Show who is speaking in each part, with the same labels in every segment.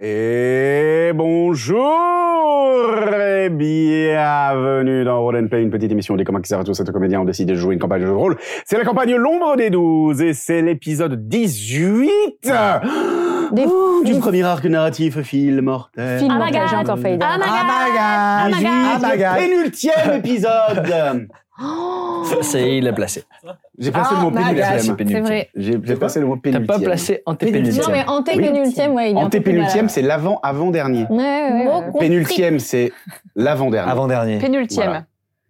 Speaker 1: Et bonjour et bienvenue dans Roll and Play, une petite émission où des comédiens et tous ces comédiens ont décidé de jouer une campagne de jeu de rôle. C'est la campagne L'ombre des 12 et c'est l'épisode 18
Speaker 2: Des
Speaker 1: Oh, du
Speaker 2: des-
Speaker 1: premier arc narratif film mortel.
Speaker 2: Film
Speaker 3: Ah,
Speaker 2: mortel,
Speaker 3: my
Speaker 2: j'ai
Speaker 3: God.
Speaker 2: encore failli dire.
Speaker 3: Ah, my
Speaker 1: Ah,
Speaker 3: God. Ah, my
Speaker 1: le
Speaker 3: God.
Speaker 1: pénultième épisode
Speaker 4: C'est il l'a placé.
Speaker 1: J'ai placé le mot
Speaker 2: my
Speaker 1: pénultième.
Speaker 2: Ah, C'est vrai.
Speaker 1: J'ai j'ai placé le mot
Speaker 4: T'as
Speaker 1: pénultième.
Speaker 4: pas placé
Speaker 2: Non, mais
Speaker 4: antépénultième.
Speaker 2: antépénultième, ouais, il est un peu plus
Speaker 1: Antépénultième, c'est l'avant-avant-dernier.
Speaker 2: mal. Ouais, ouais, ouais.
Speaker 1: Pénultième, c'est l'avant-dernier.
Speaker 4: Avant-dernier.
Speaker 3: Pénultième.
Speaker 1: Voilà.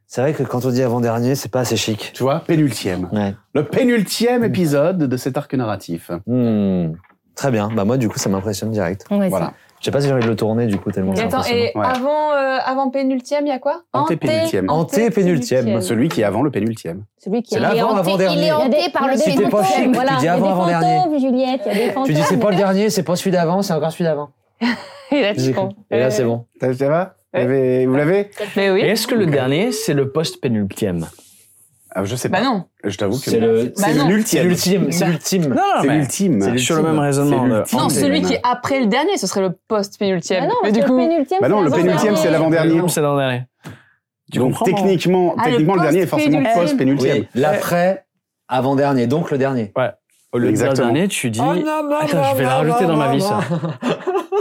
Speaker 4: C'est vrai que quand on dit avant-dernier, c'est pas assez chic.
Speaker 1: Tu vois, pénultième.
Speaker 4: Ouais.
Speaker 1: Le pénultième épisode de cet arc narratif.
Speaker 4: Hmm. Très bien. Bah moi, du coup, ça m'impressionne direct.
Speaker 2: Ouais,
Speaker 1: Voilà.
Speaker 4: Je sais pas si j'ai envie de le tourner, du coup, tellement
Speaker 3: Mais
Speaker 4: c'est
Speaker 3: attends,
Speaker 4: impressionnant.
Speaker 3: et
Speaker 1: Ouais.
Speaker 3: avant, euh, avant pénultième, il y a quoi
Speaker 1: Antépénultième.
Speaker 4: Antépénultième.
Speaker 3: Antépénultième.
Speaker 1: Celui qui est avant le pénultième.
Speaker 2: c'est- Celui qui
Speaker 4: C'est
Speaker 2: est
Speaker 4: là-
Speaker 2: il est
Speaker 4: avant,
Speaker 2: hanté-
Speaker 4: avant-dernier.
Speaker 2: Il est hanté par le
Speaker 4: Si t'es
Speaker 2: fantôme.
Speaker 4: pas chic, tu dis
Speaker 2: il y a
Speaker 4: avant,
Speaker 2: des
Speaker 4: avant-dernier.
Speaker 2: fantômes, Juliette, il y a des fantômes.
Speaker 4: Tu dis c'est pas le dernier, c'est pas celui d'avant, c'est encore celui d'avant.
Speaker 3: Et là, tu
Speaker 4: J'ai
Speaker 3: prends.
Speaker 4: compris. Et là, c'est bon.
Speaker 1: Ça ça va Vous l'avez- Vous l'avez
Speaker 3: Mais oui.
Speaker 5: Est-ce que le dernier, c'est le post-pénultième
Speaker 1: Ah, Je sais pas.
Speaker 3: Bah non.
Speaker 1: Je t'avoue que
Speaker 4: C'est le.
Speaker 3: Bah
Speaker 1: c'est
Speaker 3: non.
Speaker 4: C'est
Speaker 1: l'ultime.
Speaker 4: l'ultime. C'est l'ultime.
Speaker 5: non,
Speaker 1: C'est l'ultime.
Speaker 5: c'est sur le
Speaker 1: l'ultime.
Speaker 5: même raisonnement,
Speaker 1: C'est
Speaker 5: le-
Speaker 1: l'ultime.
Speaker 3: Non,
Speaker 5: Antépénultième.
Speaker 3: celui qui est après le dernier, ce serait le
Speaker 2: Bah
Speaker 3: post-pénultième.
Speaker 2: non,
Speaker 3: Mais
Speaker 2: parce
Speaker 3: du
Speaker 2: que le
Speaker 3: coup.
Speaker 2: pénultième,
Speaker 1: Bah non, le pénultième, c'est l'avant-dernier.
Speaker 5: C'est l'an dernier. Tu
Speaker 1: Donc
Speaker 5: comprends,
Speaker 1: techniquement,
Speaker 3: Ah, le
Speaker 1: techniquement le, dernier est forcément
Speaker 3: post-pénultième.
Speaker 1: post-pénultième.
Speaker 4: Oui. L'après, avant-dernier, donc le dernier.
Speaker 5: Au lieu de dire le
Speaker 1: Exactement.
Speaker 5: dernier, tu dis. Attends, Ah, je vais la rajouter dans ma vie, ça.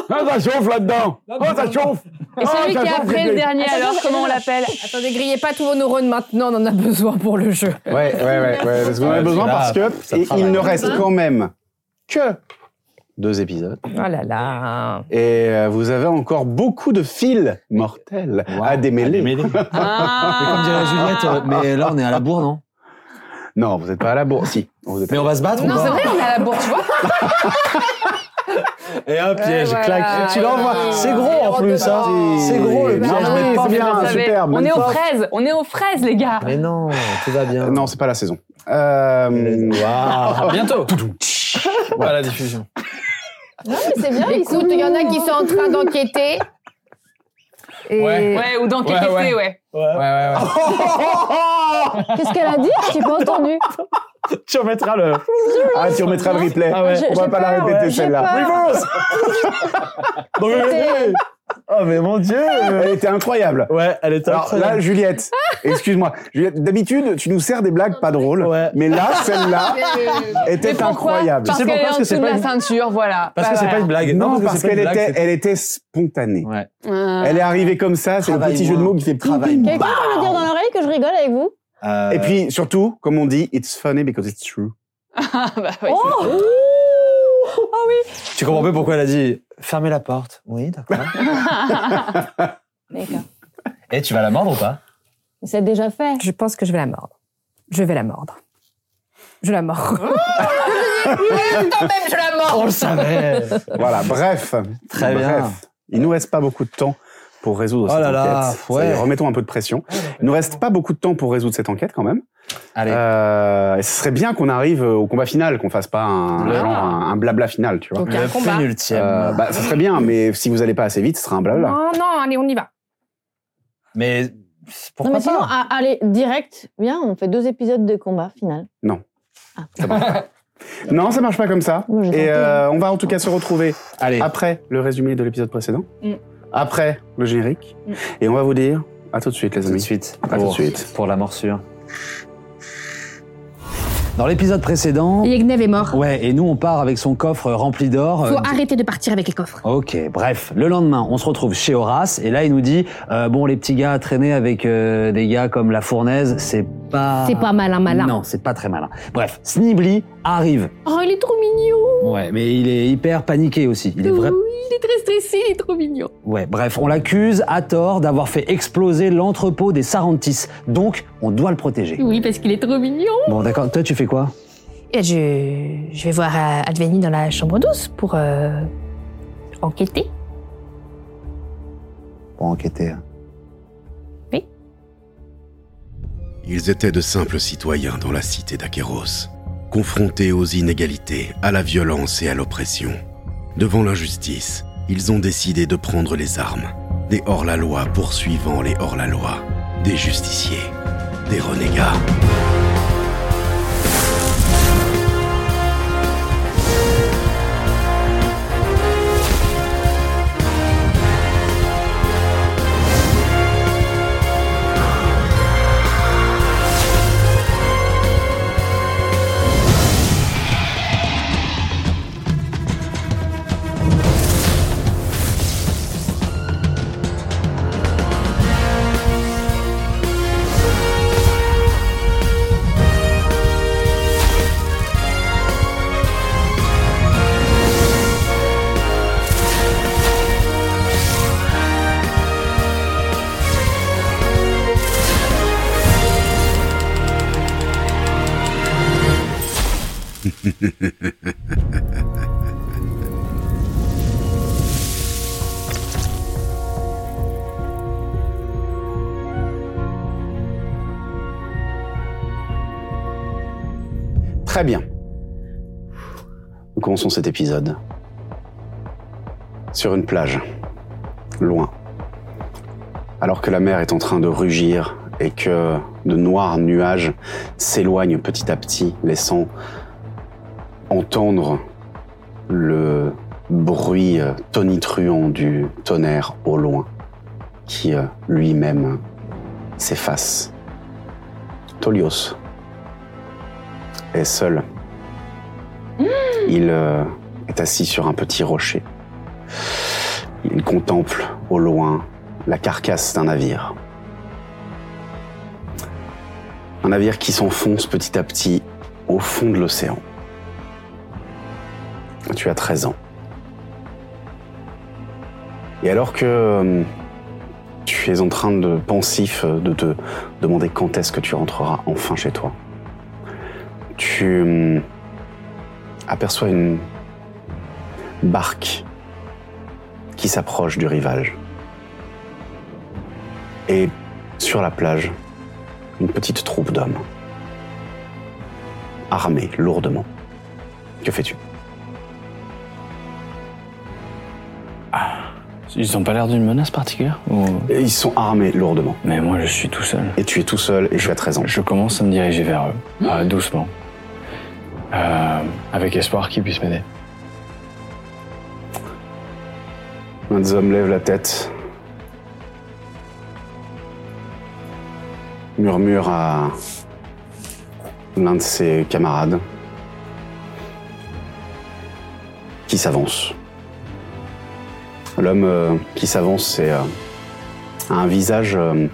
Speaker 1: Ah, ça chauffe là-dedans Ah, ça chauffe
Speaker 3: Et celui qui est après le dernier,
Speaker 2: Ah,
Speaker 3: alors, comment on l'appelle
Speaker 6: Attendez, grillez pas tous vos neurones maintenant, on en a besoin pour le jeu.
Speaker 1: Ouais, ouais, ouais. ouais parce qu'on en a
Speaker 4: Ouais,
Speaker 1: besoin
Speaker 4: là,
Speaker 1: parce que
Speaker 4: Ah, ça
Speaker 1: et il
Speaker 4: travaille.
Speaker 1: ne reste quand même que deux épisodes.
Speaker 6: Oh là là.
Speaker 1: Et euh, vous avez encore beaucoup de fils mortels à démêler.
Speaker 3: Ah.
Speaker 4: Mais comme dirait Juliette, euh, mais là, on est à la bourre, non
Speaker 1: Non, vous n'êtes pas à la bourre. Si, vous êtes à
Speaker 4: Mais on va se battre ou
Speaker 6: Non,
Speaker 4: pas
Speaker 6: c'est vrai, on est à la bourre, tu vois.
Speaker 4: Et un Ah, piège,
Speaker 6: voilà.
Speaker 4: claque. Tu l'envoies.
Speaker 2: Ah,
Speaker 4: C'est gros en plus, hein. C'est gros le
Speaker 1: Bah
Speaker 4: piège.
Speaker 1: oui,
Speaker 4: mais
Speaker 1: c'est
Speaker 4: pas
Speaker 1: bien.
Speaker 4: fait
Speaker 3: Vous
Speaker 4: exprès.
Speaker 3: savez,
Speaker 1: superbe,
Speaker 3: On
Speaker 1: bonne
Speaker 3: est aux
Speaker 1: force.
Speaker 3: fraises, on est aux fraises, les gars.
Speaker 4: Mais non, tout va bien.
Speaker 1: Euh, Non, c'est pas la saison. Euh,
Speaker 4: Waouh.
Speaker 5: À bientôt. À la diffusion.
Speaker 6: Non, mais c'est bien. Écoute, il y en a qui sont en train d'enquêter. Et
Speaker 5: Ouais.
Speaker 3: Ouais, ou dans
Speaker 5: Ouais, ouais.
Speaker 3: KTC, ouais.
Speaker 5: Ouais, ouais, ouais.
Speaker 2: Qu'est-ce qu'elle a dit J'ai pas entendu.
Speaker 5: Tu remettras le.
Speaker 1: Ah, tu remettras le replay.
Speaker 5: Ah ouais.
Speaker 2: Je-
Speaker 1: On va
Speaker 2: j'ai
Speaker 1: pas la
Speaker 2: peur,
Speaker 1: répéter
Speaker 2: ouais, j'ai
Speaker 1: celle-là.
Speaker 2: peur. C'était-
Speaker 4: Oh, mais mon dieu.
Speaker 1: Elle était incroyable.
Speaker 4: Ouais, elle est
Speaker 1: Alors là, Juliette, excuse-moi. Juliette, d'habitude, tu nous sers des blagues pas drôles.
Speaker 4: Ouais.
Speaker 1: Mais là, celle-là était incroyable.
Speaker 3: Parce
Speaker 4: sais
Speaker 3: qu'elle est
Speaker 4: pourquoi
Speaker 3: en
Speaker 4: Parce que
Speaker 3: dessous
Speaker 4: c'est
Speaker 3: de
Speaker 4: pas
Speaker 3: la
Speaker 4: une-
Speaker 3: ceinture, voilà.
Speaker 4: Parce que c'est pas une blague.
Speaker 1: Non, parce
Speaker 4: c'est
Speaker 1: qu'elle
Speaker 4: pas une
Speaker 1: était,
Speaker 4: blague,
Speaker 1: elle était spontanée.
Speaker 4: c'est- Ouais.
Speaker 1: Elle est arrivée comme ça, c'est le
Speaker 4: Travaille
Speaker 1: petit jeu de
Speaker 4: moins.
Speaker 1: mots qui fait
Speaker 4: Travaille
Speaker 1: pim, pim,
Speaker 4: moins.
Speaker 1: bam.
Speaker 2: Quelqu'un peut me dire dans l'oreille que je rigole avec vous
Speaker 4: Euh,
Speaker 1: Et puis surtout, comme on dit, it's funny because it's true.
Speaker 3: Ah, bah oui.
Speaker 6: Oh
Speaker 4: tu comprends pas pourquoi elle a dit fermez la porte. Oui, d'accord.
Speaker 2: D'accord.
Speaker 4: Et tu vas la mordre ou pas
Speaker 2: C'est déjà fait.
Speaker 6: je pense que je vais la mordre. Je vais la mordre. Je la mords.
Speaker 3: Oh,
Speaker 4: On le savait.
Speaker 1: Voilà, bref.
Speaker 4: Très
Speaker 1: bref.
Speaker 4: bien.
Speaker 1: Il nous reste pas beaucoup de temps pour résoudre
Speaker 4: Oh
Speaker 1: cette
Speaker 4: là là,
Speaker 1: enquête. Ça y est,
Speaker 4: ouais.
Speaker 1: remettons un peu de pression. Il nous reste pas beaucoup de temps pour résoudre cette enquête quand même.
Speaker 4: Allez.
Speaker 1: Euh, et ce serait bien qu'on arrive au combat final, qu'on fasse pas un,
Speaker 4: Le-
Speaker 1: genre un- un blabla final, tu vois.
Speaker 6: Donc il y a un combat.
Speaker 1: Euh,
Speaker 4: Pénultième.
Speaker 1: bah, ça serait bien, mais si vous allez pas assez vite, ce sera un blabla.
Speaker 6: Non, Oh non, allez, on y va.
Speaker 4: Mais
Speaker 2: Non,
Speaker 4: pourquoi
Speaker 2: mais sinon,
Speaker 4: pas
Speaker 2: a- allez, direct, viens, on fait deux épisodes de combat final.
Speaker 1: Non, ça marche pas comme ça.
Speaker 2: Moi, j'ai tenté,
Speaker 1: Et euh, on va en tout cas se retrouver
Speaker 4: Allez.
Speaker 1: après le résumé de l'épisode précédent,
Speaker 3: Mm.
Speaker 1: après le générique,
Speaker 3: Mm.
Speaker 1: et on va vous dire à tout de suite, les
Speaker 4: Tout de
Speaker 1: amis.
Speaker 4: suite.
Speaker 1: À tout de
Speaker 4: Pour-
Speaker 1: suite.
Speaker 4: Pour la morsure. Dans l'épisode précédent.
Speaker 6: Yegnev est mort.
Speaker 4: Ouais, et nous on part avec son coffre rempli d'or. euh,
Speaker 6: arrêter de partir avec les coffres.
Speaker 4: Ok, bref, le lendemain, on se retrouve chez Horace et là il nous dit euh, bon les petits gars traîner avec euh, des gars comme la fournaise, c'est pas
Speaker 6: malin,
Speaker 4: Non, c'est pas très malin. Bref, Snibli arrive.
Speaker 6: Oh, il est trop mignon.
Speaker 4: Ouais, mais il est hyper paniqué aussi. Il est
Speaker 6: Oui,
Speaker 4: vrai.
Speaker 6: il est très stressé, il est trop mignon.
Speaker 4: Ouais, bref, on l'accuse à tort d'avoir fait exploser l'entrepôt des Sarantis. Donc, on doit le protéger.
Speaker 6: Oui, parce qu'il est trop mignon.
Speaker 4: Bon, d'accord. Toi, tu fais quoi
Speaker 6: Et je, je vais voir euh, Adveni dans la chambre douce pour euh, enquêter.
Speaker 4: Pour enquêter.
Speaker 7: Ils étaient de simples citoyens dans la cité d'Aqueros, confrontés aux inégalités, à la violence et à l'oppression. Devant l'injustice, ils ont décidé de prendre les armes, des hors-la-loi poursuivant les hors-la-loi, des justiciers, des renégats.
Speaker 1: Très bien. Nous commençons cet épisode sur une plage, loin, alors que la mer est en train de rugir et que de noirs nuages s'éloignent petit à petit, laissant entendre le bruit euh, tonitruant du tonnerre au loin, qui euh, lui-même s'efface. Tolios est seul. Il euh, est assis sur un petit rocher. Il contemple au loin la carcasse d'un navire. Un navire qui s'enfonce petit à petit au fond de l'océan. Tu as 13 ans. Et alors que euh, tu es en train de pensif euh, de te demander quand est-ce que tu rentreras enfin chez toi, tu euh, aperçois une barque qui s'approche du rivage. Et sur la plage, une petite troupe d'hommes, armés lourdement. Que fais-tu
Speaker 8: Ils ont pas l'air d'une menace particulière ou-
Speaker 1: Et Ils sont armés lourdement.
Speaker 8: Mais moi, je suis tout seul.
Speaker 1: Et tu es tout seul et tu as 13 ans.
Speaker 8: Je commence à me diriger vers eux,
Speaker 5: Mmh.
Speaker 8: euh, doucement, Euh, avec espoir qu'ils puissent m'aider.
Speaker 1: Un des hommes lève la tête, murmure à l'un de ses camarades qui s'avance. L'homme euh, qui s'avance, c'est euh, un visage, euh,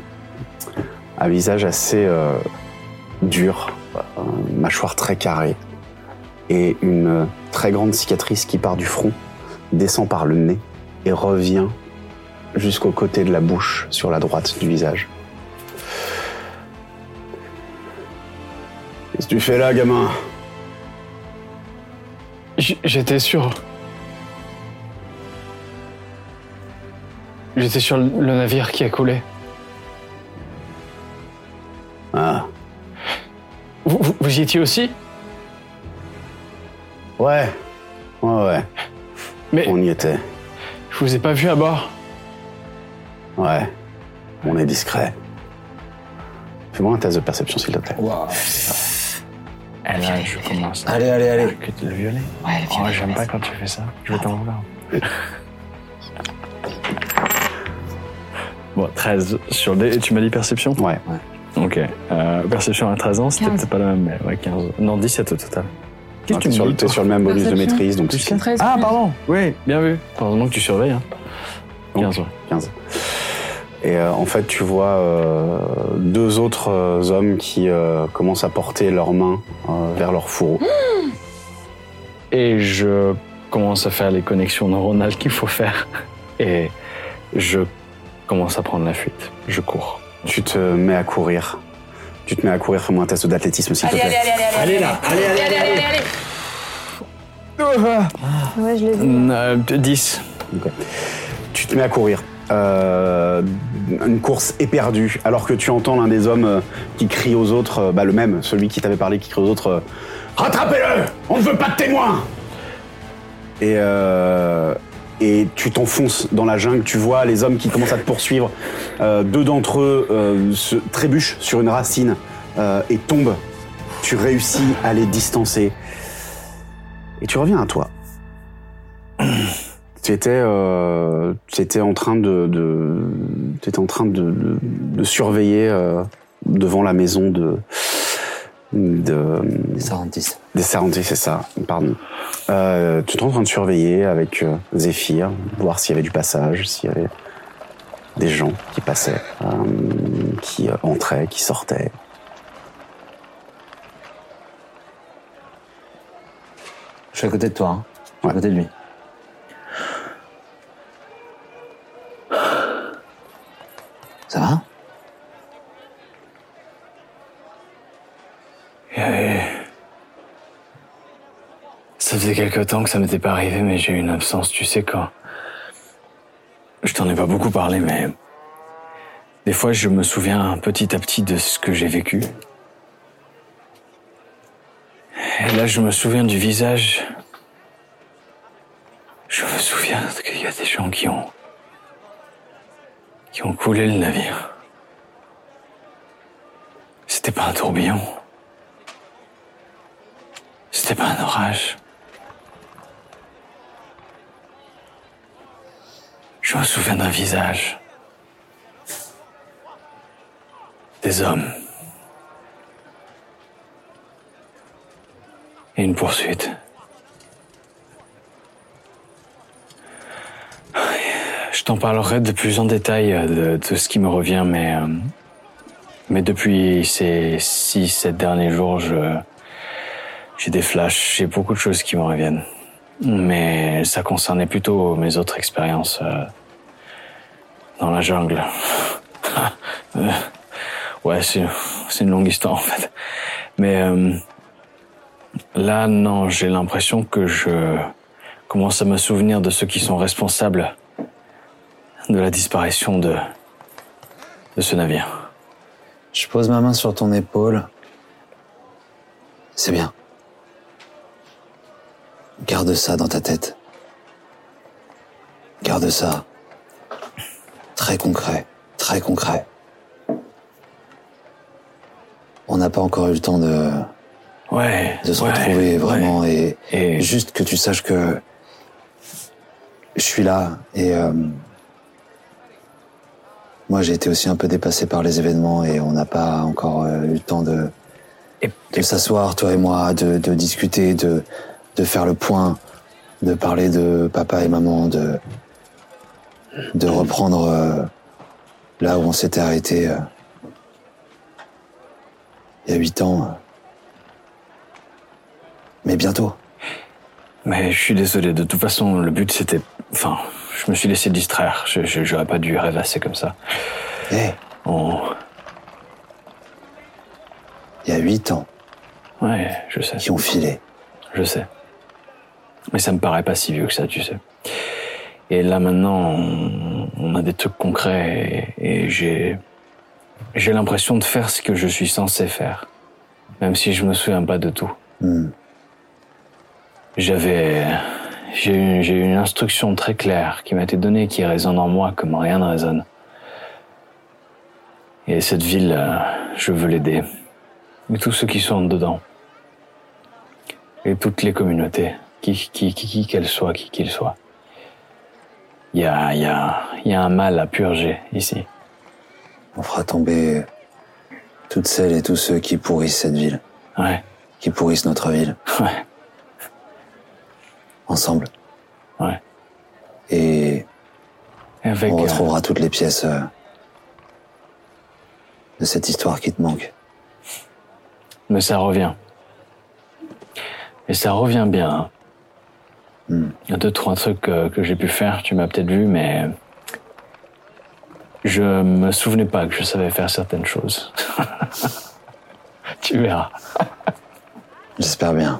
Speaker 1: un visage assez euh, dur, euh, mâchoire très carrée et une euh, très grande cicatrice qui part du front, descend par le nez et revient jusqu'au côté de la bouche sur la droite du visage. Qu'est-ce que tu fais là, gamin
Speaker 8: J- J'étais sur. J'étais sur le le navire qui a coulé.
Speaker 1: Ah,
Speaker 8: Vous, vous- vous y étiez aussi
Speaker 1: ouais, ouais, ouais,
Speaker 8: Mais
Speaker 1: on y était,
Speaker 8: je vous ai pas vu à bord.
Speaker 1: ouais, on est discret. Fais-moi un test de perception, s'il te plaît.
Speaker 8: Et là, je commence. à-
Speaker 5: Allez, allez, allez.
Speaker 8: Que tu le violet
Speaker 3: Ouais,
Speaker 8: Oh, j'aime pas quand tu fais ça. Je vais t'en vouloir.
Speaker 9: Bon, 13 sur des. Tu m'as dit perception
Speaker 1: Ouais.
Speaker 9: Ok. Euh, perception à 13 ans, c'était
Speaker 3: 15.
Speaker 9: peut-être pas la même, mais ouais, 15. Non, 17 au total.
Speaker 1: Ah, t'es sur, le- t'es sur le même bonus de
Speaker 3: Perception.
Speaker 1: maîtrise, donc
Speaker 9: Jusqu'à
Speaker 1: c'est
Speaker 3: 13.
Speaker 9: Ah, pardon Oui, bien vu. Heureusement que tu surveilles. Hein. 15, ouais.
Speaker 1: 15. Et euh, en fait, tu vois euh, deux autres euh, hommes qui euh, commencent à porter leurs mains euh, vers leur fourreau.
Speaker 9: Et je commence à faire les connexions neuronales qu'il faut faire. Et je commence à prendre la fuite. Je cours.
Speaker 1: Tu te mets à courir. Tu te mets à courir, fais-moi un test d'athlétisme, s'il te
Speaker 3: Ah, Allez,
Speaker 1: plaît.
Speaker 3: allez, allez, allez, allez, là, allez, allez, allez, allez, allez.
Speaker 2: Ouais, je l'ai vu.
Speaker 9: Mm, euh, 10.
Speaker 1: Tu te mets à courir. Euh, une course éperdue, alors que tu entends l'un des hommes euh, qui crie aux autres, euh, bah, le même, celui qui t'avait parlé, qui crie aux autres euh, Rattrapez-le On ne veut pas de témoins Et, euh, et tu t'enfonces dans la jungle, tu vois les hommes qui commencent à te poursuivre. Euh, deux d'entre eux euh, se trébuchent sur une racine euh, et tombent. Tu réussis à les distancer. Et tu reviens à toi. Tu étais, euh, tu étais en train de, de tu étais en train de, de- de surveiller euh, devant la maison de, de
Speaker 4: Ça rentre 10.
Speaker 1: des Sarantés, c'est ça. Pardon. Euh, tu étais en train de surveiller avec euh, Zéphyr, voir s'il y avait du passage, s'il y avait des gens qui passaient, euh, qui euh, entraient, qui sortaient.
Speaker 4: Je suis à côté de toi. Hein. Je suis
Speaker 1: Ouais.
Speaker 4: à côté de lui. Ça va
Speaker 9: faisait quelque temps que ça m'était pas arrivé, mais j'ai eu une absence, tu sais quand. Je t'en ai pas beaucoup parlé, mais des fois je me souviens petit à petit de ce que j'ai vécu. Et là je me souviens du visage. Je me souviens qu'il y a des gens qui ont qui ont coulé le navire. C'était pas un tourbillon. C'était pas un orage. Je me souviens d'un visage. Des hommes. Et une poursuite. Je t'en parlerai de plus en détail euh, de, de ce qui me revient, mais, euh, mais depuis ces six, sept derniers jours, je, j'ai des flashs, j'ai beaucoup de choses qui me reviennent. Mais ça concernait plutôt mes autres expériences euh, dans la jungle. Euh, ouais, c'est, c'est une longue histoire en fait. Mais euh, là, non, j'ai l'impression que je commence à me souvenir de ceux qui sont responsables de la disparition de, de ce navire.
Speaker 4: Je pose ma main sur ton épaule. C'est bien. Garde ça dans ta tête. Garde ça. Très concret, très concret. On n'a pas encore eu le temps de,
Speaker 9: Ouais.
Speaker 4: de se
Speaker 9: ouais,
Speaker 4: retrouver vraiment et,
Speaker 9: Et-
Speaker 4: juste que tu saches que je suis là et euh, moi j'ai été aussi un peu dépassé par les événements et on n'a pas encore euh, eu le temps de,
Speaker 9: Et-
Speaker 4: de s'asseoir toi et moi, de, de discuter, de, de faire le point, de parler de papa et maman, de de reprendre euh, là où on s'était arrêté euh, il y a huit ans. Mais bientôt.
Speaker 9: Mais je suis désolé, de toute façon, le but c'était. Enfin, je me suis laissé distraire, Je- je- j'aurais pas dû rêvasser comme ça.
Speaker 4: Eh,
Speaker 9: On-
Speaker 4: il y a huit ans
Speaker 9: Ouais, je sais,
Speaker 4: qui ont filé.
Speaker 9: je sais. Mais ça me paraît pas si vieux que ça, tu sais. Et là maintenant, on, on a des trucs concrets et, et j'ai. J'ai l'impression de faire ce que je suis censé faire. Même si je me souviens pas de tout.
Speaker 4: Hmm.
Speaker 9: J'avais. J'ai eu, j'ai eu une instruction très claire qui m'a été donnée, qui résonne en moi comme rien ne résonne. Et cette ville, euh, je veux l'aider. Mais tous ceux qui sont dedans. Et toutes les communautés, qui, qui, qui, qui qu'elles soient, qui qu'ils soient. Il y a, il y, a, il y a un mal à purger ici.
Speaker 4: On fera tomber toutes celles et tous ceux qui pourrissent cette ville,
Speaker 9: Ouais,
Speaker 4: qui pourrissent notre ville,
Speaker 9: ouais,
Speaker 4: ensemble.
Speaker 9: ouais.
Speaker 4: Et
Speaker 9: Et Avec,
Speaker 4: on
Speaker 9: euh,
Speaker 4: retrouvera toutes les pièces euh, de cette histoire qui te manque.
Speaker 9: Mais ça revient. Et ça revient bien. hein.
Speaker 4: Hmm.
Speaker 9: Il y a deux, trois trucs que, que j'ai pu faire, tu m'as peut-être vu, mais je me souvenais pas que je savais faire certaines choses. tu verras.
Speaker 4: J'espère bien.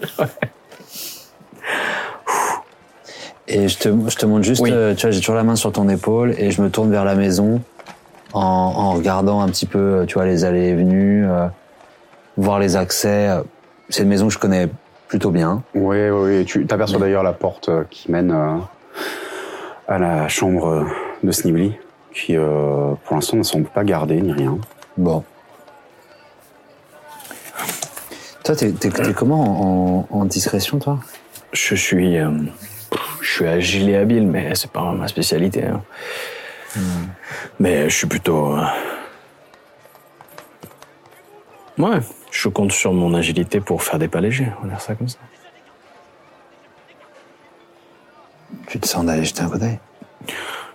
Speaker 4: Et je te, je te montre juste,
Speaker 9: Oui.
Speaker 4: euh, tu vois, j'ai toujours la main sur ton épaule et je me tourne vers la maison en, en regardant un petit peu, euh, tu vois, les allées et venues, euh, voir les accès. C'est une maison que je connais plutôt bien.
Speaker 1: Oui, oui, oui. Tu t'aperçois d'ailleurs la porte euh, qui mène euh, à la chambre euh, de Snibli, qui euh, pour l'instant ne semble pas gardée ni rien.
Speaker 4: Bon. Toi, t'es, t'es- t'es comment en, en discrétion, toi
Speaker 9: Je suis, euh, je suis agile et habile, mais c'est pas ma spécialité. hein. Hmm. Mais je suis plutôt. euh, Ouais, je compte sur mon agilité pour faire des pas légers. On va dire ça comme ça.
Speaker 4: Tu te sens d'aller jeter un coup d'œil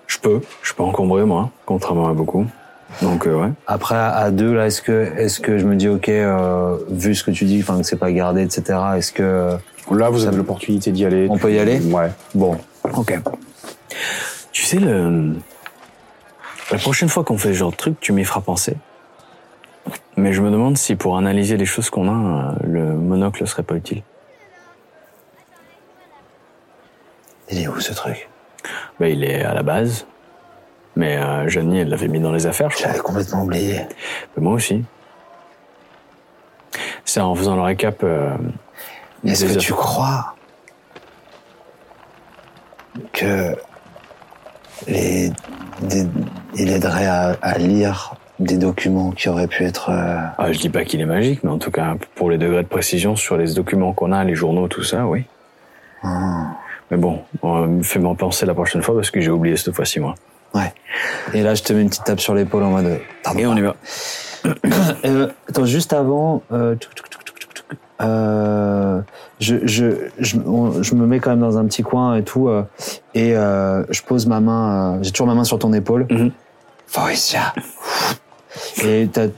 Speaker 9: Je peux, je peux encombrer moi, contrairement à beaucoup. Donc euh, ouais.
Speaker 4: Après, à deux, là, est-ce que, est-ce que je me dis, ok, euh, vu ce que tu dis, enfin, que c'est pas gardé, etc., est-ce que, euh,
Speaker 1: Là, vous
Speaker 4: Ça
Speaker 1: avez
Speaker 4: me-
Speaker 1: l'opportunité d'y aller.
Speaker 4: On peut y aller
Speaker 1: Ouais.
Speaker 4: bon,
Speaker 9: Ok. Tu sais le. La prochaine fois qu'on fait ce genre de truc, tu m'y feras penser. Mais je me demande si pour analyser les choses qu'on a, euh, le monocle serait pas utile.
Speaker 4: Il est où ce truc
Speaker 9: Bah, il est à la base. Mais euh, Jeannie, elle l'avait mis dans les affaires, je crois.
Speaker 4: J'avais complètement oublié.
Speaker 9: Mais moi aussi. C'est en faisant le récap. euh,
Speaker 4: Est-ce
Speaker 9: des
Speaker 4: que
Speaker 9: affaires-
Speaker 4: tu crois que les, des- il aiderait à, à lire des documents qui auraient pu être... euh,
Speaker 9: Ah, je dis pas qu'il est magique, mais en tout cas, pour les degrés de précision sur les documents qu'on a, les journaux, tout ça, oui.
Speaker 4: ah.
Speaker 9: Mais bon, euh, fais-moi penser la prochaine fois parce que j'ai oublié cette fois-ci, moi.
Speaker 4: Et là, je te mets une petite tape sur l'épaule en mode... Pardon.
Speaker 9: Et on y va.
Speaker 4: Euh, attends, juste avant, euh, tuc, tuc, tuc, tuc, tuc, tuc, euh, je, je, je, on- je me mets quand même dans un petit coin et tout, euh, et euh, je pose ma main, euh, j'ai toujours ma main sur ton épaule.
Speaker 9: Mhm.
Speaker 4: Fauricia. Et t'as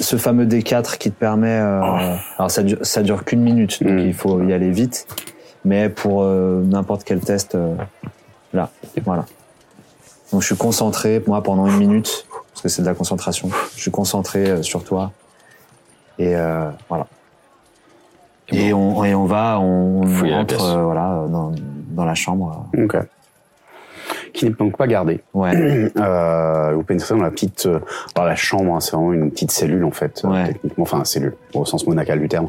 Speaker 4: ce fameux D4 qui te permet. euh,
Speaker 9: Oh.
Speaker 4: alors ça dure, ça dure qu'une minute, donc
Speaker 1: Mhm.
Speaker 4: il faut y aller vite, mais pour euh, n'importe quel test, euh, là, voilà. Donc je suis concentré, moi, pendant une minute, parce que c'est de la concentration. Je suis concentré euh, sur toi. Et euh, voilà. Et, on, et on va, on, on
Speaker 9: Fouiller la
Speaker 4: entre
Speaker 9: pièce.
Speaker 4: euh, voilà, dans, dans la chambre.
Speaker 1: Ok. Qui n'est donc pas gardé.
Speaker 4: Ouais.
Speaker 1: Euh, vous pénétrez dans la petite, euh, dans la chambre, hein, c'est vraiment une petite cellule en fait, euh,
Speaker 4: Ouais.
Speaker 1: techniquement, enfin cellule au sens monacal du terme.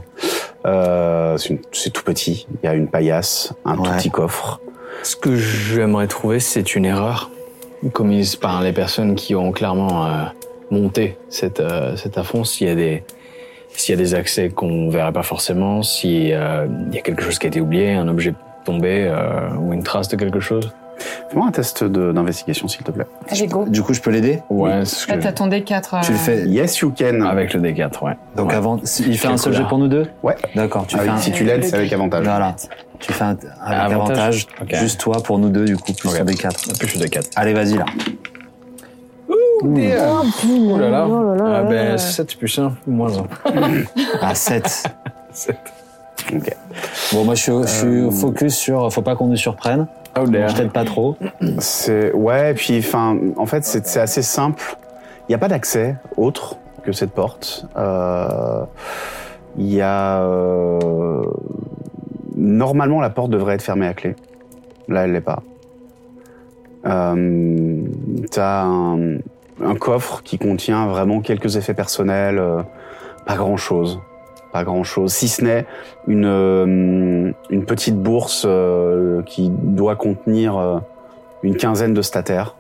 Speaker 1: Euh, c'est une- c'est tout petit. Il y a une paillasse, un tout
Speaker 4: Ouais.
Speaker 1: petit coffre.
Speaker 9: Ce que j'aimerais trouver, c'est une erreur commise par les personnes qui ont clairement euh, monté cette, euh, cet affront. S'il y a des s'il y a des accès qu'on verrait pas forcément, si euh, il y a quelque chose qui a été oublié, un objet tombé euh, ou une trace de quelque chose.
Speaker 1: Fais-moi un test de- d'investigation s'il te plaît.
Speaker 3: Allez, go. euh,
Speaker 4: Du coup, je peux l'aider
Speaker 9: Ouais, c'est ce que-
Speaker 3: Là, t'as ton D4.
Speaker 4: Tu le fais.
Speaker 1: Yes, you can.
Speaker 9: avec le D4, ouais.
Speaker 4: Donc
Speaker 9: Ouais.
Speaker 4: avant, il fait
Speaker 9: Quel
Speaker 4: un seul
Speaker 9: couleur
Speaker 4: jet pour nous deux
Speaker 1: Ouais.
Speaker 4: D'accord.
Speaker 9: Ah
Speaker 4: Tu
Speaker 1: Avec- Ah si
Speaker 4: fais un.
Speaker 1: tu l'aides, c'est avec avantage.
Speaker 4: Voilà. Tu fais un, avec avantage.
Speaker 9: Ok.
Speaker 4: Juste toi pour nous deux, du coup, plus
Speaker 9: Ok.
Speaker 4: un des quatre.
Speaker 9: Plus le D4.
Speaker 4: Allez, vas-y là.
Speaker 2: Oh,
Speaker 9: Oh là là.
Speaker 2: Oh là là
Speaker 9: Ah
Speaker 2: là là.
Speaker 9: ben 7 plus 1, moins 1.
Speaker 4: À 7.
Speaker 1: Ok.
Speaker 4: Ah, Bon, moi, je suis, je
Speaker 9: Euh,
Speaker 4: suis focus sur. Faut pas qu'on nous surprenne.
Speaker 9: Oh
Speaker 4: Je t'aide pas trop.
Speaker 1: C'est ouais, puis enfin, en fait, c'est c'est assez simple. Il n'y a pas d'accès autre que cette porte. Euh, Il y a euh, normalement la porte devrait être fermée à clé. Là, elle l'est pas. Euh, T'as un, un coffre qui contient vraiment quelques effets personnels, euh, pas grand chose, pas grand chose, si ce n'est une euh, une petite bourse euh, qui doit contenir euh, une quinzaine de stataires,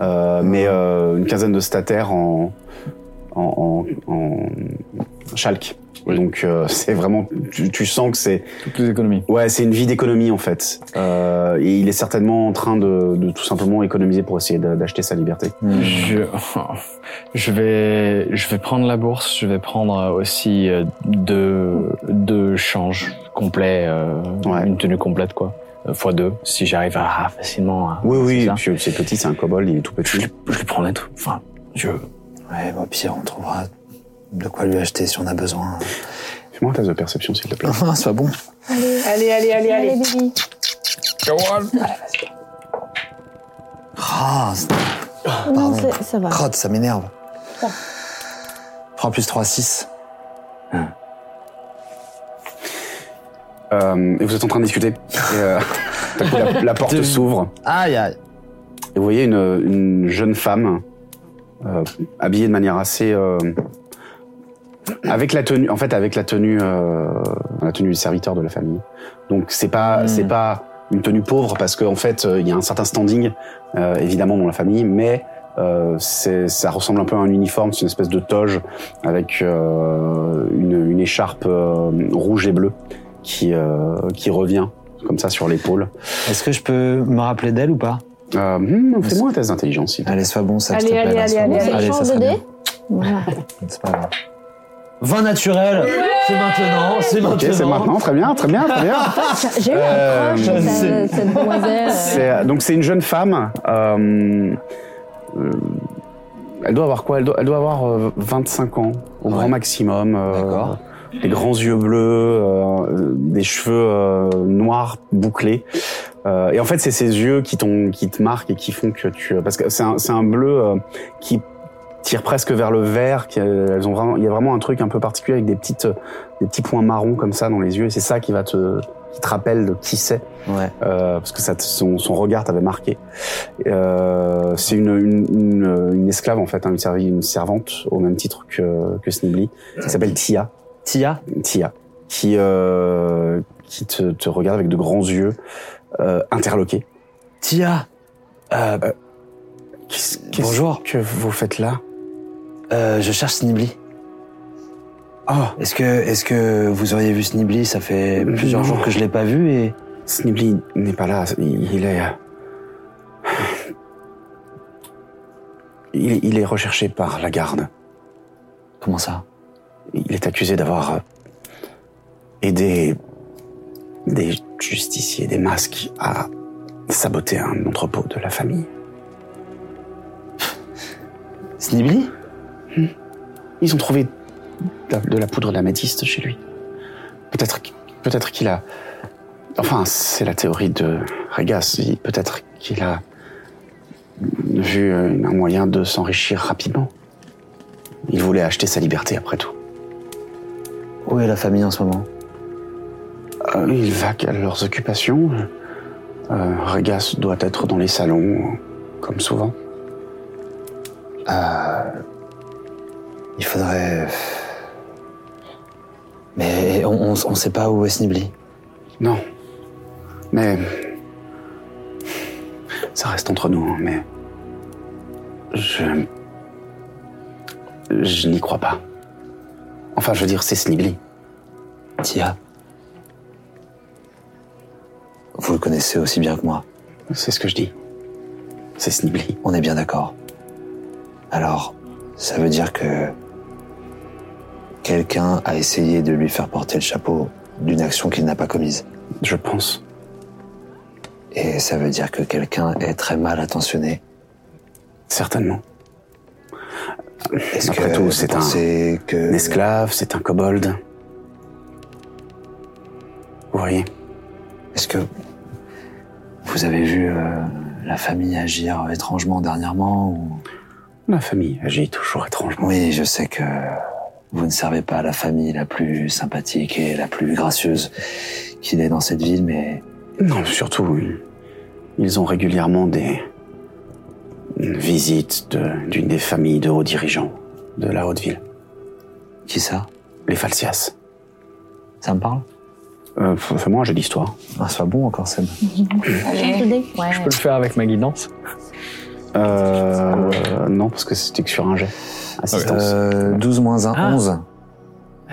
Speaker 1: euh, mais euh, une quinzaine de stataires en en, en, en chalk. Donc euh, c'est vraiment, tu, tu sens que c'est
Speaker 9: Toutes les économies.
Speaker 1: ouais, c'est une vie d'économie en fait. Euh, et il est certainement en train de, de tout simplement économiser pour essayer d'a- d'acheter sa liberté.
Speaker 9: Je, je vais, je vais prendre la bourse. Je vais prendre aussi euh, deux, deux changes complets, euh,
Speaker 1: Ouais.
Speaker 9: une tenue complète quoi, euh, fois deux. Si j'arrive à facilement. À,
Speaker 1: Oui, oui.
Speaker 9: ça.
Speaker 1: puis C'est petit, c'est un kobold, il est tout
Speaker 9: Je,
Speaker 1: petit.
Speaker 9: je lui prends les trucs. Enfin, je.
Speaker 4: Ouais, bah, au pire, on trouvera de quoi lui acheter si on a besoin.
Speaker 1: Fais-moi un test de perception s'il te plaît.
Speaker 9: Ah,
Speaker 4: C'est pas bon.
Speaker 3: Allez, allez, allez,
Speaker 2: Allez,
Speaker 3: allez.
Speaker 2: Bibi.
Speaker 4: Ah, c'est-
Speaker 2: Non,
Speaker 4: Pardon.
Speaker 2: c'est- ça va.
Speaker 4: crotte, ça m'énerve. 3 plus 3, 6.
Speaker 1: Euh, et vous êtes en train de discuter. Et, euh, d'un coup, la, la porte s'ouvre.
Speaker 4: Aïe, aïe.
Speaker 1: Et vous voyez une, une jeune femme euh, habillée de manière assez euh, avec la tenue en fait avec la tenue euh, la tenue du serviteur de la famille. Donc c'est pas c'est pas une tenue pauvre parce qu'en fait euh, il y a un certain standing euh, évidemment dans la famille mais euh, c'est- ça ressemble un peu à un uniforme, c'est une espèce de toge avec euh, une, une écharpe euh, rouge et bleue qui euh, qui revient comme ça sur l'épaule.
Speaker 4: Est-ce que je peux me rappeler d'elle ou pas
Speaker 1: Euh, hmm, Fais-moi un test d'intelligence. s'il te plaît.
Speaker 4: Allez, sois bon, ça,
Speaker 3: Allez,
Speaker 4: s'il te
Speaker 3: allez,
Speaker 4: plaît. là,
Speaker 3: allez,
Speaker 4: sois
Speaker 3: allez,
Speaker 4: bon.
Speaker 3: allez,
Speaker 4: allez, ça
Speaker 2: change de
Speaker 4: serait bien.
Speaker 2: dé. Voilà.
Speaker 4: C'est pas grave. Vin naturel C'est maintenant, c'est maintenant.
Speaker 1: Ok, c'est maintenant. Très bien, très bien, très bien.
Speaker 2: J'ai eu
Speaker 1: Euh,
Speaker 2: un crush sur
Speaker 4: c'est-
Speaker 2: cette- cette demoiselle.
Speaker 1: C'est- euh, donc c'est une jeune femme. euh, euh, elle doit avoir quoi elle doit, elle doit avoir euh, 25 ans au grand maximum. euh,
Speaker 4: D'accord.
Speaker 1: Des grands yeux bleus, euh, des cheveux euh, noirs bouclés. Euh, et en fait, c'est ces yeux qui, t'ont- qui te marquent et qui font que tu... euh, Parce que c'est un, c'est un bleu euh, qui tire presque vers le vert. Qui, euh, elles euh, ont vraiment, il y a vraiment un truc un peu particulier avec des, petites, des petits points marrons comme ça dans les yeux. Et c'est ça qui va te, qui te rappelle de qui c'est,
Speaker 4: Ouais.
Speaker 1: euh, parce que ça te- son, son regard t'avait marqué. Euh, c'est une, une, une- une esclave en fait, hein, une, servi- une servante au même titre que, que Snibli, qui s'appelle Tia.
Speaker 4: Tia
Speaker 1: Tia, qui, euh, qui te, te regarde avec de grands yeux, euh, interloqué.
Speaker 4: Tia euh,
Speaker 1: Qu'est-ce qu'est-ce
Speaker 4: Bonjour.
Speaker 1: que vous faites là
Speaker 4: Euh, je cherche Snibli. Oh,
Speaker 1: Ah,
Speaker 4: Est-ce que, est-ce que vous auriez vu Snibli Ça fait plusieurs
Speaker 1: Non.
Speaker 4: jours que je l'ai pas vu et
Speaker 1: Snibli n'est pas là, il, il est... euh, Il, il est recherché par la garde.
Speaker 4: comment ça
Speaker 1: Il est accusé d'avoir euh, aidé des justiciers, des masques à saboter un entrepôt de la famille.
Speaker 4: Snibli
Speaker 1: Hmm. Ils ont trouvé de la, de la poudre d'améthyste chez lui. Peut-être qu- peut-être qu'il a... Enfin, c'est la théorie de Regas. Il- Peut-être qu'il a vu euh, un moyen de s'enrichir rapidement. Il voulait acheter sa liberté après tout.
Speaker 4: Où est la famille en ce moment
Speaker 1: Euh, il va à leurs occupations. Euh, Regas doit être dans les salons, comme souvent.
Speaker 4: Il faudrait. Mais on, on, on sait pas où est Snibli.
Speaker 1: Non. Mais... Ça reste entre nous, hein, mais... Je... Je n'y crois pas. Enfin, je veux dire, c'est Snibli.
Speaker 4: Tia. Vous le connaissez aussi bien que moi,
Speaker 1: C'est ce que je dis. C'est Snibli.
Speaker 4: on est bien d'accord. Alors, ça veut dire que. Quelqu'un a essayé de lui faire porter le chapeau d'une action qu'il n'a pas commise.
Speaker 1: Je pense.
Speaker 4: Et ça veut dire que quelqu'un est très mal attentionné.
Speaker 1: Certainement.
Speaker 4: Est-ce
Speaker 1: Après
Speaker 4: que
Speaker 1: tout,
Speaker 4: vous
Speaker 1: c'est un-
Speaker 4: pensez que
Speaker 1: Un esclave, c'est un kobold. Vous voyez
Speaker 4: Est-ce que vous avez vu euh, la famille agir euh, étrangement dernièrement ou...
Speaker 1: La famille agit toujours étrangement.
Speaker 4: Oui, je sais que vous ne servez pas à la famille la plus sympathique et la plus gracieuse qu'il ait dans cette ville, mais
Speaker 1: Non, surtout, ils- ils ont régulièrement des visites de- d'une des familles de hauts dirigeants de la haute ville,
Speaker 4: qui ça
Speaker 1: les Falcias.
Speaker 4: Ça me parle
Speaker 1: Euh, f- Fais-moi un jeu d'histoire.
Speaker 4: ah, C'est pas bon encore, Seb.
Speaker 6: Eh,
Speaker 2: Change de dé. Ouais.
Speaker 8: Je peux le faire avec ma guidance
Speaker 1: Euh, non, parce que c'était que sur un jet. Assistance.
Speaker 4: Euh, 12 moins 1,
Speaker 8: Ah.
Speaker 4: 11.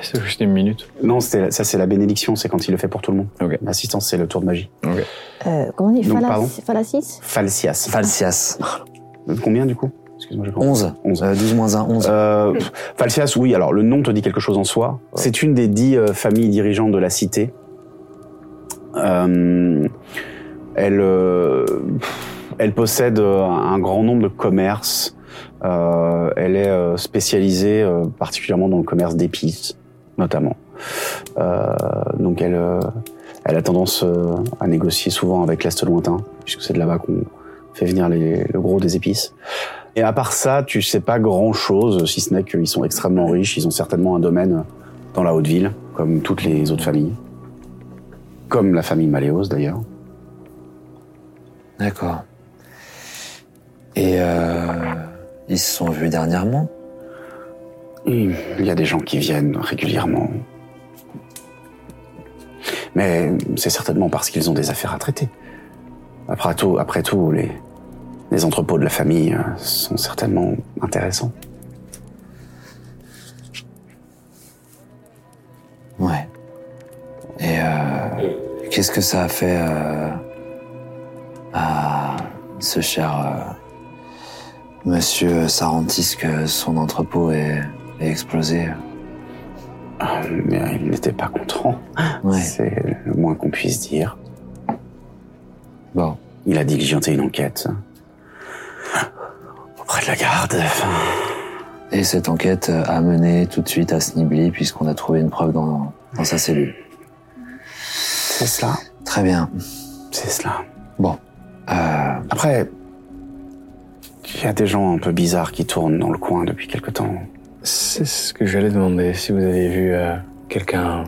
Speaker 8: C'est juste une minute.
Speaker 1: Non, c'était la- ça c'est la bénédiction, c'est quand il le fait pour tout le monde.
Speaker 8: Ok.
Speaker 1: Assistance, c'est le tour de magie.
Speaker 2: Euh, comment on dit
Speaker 1: Donc, pardon.
Speaker 2: Fallacis Fallacis
Speaker 1: Falcias. Euh,
Speaker 4: Falcias.
Speaker 1: Combien du coup Excuse-moi, j'ai pas-
Speaker 4: 11.
Speaker 1: Onze.
Speaker 4: Euh, 12 moins 1, 11.
Speaker 1: Euh, pff, Falcias, oui, alors le nom te dit quelque chose en soi. C'est une des dix euh, familles dirigeantes de la cité. Euh, elle, euh, pff, elle possède euh, un grand nombre de commerces. Euh, elle est euh, spécialisée euh, particulièrement dans le commerce d'épices, notamment. Euh, donc elle, euh, elle a tendance euh, à négocier souvent avec l'Est lointain, puisque c'est de là-bas qu'on fait venir les- le gros des épices. Et à part ça, tu sais pas grand chose, si ce n'est qu'ils sont extrêmement riches, ils ont certainement un domaine dans la haute ville, comme toutes les autres familles. Comme la famille Maléos d'ailleurs.
Speaker 4: D'accord. Et euh, ils se sont vus dernièrement
Speaker 1: Il y a des gens qui viennent régulièrement. Mais c'est certainement parce qu'ils ont des affaires à traiter. Après tout, après tout les, les entrepôts de la famille euh, sont certainement intéressants.
Speaker 4: Ouais. Et euh, qu'est-ce que ça a fait euh, à ce cher euh, monsieur Sarantis que son entrepôt est, est explosé
Speaker 1: Ah, Mais ils n'étaient pas hein. contents,
Speaker 4: Ouais.
Speaker 1: c'est le moins qu'on puisse dire.
Speaker 4: Bon.
Speaker 1: Il a diligenté une enquête auprès de la garde. Enfin,
Speaker 4: Et cette enquête a mené tout de suite à Snibli puisqu'on a trouvé une preuve dans, dans sa cellule.
Speaker 1: c'est cela,
Speaker 4: Très bien.
Speaker 1: c'est cela.
Speaker 4: Euh,
Speaker 1: Après, il y a des gens un peu bizarres qui tournent dans le coin depuis quelque temps.
Speaker 9: C'est ce que j'allais demander, si vous avez vu euh, quelqu'un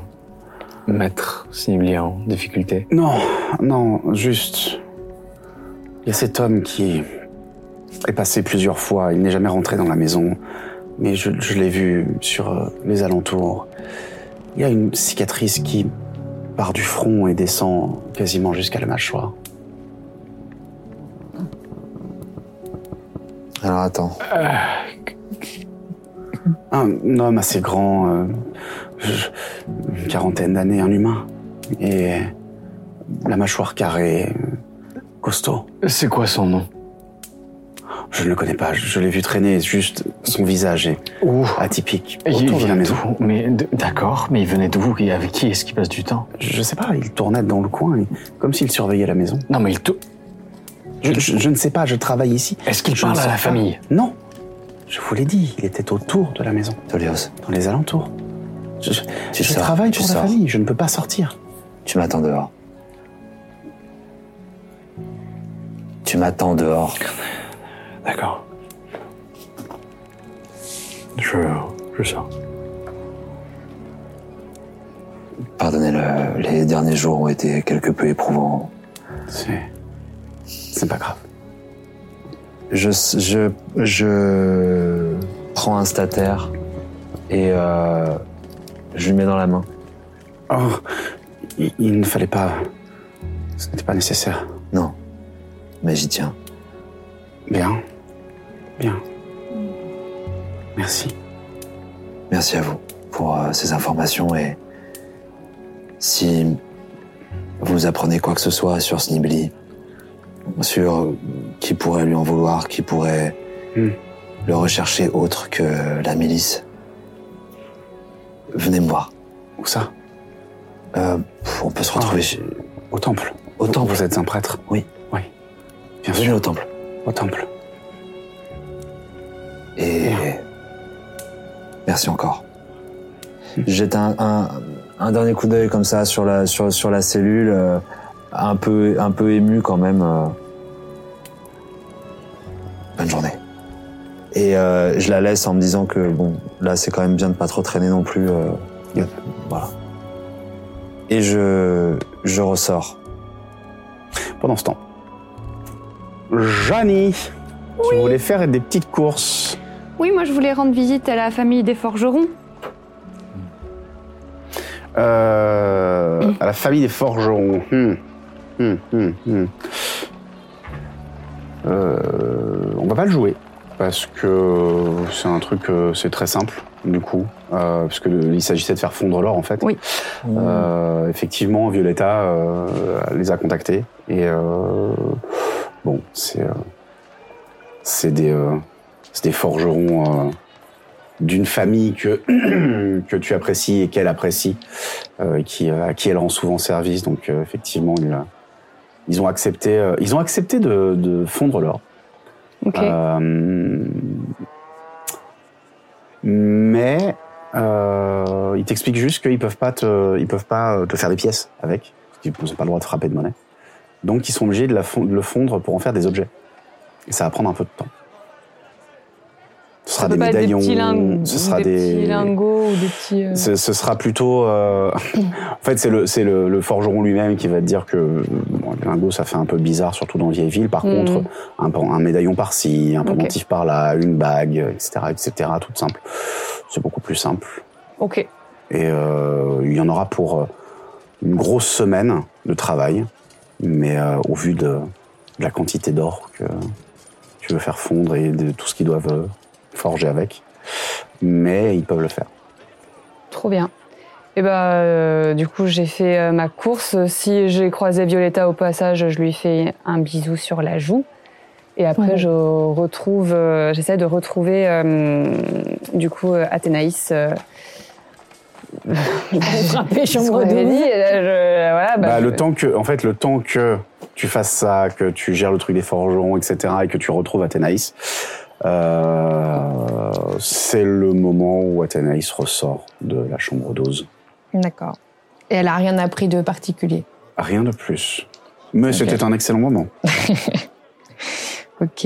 Speaker 9: mettre Snibli en difficulté.
Speaker 1: Non, non, juste. Il y a cet homme qui est passé plusieurs fois. Il n'est jamais rentré dans la maison, mais je, je l'ai vu sur euh, les alentours. Il y a une cicatrice qui part du front et descend quasiment jusqu'à la mâchoire.
Speaker 4: Alors attends.
Speaker 1: Un homme assez grand, euh, je- une quarantaine d'années, un humain, et la mâchoire carrée, euh, costaud.
Speaker 9: C'est quoi son nom
Speaker 1: Je ne le connais pas, je, je l'ai vu traîner, juste son visage est
Speaker 9: Ouh.
Speaker 1: atypique.
Speaker 9: Il
Speaker 1: Autour de la
Speaker 9: venait
Speaker 1: maison.
Speaker 9: d'où Mais d- d'accord, mais il venait d'où Et avec qui est-ce qu'il passe du temps
Speaker 1: Je sais pas, il tournait dans le coin, il- comme s'il surveillait la maison.
Speaker 9: Non, mais il tou-
Speaker 1: Je, je- je ne sais pas, je travaille ici.
Speaker 9: est-ce qu'il
Speaker 1: Je ne
Speaker 9: parle à
Speaker 1: sais
Speaker 9: la
Speaker 1: pas.
Speaker 9: famille
Speaker 1: Non, je vous l'ai dit, il était autour de la maison,
Speaker 4: Tolios,
Speaker 1: dans les alentours. Je, je-
Speaker 4: tu
Speaker 1: je
Speaker 4: sors.
Speaker 1: travaille
Speaker 4: tu
Speaker 1: pour la
Speaker 4: sors.
Speaker 1: famille, je ne peux pas sortir.
Speaker 4: Tu m'attends dehors. Tu m'attends dehors.
Speaker 9: D'accord. Je, je sors.
Speaker 4: Pardonnez, le, les derniers jours ont été quelque peu éprouvants.
Speaker 1: C'est. C'est pas grave.
Speaker 4: Je, je, je prends un stataire et euh, je lui mets dans la main.
Speaker 1: Oh, il, il ne fallait pas. Ce n'était pas nécessaire.
Speaker 4: Non, mais j'y tiens.
Speaker 1: Bien. Bien. Merci.
Speaker 4: Merci à vous pour euh, ces informations et si vous apprenez quoi que ce soit sur Snibli, sur qui pourrait lui en vouloir, qui pourrait
Speaker 1: Hmm.
Speaker 4: le rechercher autre que la milice, venez me voir.
Speaker 1: Où ça
Speaker 4: Euh, pff, on peut se retrouver
Speaker 1: Ah.
Speaker 4: chez-
Speaker 1: Au temple.
Speaker 4: au temple.
Speaker 1: Vous êtes un prêtre
Speaker 4: Oui.
Speaker 1: Oui. Bien
Speaker 4: Venez
Speaker 1: sûr,
Speaker 4: au temple.
Speaker 1: au temple.
Speaker 4: Et merci encore. Jette un, un, un dernier coup d'œil comme ça sur la, sur, sur la cellule, euh, un, peu, un peu ému quand même. euh. Bonne journée. Et euh, je la laisse en me disant que bon, là c'est quand même bien de pas trop traîner non plus. euh, y a- Voilà. Et je, je ressors.
Speaker 1: Pendant ce temps, Janie, tu voulais faire des petites courses.
Speaker 10: Oui, moi je voulais rendre visite à la famille des forgerons.
Speaker 1: Euh, À la famille des forgerons. Hmm. Hmm, hmm, hmm. Euh, on va pas le jouer parce que c'est un truc, euh, c'est très simple du coup, euh, parce que le- il s'agissait de faire fondre l'or en fait.
Speaker 10: Oui.
Speaker 1: Euh, effectivement, Violetta euh, les a contactés et euh, bon, c'est euh, c'est des euh, c'est des forgerons euh, d'une famille que que tu apprécies et qu'elle apprécie euh, et qui, euh, à qui elle rend souvent service. Donc euh, effectivement, ils, euh, ils ont accepté, euh, ils ont accepté de, de fondre l'or.
Speaker 10: Ok.
Speaker 1: Euh, mais euh, ils t'expliquent juste qu'ils peuvent pas te, ils peuvent pas euh, te faire des pièces avec, parce qu'ils n'ont pas le droit de frapper de monnaie. Donc ils sont obligés de, la fon- de le fondre pour en faire des objets. Et ça va prendre un peu de temps. Ce sera
Speaker 3: Ça peut
Speaker 1: des
Speaker 3: pas être
Speaker 1: médaillons,
Speaker 3: Des petits lingots,
Speaker 1: ce sera
Speaker 3: des, petits lingots ou des petits. euh,
Speaker 1: ce, ce sera plutôt. euh, en fait, c'est le, c'est le, le forgeron lui-même qui va te dire que bon, le lingot, ça fait un peu bizarre, surtout dans vieille ville. Par
Speaker 3: Mhm.
Speaker 1: contre, un, pen- un médaillon par-ci, un
Speaker 3: Ok.
Speaker 1: pendentif par-là, une bague, etc., etc., tout simple. C'est beaucoup plus simple.
Speaker 3: Ok.
Speaker 1: Et euh, il y en aura pour euh, une grosse semaine de travail, mais euh, au vu de, de la quantité d'or que tu veux faire fondre et de tout ce qu'ils doivent euh, forger avec. Mais ils peuvent le faire.
Speaker 3: Trop bien. Et bah, euh, du coup, j'ai fait euh, ma course. Si j'ai croisé Violetta au passage, je lui fais un bisou sur la joue. Et après,
Speaker 2: Ouais.
Speaker 3: je retrouve, euh, j'essaie de retrouver, euh, du coup, euh, Athénaïs. euh,
Speaker 2: Frapper
Speaker 3: ce qu'on
Speaker 2: chambre
Speaker 3: avait
Speaker 2: 12.
Speaker 3: dit, et là, je- voilà, bah,
Speaker 1: Bah, le
Speaker 6: euh,
Speaker 3: je-
Speaker 1: temps que, en fait, le temps que tu fasses ça, que tu gères le truc des forgerons, etc., et que tu retrouves Athénaïs, euh, c'est le moment où Athénaïs ressort de la chambre d'ose.
Speaker 6: D'accord.
Speaker 2: Et elle a rien appris de particulier.
Speaker 1: Rien de plus. Mais c'était un excellent moment.
Speaker 6: Ok.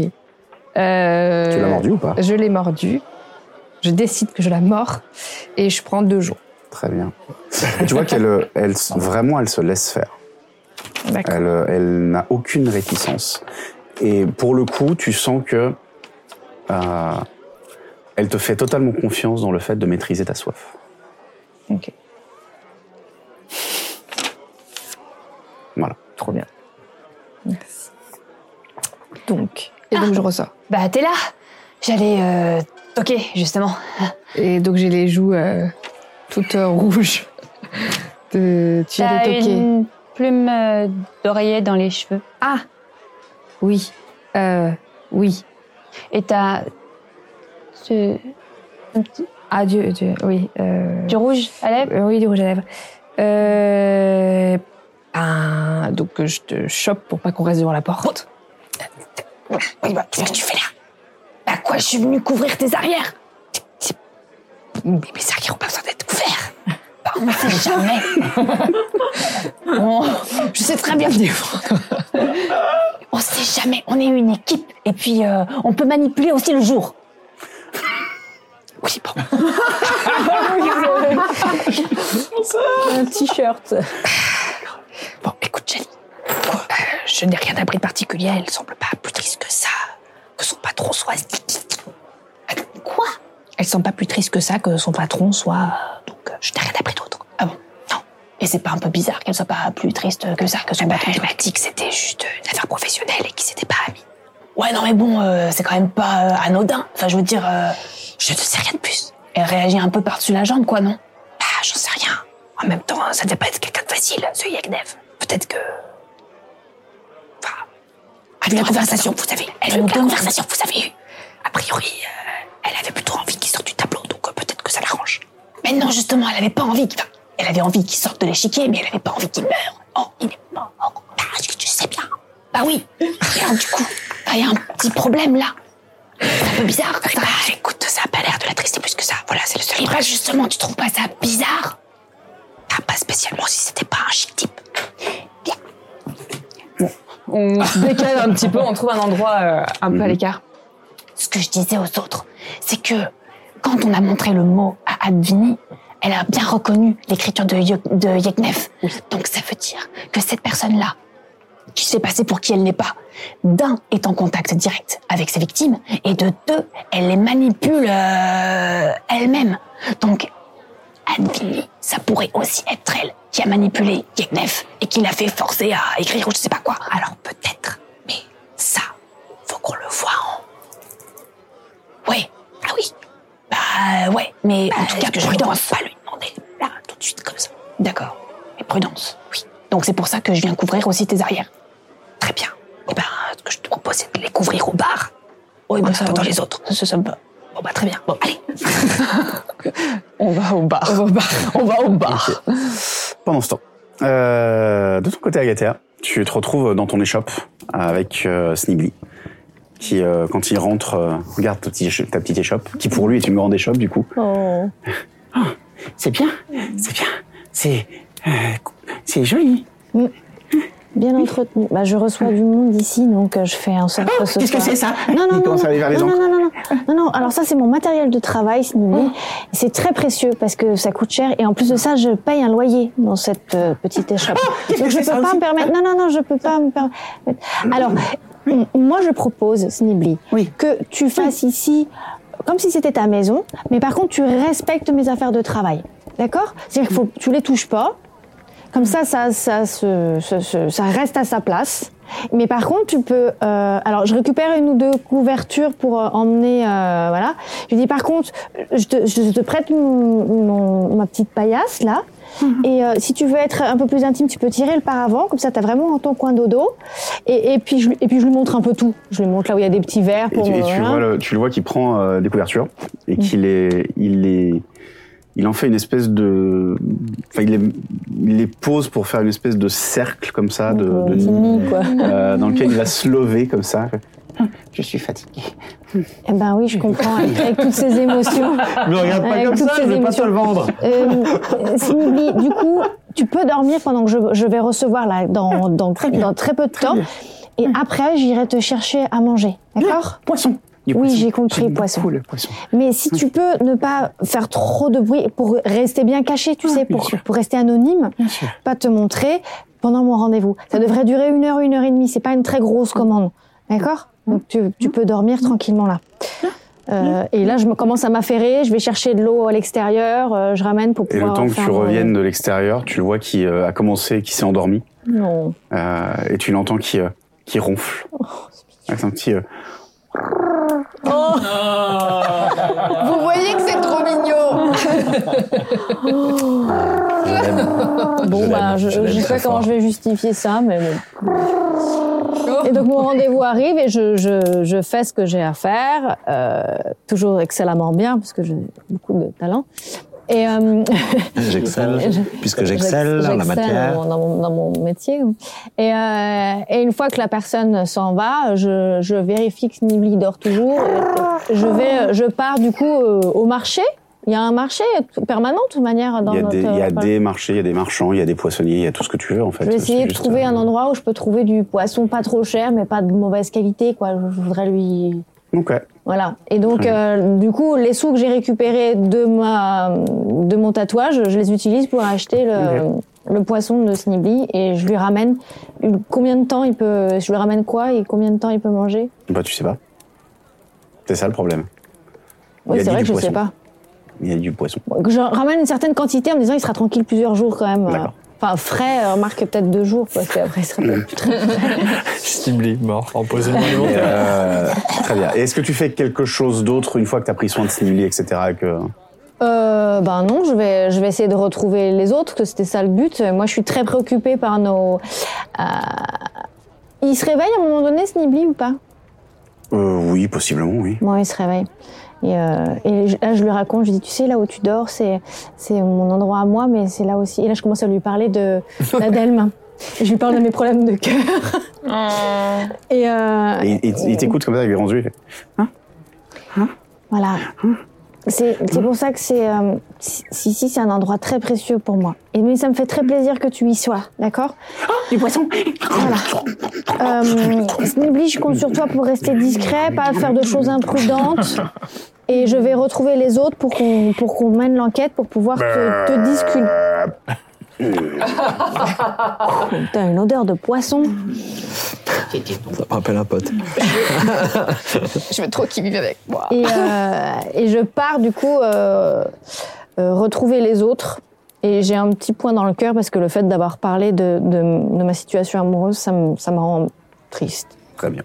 Speaker 6: Euh,
Speaker 1: Tu l'as mordu ou pas
Speaker 6: Je l'ai mordu. Je décide que je la mords et je prends deux jours.
Speaker 1: Très bien. tu vois qu'elle, euh, elle, s- vraiment, elle se laisse faire.
Speaker 6: D'accord.
Speaker 1: Elle, euh, elle n'a aucune réticence. Et pour le coup, tu sens que euh, elle te fait totalement confiance dans le fait de maîtriser ta soif.
Speaker 6: Ok.
Speaker 1: Voilà.
Speaker 6: Trop bien. Merci. Donc, et
Speaker 3: Ah.
Speaker 6: donc je ressors. Bah, t'es là J'allais euh, toquer, justement.
Speaker 11: Et donc j'ai les joues euh, toutes euh, rouges. De... Tu
Speaker 10: T'as
Speaker 11: allais toquer.
Speaker 10: une plume euh, d'oreiller dans les cheveux.
Speaker 11: Ah Oui. Euh, oui.
Speaker 10: Et t'as ce...
Speaker 11: Ah, Dieu, Dieu, oui.
Speaker 10: du rouge à lèvres
Speaker 11: Euh, Oui, du rouge à lèvres. Euh, ben, donc euh, je te chope pour pas qu'on reste devant la porte.
Speaker 6: Oui, bah, qu'est-ce que tu fais là Bah, quoi, je suis venue couvrir tes arrières Mais mes arrières ont pas besoin d'être couverts Bah, on sait jamais Bon, Je sais très bien me défendre On sait jamais, on est une équipe, et puis euh, on peut manipuler aussi le jour Oui, bon. Un t-shirt Bon, écoute, Jenny, euh, je n'ai rien appris de particulier. Elle semble pas plus triste que ça, que son patron soit. Quoi Elle semble pas plus triste que ça, que son patron soit. Donc, euh, je n'ai rien appris d'autre. Ah bon Non. Et c'est pas un peu bizarre qu'elle soit pas plus triste que ça, que son patron Elle m'a dit que c'était juste une affaire professionnelle et qu'ils s'étaient pas amis. Ouais, non, mais bon, euh, c'est quand même pas euh, anodin. Enfin, je veux dire, euh, je ne sais rien de plus. Elle réagit un peu par-dessus la jambe, quoi, non Bah, j'en sais rien. En même temps, ça devait pas être quelqu'un de facile, ce Yagnev. Peut-être que. Enfin. Avec la conversation que vous avez. Avec la conversation que vous avez eue. A priori, euh, elle avait plutôt envie qu'il sorte du tableau, donc euh, peut-être que ça l'arrange. Mais non, justement, elle avait pas envie. qu'il- Enfin, elle avait envie qu'il sorte de l'échiquier, mais elle avait pas envie qu'il meure. Oh, il est mort. Bah, est-ce que tu sais bien Bah oui. Alors, du coup, bah, il y a un petit problème là. C'est un peu bizarre. Bah, écoute, ça a pas l'air de la trister plus que ça. Voilà, c'est le seul. Et bah, justement, tu trouves pas ça bizarre ah, pas spécialement si c'était pas un chic type.
Speaker 11: On se décale un petit peu, on trouve un endroit euh, un
Speaker 6: Mhm.
Speaker 11: peu à l'écart.
Speaker 6: Ce que je disais aux autres, c'est que quand on a montré le mot à Advini, elle a bien reconnu l'écriture de, Yo- de Yeknef. Donc ça veut dire que cette personne-là, qui s'est passée pour qui elle n'est pas, d'un, est en contact direct avec ses victimes, et de deux, elle les manipule euh, elle-même. Donc Advini, ça pourrait aussi être elle qui a manipulé Yeknef et qui l'a fait forcer à écrire ou je sais pas quoi. Alors peut-être, mais ça, faut qu'on le voit en Ouais. Ah oui. Bah ouais, mais en tout cas, que prudence. Je pas lui demander là tout de suite comme ça. D'accord. Mais prudence. Oui. Donc c'est pour ça que je viens couvrir aussi tes arrières. Très bien. Eh ben, ce que je te propose, c'est de les couvrir au bar. Oui, bah ça dans les autres. Ça, ça, ça me va. Bon bah très bien. Bon, allez.
Speaker 11: On va au bar. On va au bar.
Speaker 1: Pendant ce temps, euh, de ton côté, Agathea, tu te retrouves dans ton échoppe avec euh, Snigli, qui, euh, quand il rentre, euh, regarde ta, petite- ta petite échoppe, qui pour lui est une grande échoppe, du coup.
Speaker 2: Oh.
Speaker 1: C'est bien, c'est bien, c'est... euh, c'est joli.
Speaker 2: Bien entretenu. Bah, je reçois du monde ici, donc euh, je fais un sort ce
Speaker 1: Oh, qu'est-ce que c'est,
Speaker 2: soir.
Speaker 1: ça
Speaker 2: Non, non,
Speaker 1: Il
Speaker 2: non,
Speaker 1: commence
Speaker 2: non,
Speaker 1: à aller vers les
Speaker 2: non,
Speaker 1: encres. Oh.
Speaker 2: non, non, non, non, non, Alors ça, c'est mon matériel de travail, c'est une idée. C'est très précieux parce que ça coûte cher et en plus de ça, je paye un loyer dans cette euh, petite
Speaker 1: Oh,
Speaker 2: échoppe. donc je peux pas me permettre.
Speaker 1: Ah.
Speaker 2: Non, non, non, je peux pas me permettre. Alors, m- moi, je propose, Snibli, que tu fasses ici comme si c'était ta maison, mais par contre, tu respectes mes affaires de travail. D'accord C'est-à-dire qu'il faut, tu les touches pas. Comme ça, ça, ça, se- se- se- ça reste à sa place. Mais par contre, tu peux. euh, alors, je récupère une ou deux couvertures pour euh, emmener. euh, voilà. Je lui dis par contre, je te, je te prête mon- mon- ma petite paillasse là. Et euh, si tu veux être un peu plus intime, tu peux tirer le paravent. Comme ça, t'as vraiment ton coin dodo. Et, et puis, je, lui- et puis, je lui montre un peu tout. Je lui montre là où il y a des petits verres
Speaker 1: Et,
Speaker 2: pour.
Speaker 1: tu, et
Speaker 2: euh,
Speaker 1: tu
Speaker 2: voilà.
Speaker 1: vois le, tu le vois qu'il prend euh, des couvertures et qu'il les, il les, il en fait une espèce de, enfin il les, il les pose pour faire une espèce de cercle comme ça de, de
Speaker 2: quoi.
Speaker 1: euh, dans lequel il va se lever comme ça. Je suis fatigué.
Speaker 2: Eh ben oui, je comprends, avec, avec toutes ces émotions.
Speaker 5: Me regarde pas
Speaker 2: Avec
Speaker 5: comme
Speaker 2: toutes
Speaker 5: ça,
Speaker 2: ces
Speaker 5: je vais pas
Speaker 2: émotions.
Speaker 5: te le vendre.
Speaker 2: Euh, Snoopy, du coup, tu peux dormir pendant que je, je vais recevoir là, dans, dans, dans très peu de temps. Et après, j'irai te chercher à manger. D'accord
Speaker 1: Poisson.
Speaker 2: Oui, j'ai compris, poisson.
Speaker 12: Cool, poisson.
Speaker 2: Mais si tu peux ne pas faire trop de bruit pour rester bien caché, tu sais, pour, pour rester anonyme, pas te montrer pendant mon rendez-vous. Ça devrait durer une heure, une heure et demie. C'est pas une très grosse commande, d'accord Donc tu, tu peux dormir tranquillement là. Euh, et là, je me commence à m'affairer. Je vais chercher de l'eau à l'extérieur. euh, je ramène pour
Speaker 1: Et
Speaker 2: pouvoir.
Speaker 1: le temps que
Speaker 2: faire,
Speaker 1: tu
Speaker 2: euh,
Speaker 1: reviennes de l'extérieur, tu le vois qui euh, a commencé, qui s'est endormi.
Speaker 2: Non. Oh,
Speaker 1: Euh, et tu l'entends qui, euh, qui ronfle. Avec un petit. euh,
Speaker 12: Vous voyez que c'est trop
Speaker 2: mignon.
Speaker 12: Je
Speaker 2: bon,
Speaker 12: l'aime,
Speaker 2: bah, je,
Speaker 12: je l'aime
Speaker 2: je sais
Speaker 12: très
Speaker 2: pas comment
Speaker 12: fort.
Speaker 2: je vais justifier ça, mais bon. Et donc mon rendez-vous arrive et je, je, je fais ce que j'ai à faire, euh, toujours excellemment bien parce que j'ai beaucoup de talent. Et euh, Je-
Speaker 4: J'excelle, puisque j'excelle
Speaker 2: J'ex-
Speaker 4: en la
Speaker 2: j'excelle
Speaker 4: matière.
Speaker 2: dans mon- Dans mon, dans mon métier. Et, euh, et une fois que la personne s'en va, je, je vérifie que Nibli dort toujours. Et je vais, je pars du coup euh, au marché. Il y a un marché t- permanent de toute manière dans
Speaker 1: Il y a,
Speaker 2: notre.
Speaker 1: des, il y a
Speaker 2: voilà.
Speaker 1: des marchés, il y a des marchands, il y a des poissonniers, il y a tout ce que tu veux en fait.
Speaker 2: Je vais
Speaker 1: C'est
Speaker 2: essayer de
Speaker 1: juste, euh,
Speaker 2: trouver un endroit où je peux trouver du poisson pas trop cher, mais pas de mauvaise qualité. Quoi, je je voudrais lui.
Speaker 1: euh, Ok.
Speaker 2: Voilà. Et donc,
Speaker 1: Très bien.
Speaker 2: euh, du coup, les sous que j'ai récupérés de ma, de mon tatouage, je les utilise pour acheter le, le poisson de Snibli et je lui ramène une- combien de temps il peut, je lui ramène quoi et combien de temps il peut manger.
Speaker 1: Bah tu sais pas. C'est ça le problème. Il
Speaker 2: Oui,
Speaker 1: a
Speaker 2: c'est
Speaker 1: dit
Speaker 2: vrai que
Speaker 1: du
Speaker 2: je
Speaker 1: poisson.
Speaker 2: sais pas.
Speaker 1: Il y a du poisson.
Speaker 2: Que Je ramène une certaine quantité en me disant il sera tranquille plusieurs jours quand même. Enfin, frais, euh, remarque peut-être deux jours parce qu'après il sera
Speaker 1: Mmh.
Speaker 2: peut-être plus très frais.
Speaker 5: Stibli, mort, en pause
Speaker 1: Et, euh, Très bien. Et est-ce que tu fais quelque chose d'autre une fois que tu as pris soin de Snibli, etc. et Que...
Speaker 2: Euh, ben non, je vais, je vais essayer de retrouver les autres, que c'était ça le but. Euh, Moi, je suis très préoccupée par nos. euh, Il se réveille à un moment donné, ce Nibli, ou pas
Speaker 1: Euh, oui, possiblement, oui.
Speaker 2: Bon, il se réveille. Et, euh, et je- là, je lui raconte, je lui dis, tu sais, là où tu dors, c'est, c'est mon endroit à moi, mais c'est là aussi. Et là, je commence à lui parler de d'Adelme. je lui parle de mes problèmes de cœur. et, euh,
Speaker 1: Et il- il il t'écoute comme ça avec des grands yeux. il fait,
Speaker 2: Voilà. C'est c'est pour ça que c'est. euh, si, si, si, c'est un endroit très précieux pour moi. Et mais ça me fait très plaisir que tu y sois, d'accord Ah, Du poisson Voilà. Euh, Snibli, je compte sur toi pour rester discret, pas faire de choses imprudentes. Et je vais retrouver les autres pour qu'on pour qu'on mène l'enquête, pour pouvoir te, te disculper. Bah. Putain, une odeur de poisson.
Speaker 4: Ça me rappelle un pote.
Speaker 11: Je veux trop qu'ils vivent avec moi.
Speaker 2: Et, euh, et je pars du coup euh, euh, retrouver les autres. Et j'ai un petit point dans le cœur parce que le fait d'avoir parlé de, de- de ma situation amoureuse, ça me, ça me rend triste.
Speaker 1: Très bien.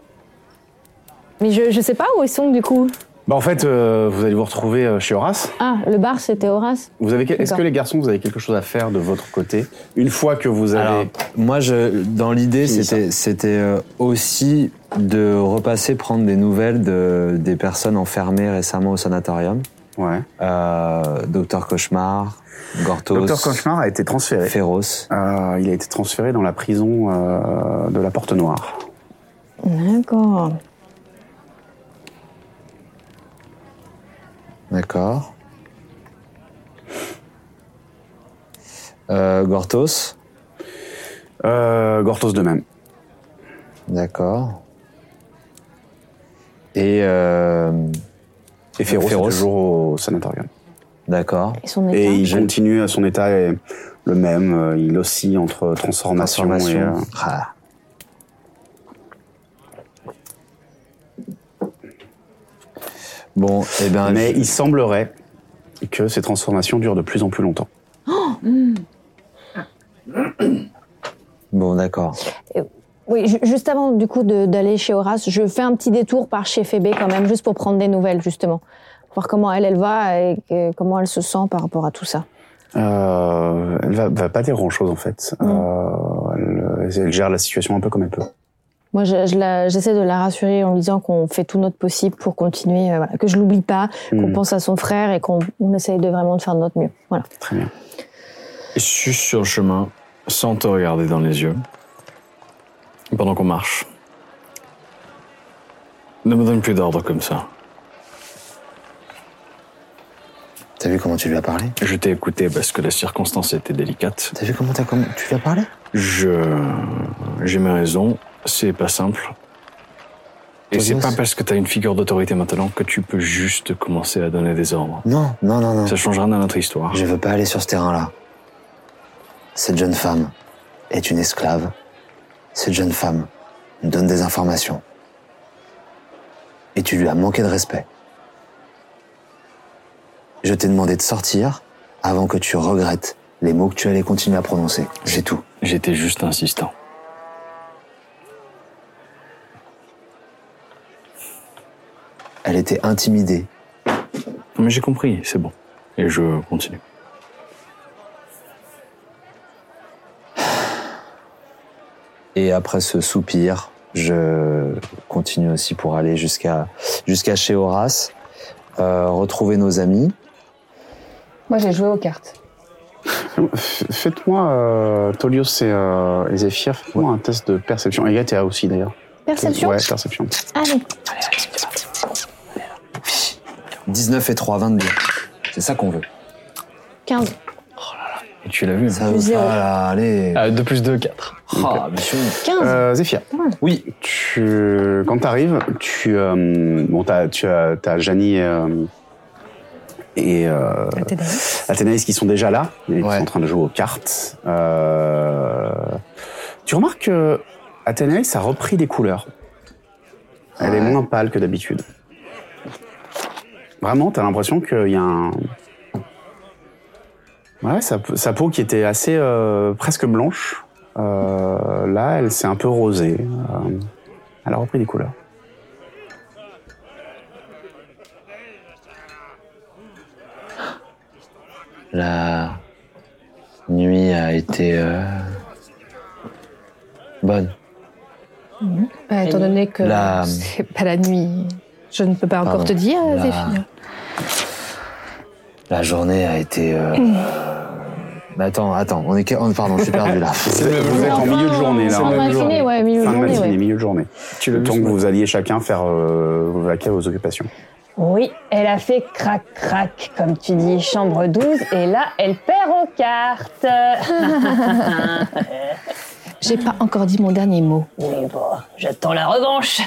Speaker 2: Mais je, je sais pas où ils sont du coup.
Speaker 1: Bah en fait, euh, vous allez vous retrouver euh, chez Horace.
Speaker 2: Ah, le bar c'était Horace.
Speaker 1: Vous avez quel- Est-ce
Speaker 2: D'accord.
Speaker 1: que les garçons, vous avez quelque chose à faire de votre côté une fois que vous avez
Speaker 4: Moi, je, dans l'idée, c'était, c'était euh, aussi de repasser prendre des nouvelles de, des personnes enfermées récemment au sanatorium. Euh,
Speaker 1: Ouais.
Speaker 4: Docteur Cauchemar, Gortos.
Speaker 1: Docteur Cauchemar a été transféré. Euh,
Speaker 4: Féroce.
Speaker 1: il a été transféré dans la prison euh, de la Porte Noire.
Speaker 2: D'accord.
Speaker 4: D'accord. Euh, Gortos.
Speaker 1: Euh, Gortos de même.
Speaker 4: D'accord. Et. Euh,
Speaker 1: Et Féroce, est toujours au sanatorium.
Speaker 4: D'accord.
Speaker 2: Et, son
Speaker 1: et il continue, son état est le même. euh, Il oscille entre transformation, et...
Speaker 4: Transformation.
Speaker 1: euh,
Speaker 4: Ah. Bon, eh ben,
Speaker 1: Mais il semblerait que ces transformations durent de plus en plus longtemps.
Speaker 4: Bon, d'accord.
Speaker 2: Oui, ju- juste avant du coup de- d'aller chez Horace, je fais un petit détour par chez Phébé quand même, juste pour prendre des nouvelles justement. Voir comment elle, elle va et euh, comment elle se sent par rapport à tout ça.
Speaker 1: Euh, elle va, va pas dire grand chose en fait. Euh, elle, elle gère la situation un peu comme elle peut.
Speaker 2: Moi, je- je la- j'essaie de la rassurer en lui disant qu'on fait tout notre possible pour continuer, euh, voilà, que je l'oublie pas, qu'on
Speaker 1: Mhm.
Speaker 2: pense à son frère et qu'on on essaye de vraiment de faire de notre mieux. Voilà.
Speaker 1: Très bien.
Speaker 8: Juste sur le chemin, sans te regarder dans les yeux, pendant qu'on marche. Ne me donne plus d'ordre comme ça.
Speaker 4: T'as vu comment tu lui as parlé
Speaker 8: Je t'ai écouté parce que la circonstance était délicate.
Speaker 4: T'as vu comment t'as comm- tu lui as parlé
Speaker 8: Je. J'ai mes raisons, c'est pas simple.
Speaker 9: Et c'est pas parce que t'as une figure d'autorité maintenant que tu peux juste commencer à donner des ordres.
Speaker 4: Non, non, non, non.
Speaker 9: Ça change rien à notre histoire.
Speaker 4: Je veux pas aller sur ce terrain-là. Cette jeune femme est une esclave. Cette jeune femme me donne des informations. Et tu lui as manqué de respect. Je t'ai demandé de sortir avant que tu regrettes les mots que tu allais continuer à prononcer. C'est tout.
Speaker 9: J'étais juste insistant.
Speaker 4: Elle était intimidée.
Speaker 9: Mais j'ai compris, c'est bon. Et je continue.
Speaker 4: Et après ce soupir, je continue aussi pour aller jusqu'à jusqu'à chez Horace, euh, retrouver nos amis.
Speaker 3: Moi, j'ai joué aux cartes.
Speaker 1: Faites-moi, euh, Tolios et, euh, et Zephyr, faites-moi un test de perception. Et Gatea aussi d'ailleurs.
Speaker 2: Perception Ah,
Speaker 1: Ouais, perception.
Speaker 2: Allez.
Speaker 4: 19 et 3, 22. C'est ça qu'on veut.
Speaker 2: 15.
Speaker 9: Et tu l'as vu
Speaker 4: Ça veut
Speaker 2: Zéro.
Speaker 4: pas, là, hein. allez.
Speaker 9: Euh,
Speaker 5: Ah, 2 plus 2, 4.
Speaker 4: Ah, monsieur.
Speaker 2: 15.
Speaker 1: Euh, Zéphia. Oui, tu, quand t'arrives, tu, euh, bon, t'as, tu as, t'as Janie euh, et euh, Athénaïs qui sont déjà là, et qui sont en train de jouer aux cartes. Euh, tu remarques que Athénaïs a repris des couleurs. Elle est moins pâle que d'habitude. Vraiment, t'as l'impression qu'il y a un... Ouais, sa, sa peau qui était assez euh, presque blanche, euh, là, elle s'est un peu rosée. Euh, elle a repris des couleurs.
Speaker 4: La nuit a été euh, bonne.
Speaker 11: Bah, étant donné que
Speaker 4: La-
Speaker 11: c'est pas la nuit, je ne peux pas encore
Speaker 4: Pardon.
Speaker 11: te dire,
Speaker 4: La-
Speaker 11: Zéphir.
Speaker 4: La journée a été. euh, Mais attends, attends, on est. que- oh, pardon, je suis perdu là.
Speaker 1: Vous êtes en milieu de journée, là.
Speaker 2: En matinée, ouais, milieu de
Speaker 1: Fin de
Speaker 2: journée,
Speaker 1: matinée,
Speaker 2: ouais.
Speaker 1: milieu de journée. le temps que vous alliez chacun faire euh, vos vaquets, vos occupations.
Speaker 12: Oui, elle a fait crac crac, comme tu dis, chambre 12, et là, elle perd aux cartes.
Speaker 11: J'ai pas encore dit mon dernier mot.
Speaker 12: Mais bon, j'attends la revanche.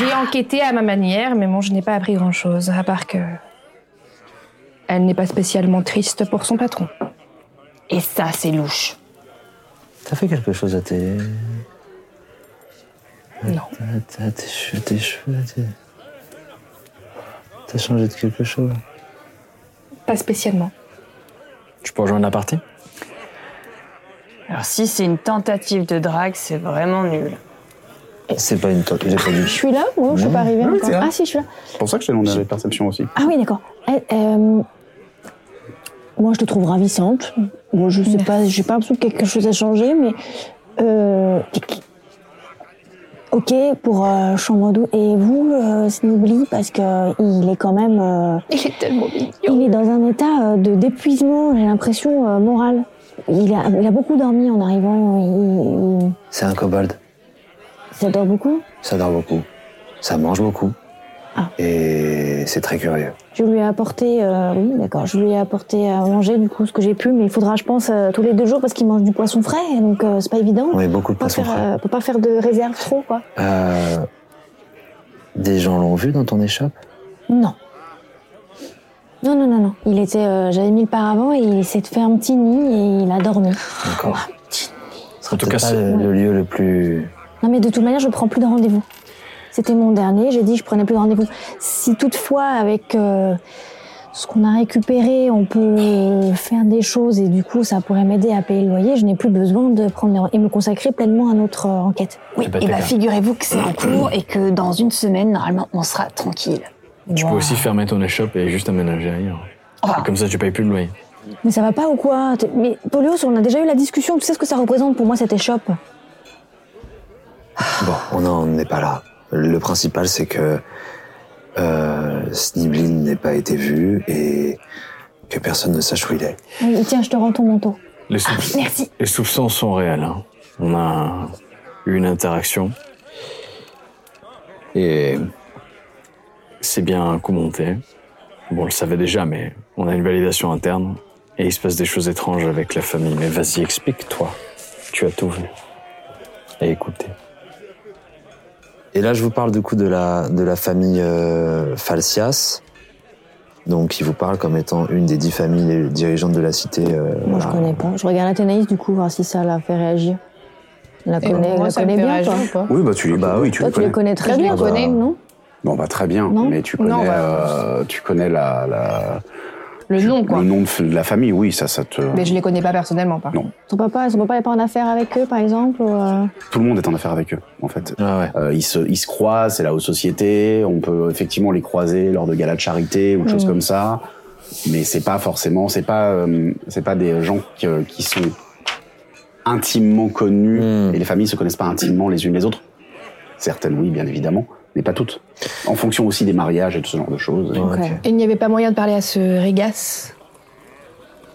Speaker 11: J'ai enquêté à ma manière, mais bon, je n'ai pas appris grand-chose, à part que. Elle n'est pas spécialement triste pour son patron.
Speaker 6: Et ça, c'est louche.
Speaker 4: T'as fait quelque chose à tes.
Speaker 11: Non.
Speaker 4: À- à- à tes cheveux, tes cheveux, tes- T'as changé de quelque chose.
Speaker 11: Pas spécialement.
Speaker 9: Tu peux rejoindre la partie
Speaker 12: Alors Ah, si c'est une tentative de drague, c'est vraiment nul.
Speaker 4: C'est pas une tente, j'ai pas
Speaker 2: Je
Speaker 4: dit.
Speaker 2: suis là ou je suis pas arrivée
Speaker 1: Oui, oui,
Speaker 2: encore
Speaker 1: t'es là.
Speaker 2: Ah si, je suis là.
Speaker 1: C'est pour ça que je t'ai demandé la perception aussi.
Speaker 2: Ah oui, d'accord. Eh, euh, moi, je te trouve ravissante. Bon, je sais pas, j'ai pas l'impression que quelque chose a changé, mais. euh, ok, pour euh, Chambre d'eau. Et vous, euh, Snoobly, parce que il est quand même. euh,
Speaker 11: Il est tellement mignon.
Speaker 2: il est dans un état euh, de d'épuisement, j'ai l'impression, euh, morale. Il a, il a beaucoup dormi en arrivant. Il, il-
Speaker 4: C'est un kobold.
Speaker 2: ça dort beaucoup.
Speaker 4: Ça dort beaucoup. Ça mange beaucoup.
Speaker 2: Ah.
Speaker 4: Et c'est très curieux.
Speaker 2: Je lui ai apporté, euh, oui, d'accord, je lui ai apporté à manger du coup ce que j'ai pu, mais il faudra, je pense, euh, tous les deux jours parce qu'il mange du poisson frais, donc euh, c'est pas évident.
Speaker 4: On est beaucoup de
Speaker 2: Pas
Speaker 4: poissons
Speaker 2: faire,
Speaker 4: frais.
Speaker 2: euh, faut pas faire de réserve trop, quoi.
Speaker 4: Euh, des gens l'ont vu dans ton échoppe
Speaker 2: Non. Non, non, non, non. Il était, euh, j'avais mis le paravent et il s'est fait un petit nid et il a dormi.
Speaker 4: Encore. Ce serait
Speaker 9: En tout
Speaker 4: peut-être
Speaker 9: cas,
Speaker 4: pas
Speaker 9: c'est-
Speaker 4: le, le lieu le plus.
Speaker 2: Non, mais de toute manière, je prends plus de rendez-vous. C'était mon dernier, j'ai dit je prenais plus de rendez-vous. Si toutefois, avec euh, ce qu'on a récupéré, on peut euh, faire des choses et du coup, ça pourrait m'aider à payer le loyer, je n'ai plus besoin de prendre les... ren- et me consacrer pleinement à notre euh, enquête.
Speaker 6: Oui,
Speaker 9: bah,
Speaker 6: et
Speaker 9: t'es
Speaker 6: bah
Speaker 9: là.
Speaker 6: figurez-vous que c'est en cours et que dans une semaine, normalement, on sera tranquille.
Speaker 9: Tu peux
Speaker 6: Wow.
Speaker 9: aussi fermer ton échoppe et juste aménager ailleurs. Et comme ça, tu payes plus le loyer.
Speaker 2: Mais ça va pas ou quoi T'es- Mais Polios, on a déjà eu la discussion, tu sais ce que ça représente pour moi cette échoppe
Speaker 4: Bon, on en- on n'est pas là. Le principal, c'est que euh, Sniblin n'ait pas été vu et que personne ne sache où il est.
Speaker 2: Oui, Tiens, je te rends ton manteau.
Speaker 9: Les, soup-
Speaker 2: Merci.
Speaker 9: les soupçons sont réels. hein. On a eu une interaction. Et c'est bien un coup monté. Bon, on le savait déjà, mais on a une validation interne. Et il se passe des choses étranges avec la famille. Mais vas-y, explique-toi. Tu as tout vu. et écouter.
Speaker 4: Et là, je vous parle du coup de la, de la famille euh, Falcias, donc qui vous parle comme étant une des dix familles dirigeantes de la cité. euh,
Speaker 2: Moi, je
Speaker 4: voilà.
Speaker 2: connais pas. Je regarde Athénaïs, du coup, voir si ça la fait réagir. On la
Speaker 10: Et
Speaker 2: connaît, on
Speaker 10: moi,
Speaker 2: la
Speaker 10: ça me
Speaker 2: connaît
Speaker 10: fait
Speaker 2: bien,
Speaker 10: réagir
Speaker 2: toi.
Speaker 10: ou pas
Speaker 1: Oui, bah tu, bah, oui, tu
Speaker 2: Toi,
Speaker 1: les
Speaker 2: tu les connais très
Speaker 10: Je les
Speaker 2: bien.
Speaker 10: connais, non
Speaker 1: Bon, bah très bien,
Speaker 2: Non bah,
Speaker 1: mais tu connais,
Speaker 10: Non,
Speaker 1: euh, tu connais la, la-
Speaker 11: Le nom, quoi.
Speaker 1: le nom de f- de la famille, oui, ça, ça te.
Speaker 11: Mais je les connais pas personnellement, par
Speaker 1: Non.
Speaker 11: contre.
Speaker 2: Ton papa, son papa n'est pas en affaire avec eux, par exemple ou, euh,
Speaker 1: Tout le monde est en affaire avec eux, en fait.
Speaker 9: Ah
Speaker 1: Euh, ils, se, ils se croisent, c'est la haute société, on peut effectivement les croiser lors de galas de charité ou de choses
Speaker 2: Mm.
Speaker 1: comme ça, mais c'est pas forcément, c'est pas, euh, c'est pas des gens qui, euh, qui sont intimement connus, et les familles se connaissent pas intimement les unes les autres. Certaines, oui, bien évidemment, mais pas toutes. En fonction aussi des mariages et de ce genre de choses.
Speaker 11: Et il n'y avait pas moyen de parler à ce Régas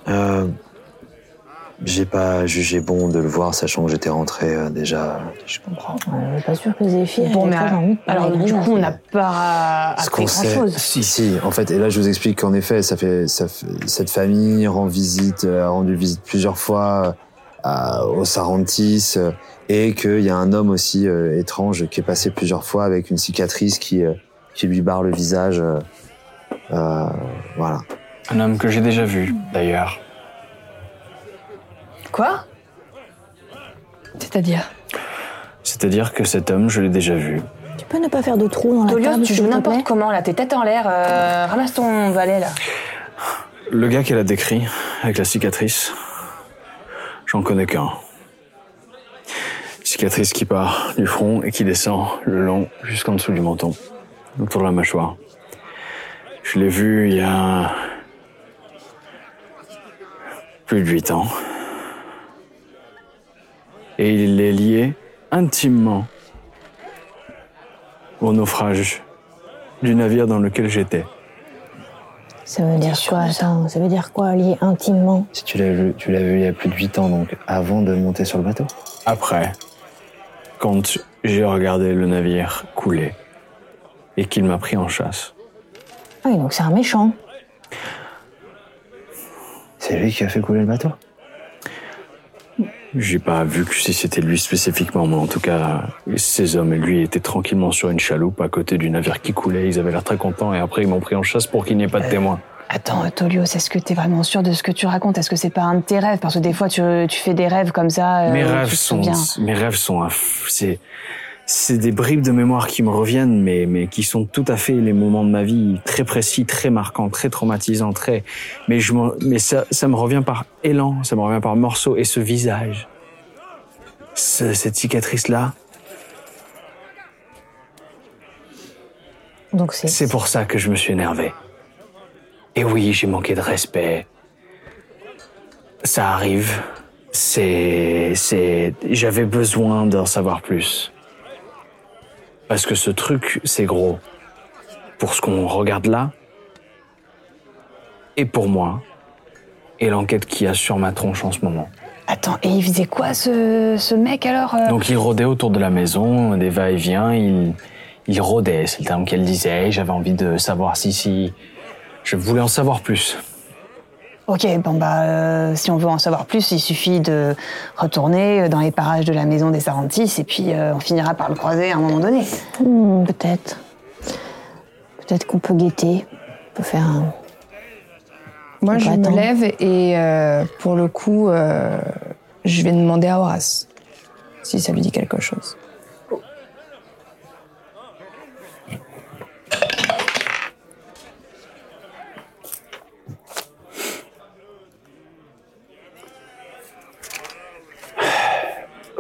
Speaker 4: Euh, J'ai pas jugé bon de le voir, sachant que j'étais rentré euh, déjà. Je comprends.
Speaker 2: On n'est pas sûr que Zéphir.
Speaker 10: Bon,
Speaker 2: elle
Speaker 10: mais
Speaker 2: est très
Speaker 10: alors-
Speaker 2: envie de parler
Speaker 10: alors,
Speaker 2: avec
Speaker 10: du
Speaker 2: elle.
Speaker 10: coup, on n'a pas
Speaker 4: Ce
Speaker 10: appris
Speaker 4: qu'on sait-
Speaker 10: grand-chose.
Speaker 4: Si, si, en fait, et là je vous explique qu'en effet, ça fait, ça fait- cette famille rend visite, euh, a rendu visite plusieurs fois euh, à, au Sarantis, euh, et qu'il y a un homme aussi euh, étrange qui est passé plusieurs fois avec une cicatrice qui, euh, qui lui barre le visage. euh, euh, voilà.
Speaker 9: Un homme que j'ai déjà vu, d'ailleurs.
Speaker 11: Quoi C'est-à-dire
Speaker 9: C'est-à-dire que cet homme, je l'ai déjà vu.
Speaker 2: Tu peux ne pas faire de trou dans la
Speaker 6: Tolios,
Speaker 2: table,
Speaker 6: tu
Speaker 2: s'il
Speaker 6: joues
Speaker 2: te
Speaker 6: n'importe comment là, t'es tête en l'air, euh, ramasse ton valet là.
Speaker 9: Le gars qu'elle a décrit, avec la cicatrice, j'en connais qu'un. Cicatrice qui part du front et qui descend le long jusqu'en dessous du menton, autour de la mâchoire. Je l'ai vu il y a plus de huit ans. Et il est lié intimement au naufrage du navire dans lequel j'étais.
Speaker 2: Ça veut dire quoi Attends, ça veut dire quoi lié intimement
Speaker 4: Si tu l'as vu, tu l'as vu il y a plus de 8 ans, donc avant de monter sur le bateau.
Speaker 9: Après, quand j'ai regardé le navire couler et qu'il m'a pris en chasse,
Speaker 2: Ah oui, donc c'est un méchant.
Speaker 4: C'est lui qui a fait couler le bateau.
Speaker 9: j'ai pas vu que si c'était lui spécifiquement, mais en tout cas, ces hommes et lui étaient tranquillement sur une chaloupe à côté du navire qui coulait. Ils avaient l'air très contents et après ils m'ont pris en chasse pour qu'il n'y ait pas de témoins.
Speaker 6: Attends, euh, Tolios, est-ce que t'es vraiment sûr de ce que tu racontes Est-ce que c'est pas un de tes rêves Parce que des fois, tu, tu fais des rêves comme ça. euh,
Speaker 9: mes
Speaker 6: où tu
Speaker 9: rêves
Speaker 6: te
Speaker 9: sont,
Speaker 6: souviens.
Speaker 9: mes rêves sont, un f- c'est, c'est des bribes de mémoire qui me reviennent, mais, mais qui sont tout à fait les moments de ma vie très précis, très marquants, très traumatisants, très, mais je m'en- mais ça, ça me revient par élan, ça me revient par morceaux et ce visage. Ce- cette cicatrice-là,
Speaker 2: Donc c'est.
Speaker 9: c'est pour ça que je me suis énervé. Et oui, j'ai manqué de respect. Ça arrive. C'est, c'est, j'avais besoin d'en savoir plus. Parce que ce truc, c'est gros. Pour ce qu'on regarde là. Et pour moi. Et l'enquête qu'il y a sur ma tronche en ce moment.
Speaker 6: Attends, et il faisait quoi ce, ce mec alors euh
Speaker 9: Donc il rôdait autour de la maison, des va-et-vient, il, il rôdait, c'est le terme qu'elle disait, et j'avais envie de savoir si, si... Je voulais en savoir plus.
Speaker 6: Ok, bon bah, euh, si on veut en savoir plus, il suffit de retourner euh, dans les parages de la maison des Sarantis et puis euh, on finira par le croiser à un moment donné.
Speaker 2: Hmm, peut-être. Peut-être qu'on peut guetter. On peut faire un.
Speaker 11: Moi,
Speaker 2: Faut
Speaker 11: je
Speaker 2: pas
Speaker 11: me
Speaker 2: attendre.
Speaker 11: lève et euh, pour le coup, euh, je vais demander à Horace si ça lui dit quelque chose.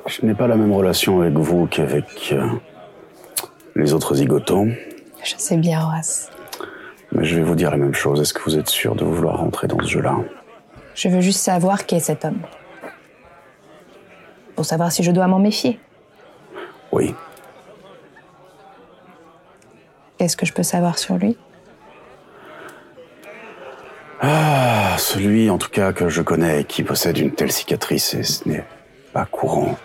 Speaker 1: Je n'ai pas la même relation avec vous qu'avec euh, les autres zigotants,
Speaker 11: Je sais bien, Horace.
Speaker 1: mais je vais vous dire la même chose. Est-ce que vous êtes sûr de vouloir rentrer dans ce jeu-là
Speaker 11: Je veux juste savoir qui est cet homme. Pour savoir si je dois m'en méfier.
Speaker 1: Oui.
Speaker 11: Qu'est-ce que je peux savoir sur lui
Speaker 1: Ah, celui en tout cas que je connais qui possède une telle cicatrice, et ce n'est pas courant.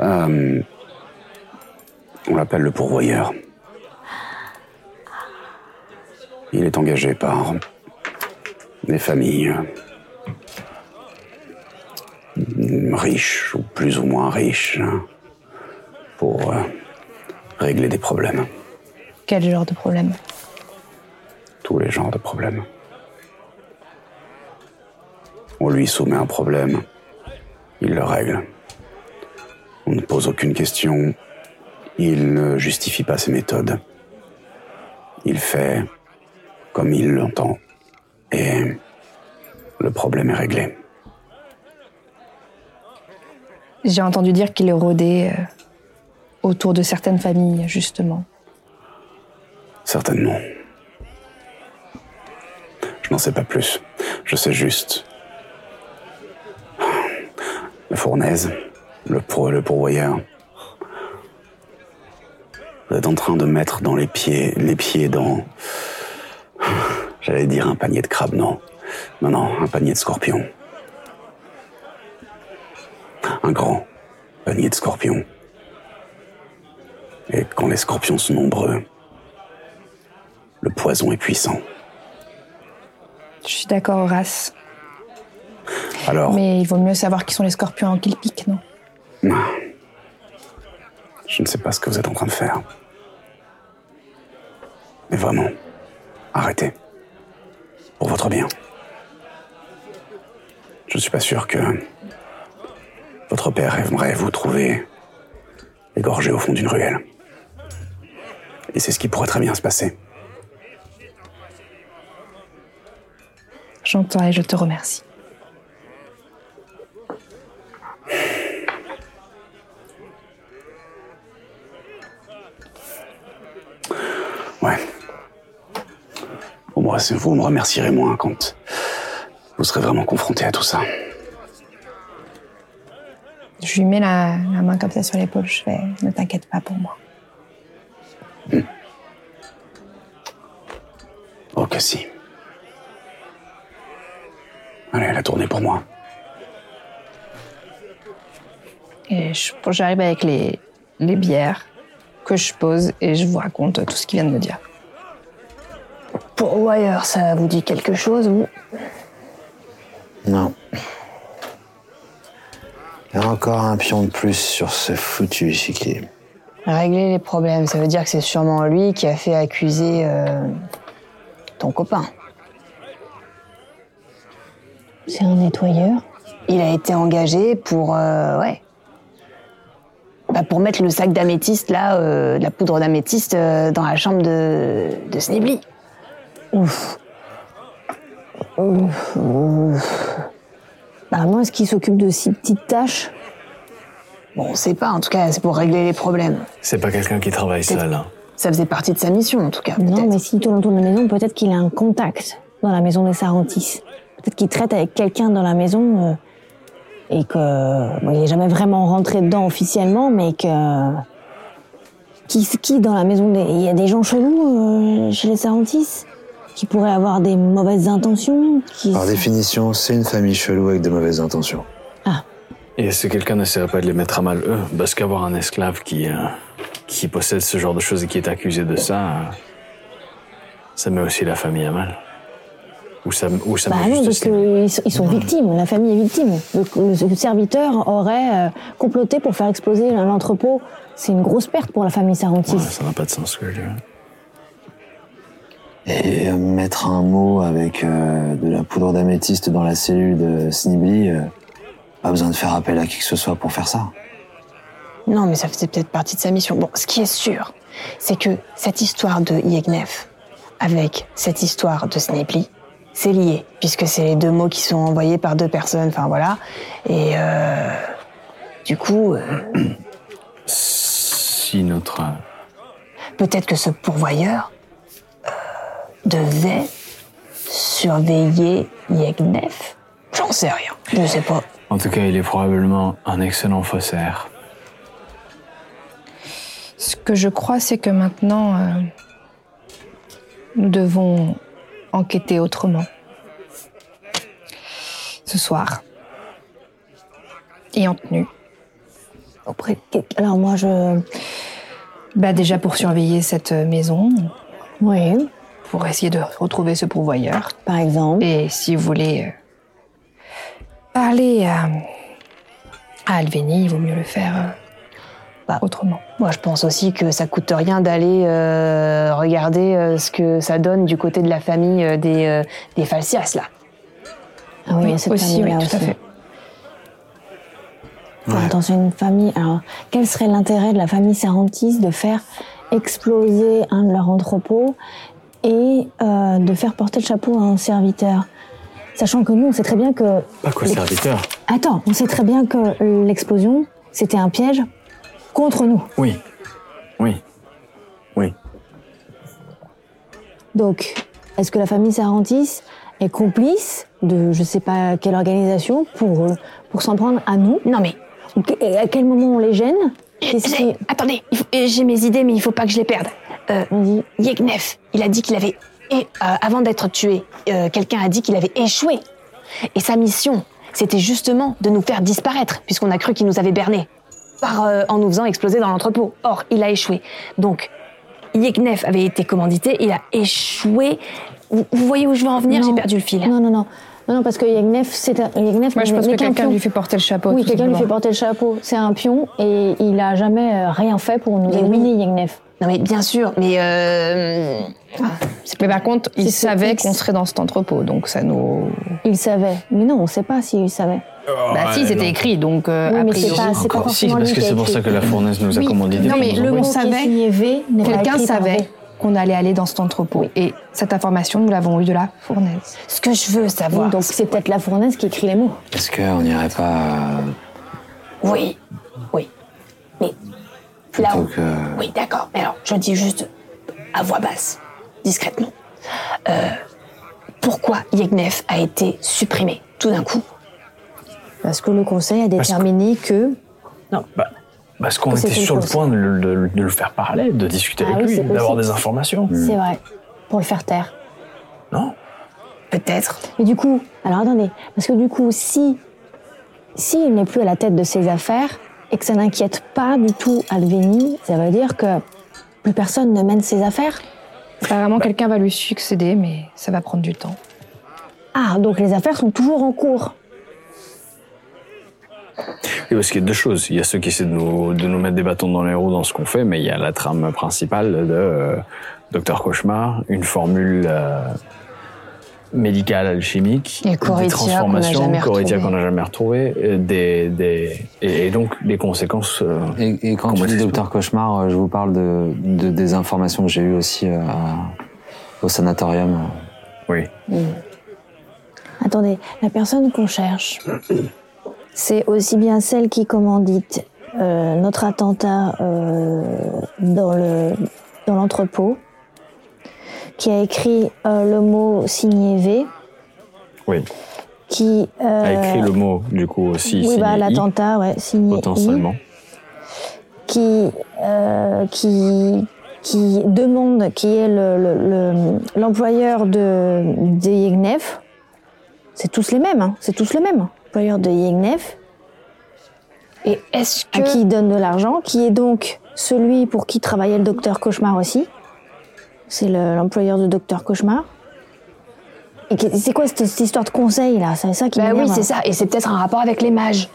Speaker 1: Euh, on l'appelle le pourvoyeur. Il est engagé par des familles euh, riches, ou plus ou moins riches, pour euh, régler des problèmes,
Speaker 11: Quel genre de problème
Speaker 1: tous les genres de problèmes. On lui soumet un problème, il le règle. On ne pose aucune question, il ne justifie pas ses méthodes. Il fait comme il l'entend et le problème est réglé.
Speaker 11: J'ai entendu dire qu'il est rodé euh, autour de certaines familles, justement.
Speaker 1: Certainement. Je n'en sais pas plus. Je sais juste. La fournaise, le, pour, le pourvoyeur. Vous êtes en train de mettre dans les pieds, les pieds dans. J'allais dire un panier de crabes, non. Non, non, un panier de scorpions. Un grand panier de scorpions. Et quand les scorpions sont nombreux, le poison est puissant.
Speaker 11: Je suis d'accord, Horace.
Speaker 1: Alors,
Speaker 11: Mais il vaut mieux savoir qui sont les scorpions en qui le piquent, non
Speaker 1: je ne sais pas ce que vous êtes en train de faire. Mais vraiment, arrêtez. Pour votre bien. Je ne suis pas sûr que votre père aimerait vous trouver égorgé au fond d'une ruelle. Et c'est ce qui pourrait très bien se passer.
Speaker 11: J'entends et je te remercie.
Speaker 1: Ouais. Au moins, c'est- vous me remercierez moins quand vous serez vraiment confronté à tout ça.
Speaker 11: Je lui mets la, la main comme ça sur l'épaule, je fais ne t'inquiète pas pour moi.
Speaker 1: Oh que si. Allez, la tournée pour moi.
Speaker 11: Et je- j'arrive avec les, les bières que je pose et je vous raconte tout ce qu'il vient de me dire.
Speaker 6: Pourvoyeur, ça vous dit quelque chose ou
Speaker 4: Non. Et encore un pion de plus sur ce foutu échiquier.
Speaker 6: Régler les problèmes, ça veut dire que c'est sûrement lui qui a fait accuser euh, ton copain.
Speaker 2: C'est un nettoyeur.
Speaker 6: Il a été engagé pour. euh, ouais. Bah, pour mettre le sac d'améthyste, là, euh, de la poudre d'améthyste, euh, dans la chambre de, de Snibli.
Speaker 2: Ouf. Ouf. Ouf. Apparemment, est-ce qu'il s'occupe de si petites tâches
Speaker 6: Bon, on sait pas, en tout cas, c'est pour régler les problèmes.
Speaker 1: C'est pas quelqu'un qui travaille seul. hein.
Speaker 6: Ça faisait partie de sa mission, en tout cas.
Speaker 2: Non, mais s'il tourne autour de la maison, peut-être qu'il a un contact dans la maison des Sarantis. Peut-être qu'il traite avec quelqu'un dans la maison euh, et que bon, il n'est jamais vraiment rentré dedans officiellement, mais que qui, qui dans la maison des... Il y a des gens chelous euh, chez les Sarantis qui pourraient avoir des mauvaises intentions. Qui...
Speaker 4: Par définition, c'est une famille chelou avec de mauvaises intentions.
Speaker 1: Et est-ce que quelqu'un n'essaierait pas de les mettre à mal eux Parce qu'avoir un esclave qui, euh, qui possède ce genre de choses et qui est accusé de ça, euh, ça met aussi la famille à mal. Ou ça, ou ça
Speaker 2: Bah
Speaker 1: met
Speaker 2: non,
Speaker 1: juste
Speaker 2: parce qu'ils sont, ils sont victimes, la famille est victime. Le, le serviteur aurait euh, comploté pour faire exploser l'entrepôt. C'est une grosse perte pour la famille Sarantis.
Speaker 1: Ouais, ça n'a pas de sens ce que je dis. ouais.
Speaker 4: Et euh, mettre un mot avec euh, de la poudre d'améthyste dans la cellule de Snibli, euh, pas besoin de faire appel à qui que ce soit pour faire ça.
Speaker 6: Non, mais ça faisait peut-être partie de sa mission. Bon, ce qui est sûr, c'est que cette histoire de Yegnef avec cette histoire de Snipely, c'est lié, puisque c'est les deux mots qui sont envoyés par deux personnes, enfin voilà. Et euh, du coup, euh,
Speaker 1: Si notre. euh,
Speaker 6: peut-être que ce pourvoyeur euh, devait surveiller Yegnef. J'en sais rien, je sais pas.
Speaker 1: En tout cas, il est probablement un excellent faussaire.
Speaker 11: Ce que je crois, c'est que maintenant, euh, nous devons enquêter autrement. Ce soir. Et en tenue.
Speaker 2: Auprès de quel- Alors moi, je...
Speaker 11: Bah déjà pour surveiller cette maison,
Speaker 2: Oui,
Speaker 11: pour essayer de retrouver ce pourvoyeur.
Speaker 2: par exemple.
Speaker 11: Et si vous voulez euh, parler à, à Alveni, il vaut mieux le faire euh,
Speaker 2: Bah,
Speaker 11: pas autrement.
Speaker 12: Moi, je pense aussi que ça coûte rien d'aller euh, regarder euh, ce que ça donne du côté de la famille euh, des, euh, des Falcias, là.
Speaker 2: Ah oui, il y a cette
Speaker 11: aussi, oui,
Speaker 2: famille-là
Speaker 11: tout à
Speaker 2: aussi.
Speaker 11: fait.
Speaker 2: Enfin, Dans une famille, alors quel serait l'intérêt de la famille Sarantis de faire exploser un de leurs entrepôts et euh, de faire porter le chapeau à un serviteur Sachant que nous, on sait très bien que.
Speaker 9: Pas quoi,
Speaker 2: les-
Speaker 9: serviteur
Speaker 2: Attends, on sait très bien que l'explosion, c'était un piège contre nous.
Speaker 9: Oui. Oui. Oui.
Speaker 2: Donc, est-ce que la famille Sarantis est complice de je sais pas quelle organisation pour, euh, pour s'en prendre à nous
Speaker 6: Non mais.
Speaker 2: à quel moment on les gêne Qu'est-ce qui-
Speaker 6: Attendez, il faut- euh, j'ai mes idées, mais il faut pas que je les perde. Euh, Yegnef, il a dit qu'il avait. Et, euh, avant d'être tué, euh, quelqu'un a dit qu'il avait échoué. Et sa mission, c'était justement de nous faire disparaître, puisqu'on a cru qu'il nous avait bernés. Par, euh, en nous faisant exploser dans l'entrepôt. Or, il a échoué. Donc, Yegnef avait été commandité, il a échoué. Vous, vous voyez où je veux en venir J'ai perdu le fil.
Speaker 2: Non, non, non. Non, non, parce que Yagnef, c'est un. Yagnef,
Speaker 11: Moi, je
Speaker 2: n'est-
Speaker 11: pense
Speaker 2: n'est
Speaker 11: que
Speaker 2: qu'un
Speaker 11: quelqu'un
Speaker 2: pion.
Speaker 11: lui fait porter le chapeau.
Speaker 2: Oui,
Speaker 11: tout
Speaker 2: quelqu'un lui fait
Speaker 11: simplement.
Speaker 2: porter le chapeau. C'est un pion et il a jamais euh, rien fait pour nous éliminer, Yagnef.
Speaker 6: Non, mais bien sûr, mais. euh,
Speaker 11: Mais par contre, il
Speaker 2: C'est ce
Speaker 11: savait
Speaker 2: X.
Speaker 11: qu'on serait dans cet entrepôt, donc ça nous.
Speaker 2: Il savait. Mais non, on sait pas s'il savait.
Speaker 11: bah si,
Speaker 9: ouais,
Speaker 11: c'était
Speaker 9: non.
Speaker 11: écrit, donc euh,
Speaker 2: Oui,
Speaker 11: a
Speaker 2: mais c'est
Speaker 11: priori.
Speaker 2: pas- c'est pas
Speaker 9: Encore. Si,
Speaker 2: forcément
Speaker 9: parce
Speaker 2: lui
Speaker 9: que
Speaker 2: qui a
Speaker 9: c'est pour
Speaker 2: écrit.
Speaker 9: ça que la fournaise nous a commandé des
Speaker 11: Non, mais
Speaker 9: choses.
Speaker 11: le
Speaker 2: Oui,
Speaker 11: mot
Speaker 2: qui est signé
Speaker 11: savait.
Speaker 2: V n'est pas
Speaker 11: Quelqu'un
Speaker 2: écrit par V.
Speaker 11: savait qu'on allait aller dans cet entrepôt. Et cette information, nous l'avons eue de la fournaise.
Speaker 6: Ce que je veux
Speaker 2: Oui,
Speaker 6: savoir.
Speaker 2: donc c'est peut-être la fournaise qui écrit les mots.
Speaker 4: Est-ce qu'on n'irait pas euh,
Speaker 6: Oui, oui. Mais là
Speaker 4: plutôt que.
Speaker 6: Oui, d'accord. Mais alors, je dis juste à voix basse, discrètement. Euh, pourquoi Yegnef a été supprimé tout d'un coup
Speaker 2: Parce que le conseil a déterminé que.
Speaker 9: Bah, Parce qu'on
Speaker 2: Parce que
Speaker 9: était
Speaker 2: c'est
Speaker 9: sur le
Speaker 2: une
Speaker 9: point de, le- de le- de le faire parler, de discuter
Speaker 2: Ah
Speaker 9: avec
Speaker 2: oui,
Speaker 9: lui,
Speaker 2: c'est
Speaker 9: d'avoir
Speaker 2: possible.
Speaker 9: des informations.
Speaker 2: C'est vrai. Pour le faire taire.
Speaker 9: Hmm. Non
Speaker 6: Peut-être.
Speaker 2: Et du coup, alors attendez, parce que du coup, si, si il n'est plus à la tête de ses affaires et que ça n'inquiète pas du tout Alvini, ça veut dire que plus personne ne mène ses affaires.
Speaker 11: Apparemment, quelqu'un va lui succéder, mais ça va prendre du temps.
Speaker 2: Ah, donc les affaires sont toujours en cours.
Speaker 9: Et parce qu'il y a deux choses. Il y a ceux qui essaient de nous, de nous mettre des bâtons dans les roues dans ce qu'on fait, mais il y a la trame principale de euh, Docteur Cauchemar, une formule euh, médicale alchimique,
Speaker 10: Et Coritia qu'on n'a
Speaker 9: des transformations,
Speaker 10: jamais
Speaker 9: Coritia
Speaker 10: retrouvée.
Speaker 9: qu'on n'a jamais retrouvée, euh, des, des, et, et donc des conséquences. euh,
Speaker 4: Et, et quand
Speaker 9: Comment
Speaker 4: tu dis
Speaker 9: est-ce que-
Speaker 4: Docteur Cauchemar, euh, je vous parle de, de- des informations que j'ai eues aussi euh, à- au sanatorium.
Speaker 9: Oui.
Speaker 2: Attendez, la personne qu'on cherche, c'est aussi bien celle qui commandite euh, notre attentat euh, dans le dans l'entrepôt, qui a écrit euh, le mot signé V,
Speaker 9: Oui.
Speaker 2: qui euh,
Speaker 9: A écrit le mot, du coup, aussi.
Speaker 2: oui,
Speaker 9: signé
Speaker 2: bah,
Speaker 9: I,
Speaker 2: l'attentat, ouais, signé I,
Speaker 9: potentiellement.
Speaker 2: qui, euh, qui, qui demande qui est le- le- le- l'employeur de, de Yegnef. C'est tous les mêmes, hein, c'est tous le même employeur de Yegnef,
Speaker 6: Et est-ce
Speaker 2: à
Speaker 6: que.
Speaker 2: qui il donne de l'argent, qui est donc celui pour qui travaillait le docteur Cauchemar aussi. C'est le- l'employeur de docteur Cauchemar. Et qui- c'est quoi cette, cette histoire de conseil là C'est ça qui
Speaker 6: Bah oui,
Speaker 2: m'énerve. hein.
Speaker 6: c'est ça. Et c'est peut-être un rapport avec les mages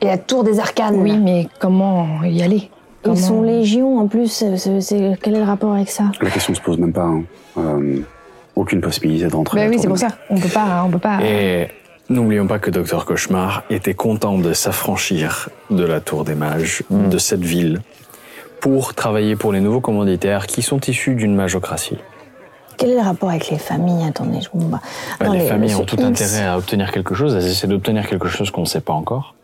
Speaker 6: et la tour des arcanes.
Speaker 11: Oui, mais comment y aller
Speaker 2: Ils
Speaker 11: Comment-
Speaker 2: sont légion en plus. c'est- c'est- c'est- quel est le rapport avec ça
Speaker 1: La question se pose même pas. hein. Euh, aucune possibilité de rentrer.
Speaker 11: Bah oui, c'est pour ça. On peut pas, on peut pas.
Speaker 9: Et n'oublions pas que Docteur Cauchemar était content de s'affranchir de la Tour des Mages, de cette ville, pour travailler pour les nouveaux commanditaires qui sont issus d'une magocratie.
Speaker 2: Quel est le rapport avec les familles Attendez, je comprends pas.
Speaker 9: Bah,
Speaker 2: Attendez,
Speaker 9: les familles ont
Speaker 2: monsieur
Speaker 9: tout
Speaker 2: X,
Speaker 9: intérêt à obtenir quelque chose, elles essaient d'obtenir quelque chose qu'on ne sait pas encore,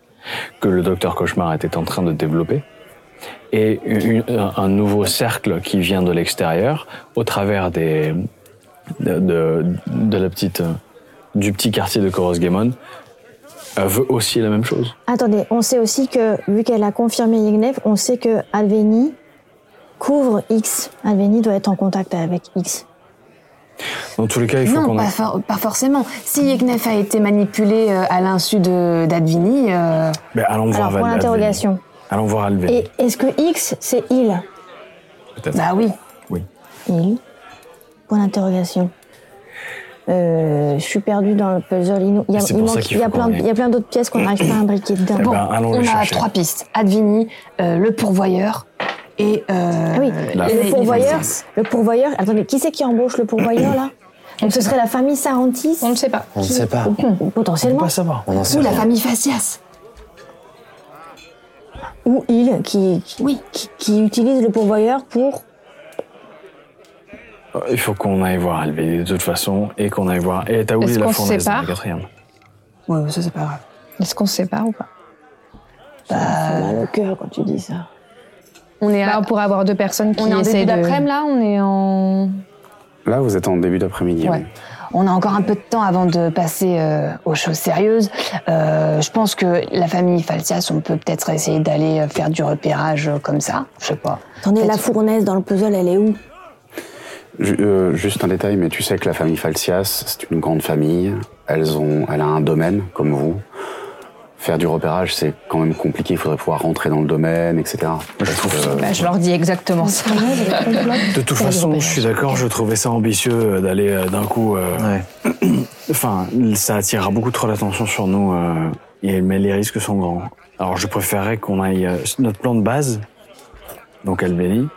Speaker 9: que le Docteur Cauchemar était en train de développer, et une- un- un nouveau cercle qui vient de l'extérieur, au travers des, de, de- de la petite, euh, du petit quartier de Korosgemon, euh, veut aussi la même chose.
Speaker 2: Attendez, on sait aussi que, vu qu'elle a confirmé Yegnev, on sait que Alveni couvre X. Alveni doit être en contact avec X.
Speaker 9: Dans tous les cas, il faut
Speaker 6: Non,
Speaker 9: qu'on
Speaker 6: pas,
Speaker 9: ait...
Speaker 6: for- pas forcément. Si Yegnef a été manipulé euh, à l'insu de- d'Advini, euh,
Speaker 9: Mais allons voir
Speaker 2: Alors,
Speaker 9: Val-
Speaker 2: point
Speaker 9: Alveni.
Speaker 2: d'interrogation.
Speaker 9: Allons voir Alveni,
Speaker 2: Et est-ce que X, c'est il
Speaker 9: peut-être.
Speaker 6: bah oui.
Speaker 9: Oui.
Speaker 2: Il Point d'interrogation. Euh, je suis perdue dans le puzzle. Il nous- il y a,
Speaker 9: C'est
Speaker 2: il
Speaker 9: pour
Speaker 2: manque-
Speaker 9: ça qu'il
Speaker 2: il y a
Speaker 9: faut
Speaker 2: plein,
Speaker 9: qu'on
Speaker 2: de- il y a plein d'autres pièces qu'on n'arrive pas à imbriquer dedans.
Speaker 9: Eh ben, allons
Speaker 6: on
Speaker 9: les
Speaker 6: a
Speaker 9: chercher.
Speaker 6: trois pistes. Advini, euh, le pourvoyeur et... euh,
Speaker 2: Ah oui,
Speaker 6: La-
Speaker 2: le
Speaker 6: les-
Speaker 2: pourvoyeur. Le
Speaker 6: les-
Speaker 2: pourvoyeur. Attendez, qui c'est qui embauche le pourvoyeur là Donc ce serait la famille Sarantis. On ne sait pas.
Speaker 4: On ne sait pas.
Speaker 2: Potentiellement.
Speaker 4: On en sait
Speaker 2: Ou la
Speaker 4: rien.
Speaker 2: famille Facias. Ou il qui, qui- qui, qui utilise le pourvoyeur pour.
Speaker 9: Euh, Il faut qu'on aille voir Alvé, de toute façon, et qu'on aille voir. Et t'as oublié
Speaker 10: Est-ce
Speaker 9: la
Speaker 10: qu'on se
Speaker 9: fournaise dans la
Speaker 10: sépare
Speaker 9: quatrième.
Speaker 12: Ouais, ça c'est pas grave.
Speaker 10: Est-ce qu'on se sépare ou pas
Speaker 2: mal au Bah, cœur quand tu dis ça.
Speaker 10: On est
Speaker 11: Bah, on pourrait avoir deux personnes qui
Speaker 10: On est en
Speaker 11: essaient
Speaker 10: début
Speaker 11: de...
Speaker 10: d'après-midi là, on est en.
Speaker 1: Là, vous êtes en début d'après-midi.
Speaker 12: Ouais. On a encore un peu de temps avant de passer euh, aux choses sérieuses. Euh, je pense que la famille Falcias, on peut peut-être essayer d'aller euh, faire du repérage euh, comme ça. Je sais pas.
Speaker 2: Attendez, la fournaise dans le puzzle, elle est où
Speaker 1: Ju- euh, juste un détail, mais tu sais que la famille Falcias, c'est une grande famille. Elles ont, elle a un domaine, comme vous. Faire du repérage, c'est quand même compliqué. Il faudrait pouvoir rentrer dans le domaine, etc. Parce que-
Speaker 12: Bah, je leur dis exactement ça.
Speaker 9: De toute façon, je suis d'accord, je trouvais ça ambitieux euh, d'aller euh, d'un coup. euh, enfin, ça attirera beaucoup trop l'attention sur nous, euh, et- mais les risques sont grands. Alors, je préférerais qu'on aille. euh, notre plan de base, donc Albany,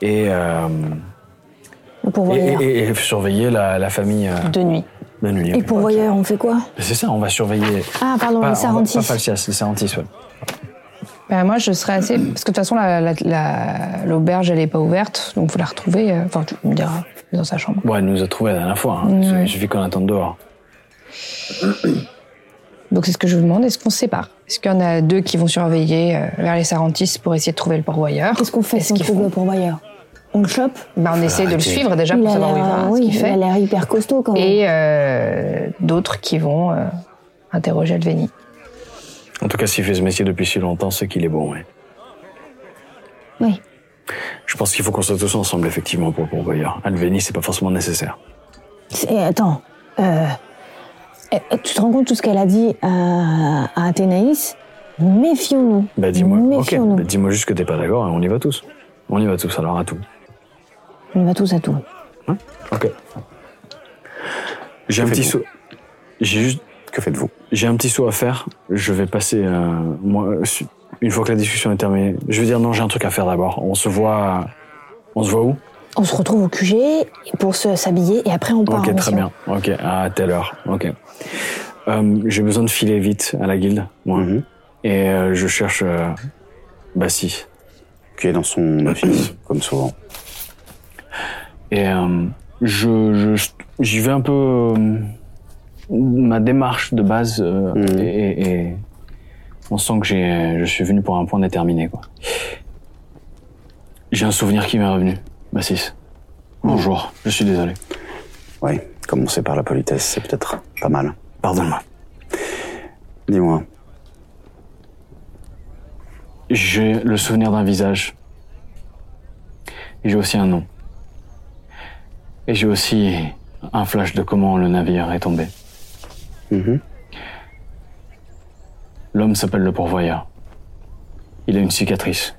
Speaker 9: et, euh,
Speaker 2: Le
Speaker 9: et,
Speaker 2: pourvoyeur.
Speaker 9: et- et- et surveiller la, la famille euh,
Speaker 2: De nuit.
Speaker 9: de nuit.
Speaker 2: Et pourvoyeur, on fait quoi
Speaker 9: C'est ça, on va surveiller.
Speaker 2: Ah, pardon,
Speaker 9: pas,
Speaker 2: les
Speaker 9: on va-
Speaker 2: Sarantis.
Speaker 9: Pas Falcias, les Sarantis, ouais.
Speaker 11: Bah, moi, je serais assez. Parce que de toute façon, la- la- la- l'auberge, elle n'est pas ouverte, donc faut la retrouver. euh, Enfin, tu me diras, dans sa chambre.
Speaker 9: Bon, elle nous a trouvé la dernière fois. hein.
Speaker 11: Ouais.
Speaker 9: Il suffit qu'on attende dehors.
Speaker 11: Donc, c'est ce que je vous demande. Est-ce qu'on se sépare Est-ce qu'il y en a deux qui vont surveiller euh, vers les Sarantis pour essayer de trouver le pourvoyeur
Speaker 2: Qu'est-ce qu'on fait si on trouve le pourvoyeur On le chope
Speaker 11: bah, On essaie de le
Speaker 2: arrêter.
Speaker 11: suivre déjà
Speaker 2: Il
Speaker 11: pour
Speaker 2: a
Speaker 11: savoir où il
Speaker 2: l'air-
Speaker 11: va,
Speaker 2: oui,
Speaker 11: ce qu'il
Speaker 2: il
Speaker 11: fait.
Speaker 2: a l'air hyper costaud quand même.
Speaker 11: Et euh, d'autres qui vont euh, interroger Alveni.
Speaker 9: En tout cas, s'il fait ce métier depuis si longtemps, c'est qu'il est bon, ouais.
Speaker 2: Oui.
Speaker 9: Je pense qu'il faut qu'on soit tous ensemble, effectivement, pour le pourvoyeur. Alvénie, c'est pas forcément nécessaire.
Speaker 2: Et attends, euh, eh, tu te rends compte de tout ce qu'elle a dit à, à Athénaïs Méfions-nous.
Speaker 9: Bah, dis-moi. Ok,
Speaker 2: Méfions-nous.
Speaker 9: bah, dis-moi juste que t'es pas d'accord et on y va tous. On y va tous, alors à tout.
Speaker 2: On va tous à tout.
Speaker 9: Ok. J'ai un petit saut. J'ai juste.
Speaker 1: Que faites-vous
Speaker 9: J'ai un petit saut à faire. Je vais passer. euh, moi, su- une fois que la discussion est terminée, je vais dire non, j'ai un truc à faire d'abord. On se voit. On se voit où
Speaker 2: On se retrouve au QG pour se s'habiller et après on part. en
Speaker 9: Ok, très
Speaker 2: mission.
Speaker 9: bien. Ok, à telle heure. Ok. Euh, J'ai besoin de filer vite à la guilde, moi. Et euh, je cherche euh, Bassi.
Speaker 1: Qui est dans son office, comme souvent.
Speaker 9: Et euh, je je- j'y vais un peu euh, ma démarche de base euh, et, et- et on sent que j'ai je suis venu pour un point déterminé quoi. J'ai un souvenir qui m'est revenu, Bassis. Bonjour, je suis désolé.
Speaker 1: Oui, commencer par la politesse, c'est peut-être pas mal.
Speaker 9: Pardonne-moi.
Speaker 1: Dis-moi.
Speaker 9: J'ai le souvenir d'un visage. Et j'ai aussi un nom. Et j'ai aussi un flash de comment le navire est tombé. L'homme s'appelle le pourvoyeur. Il a une cicatrice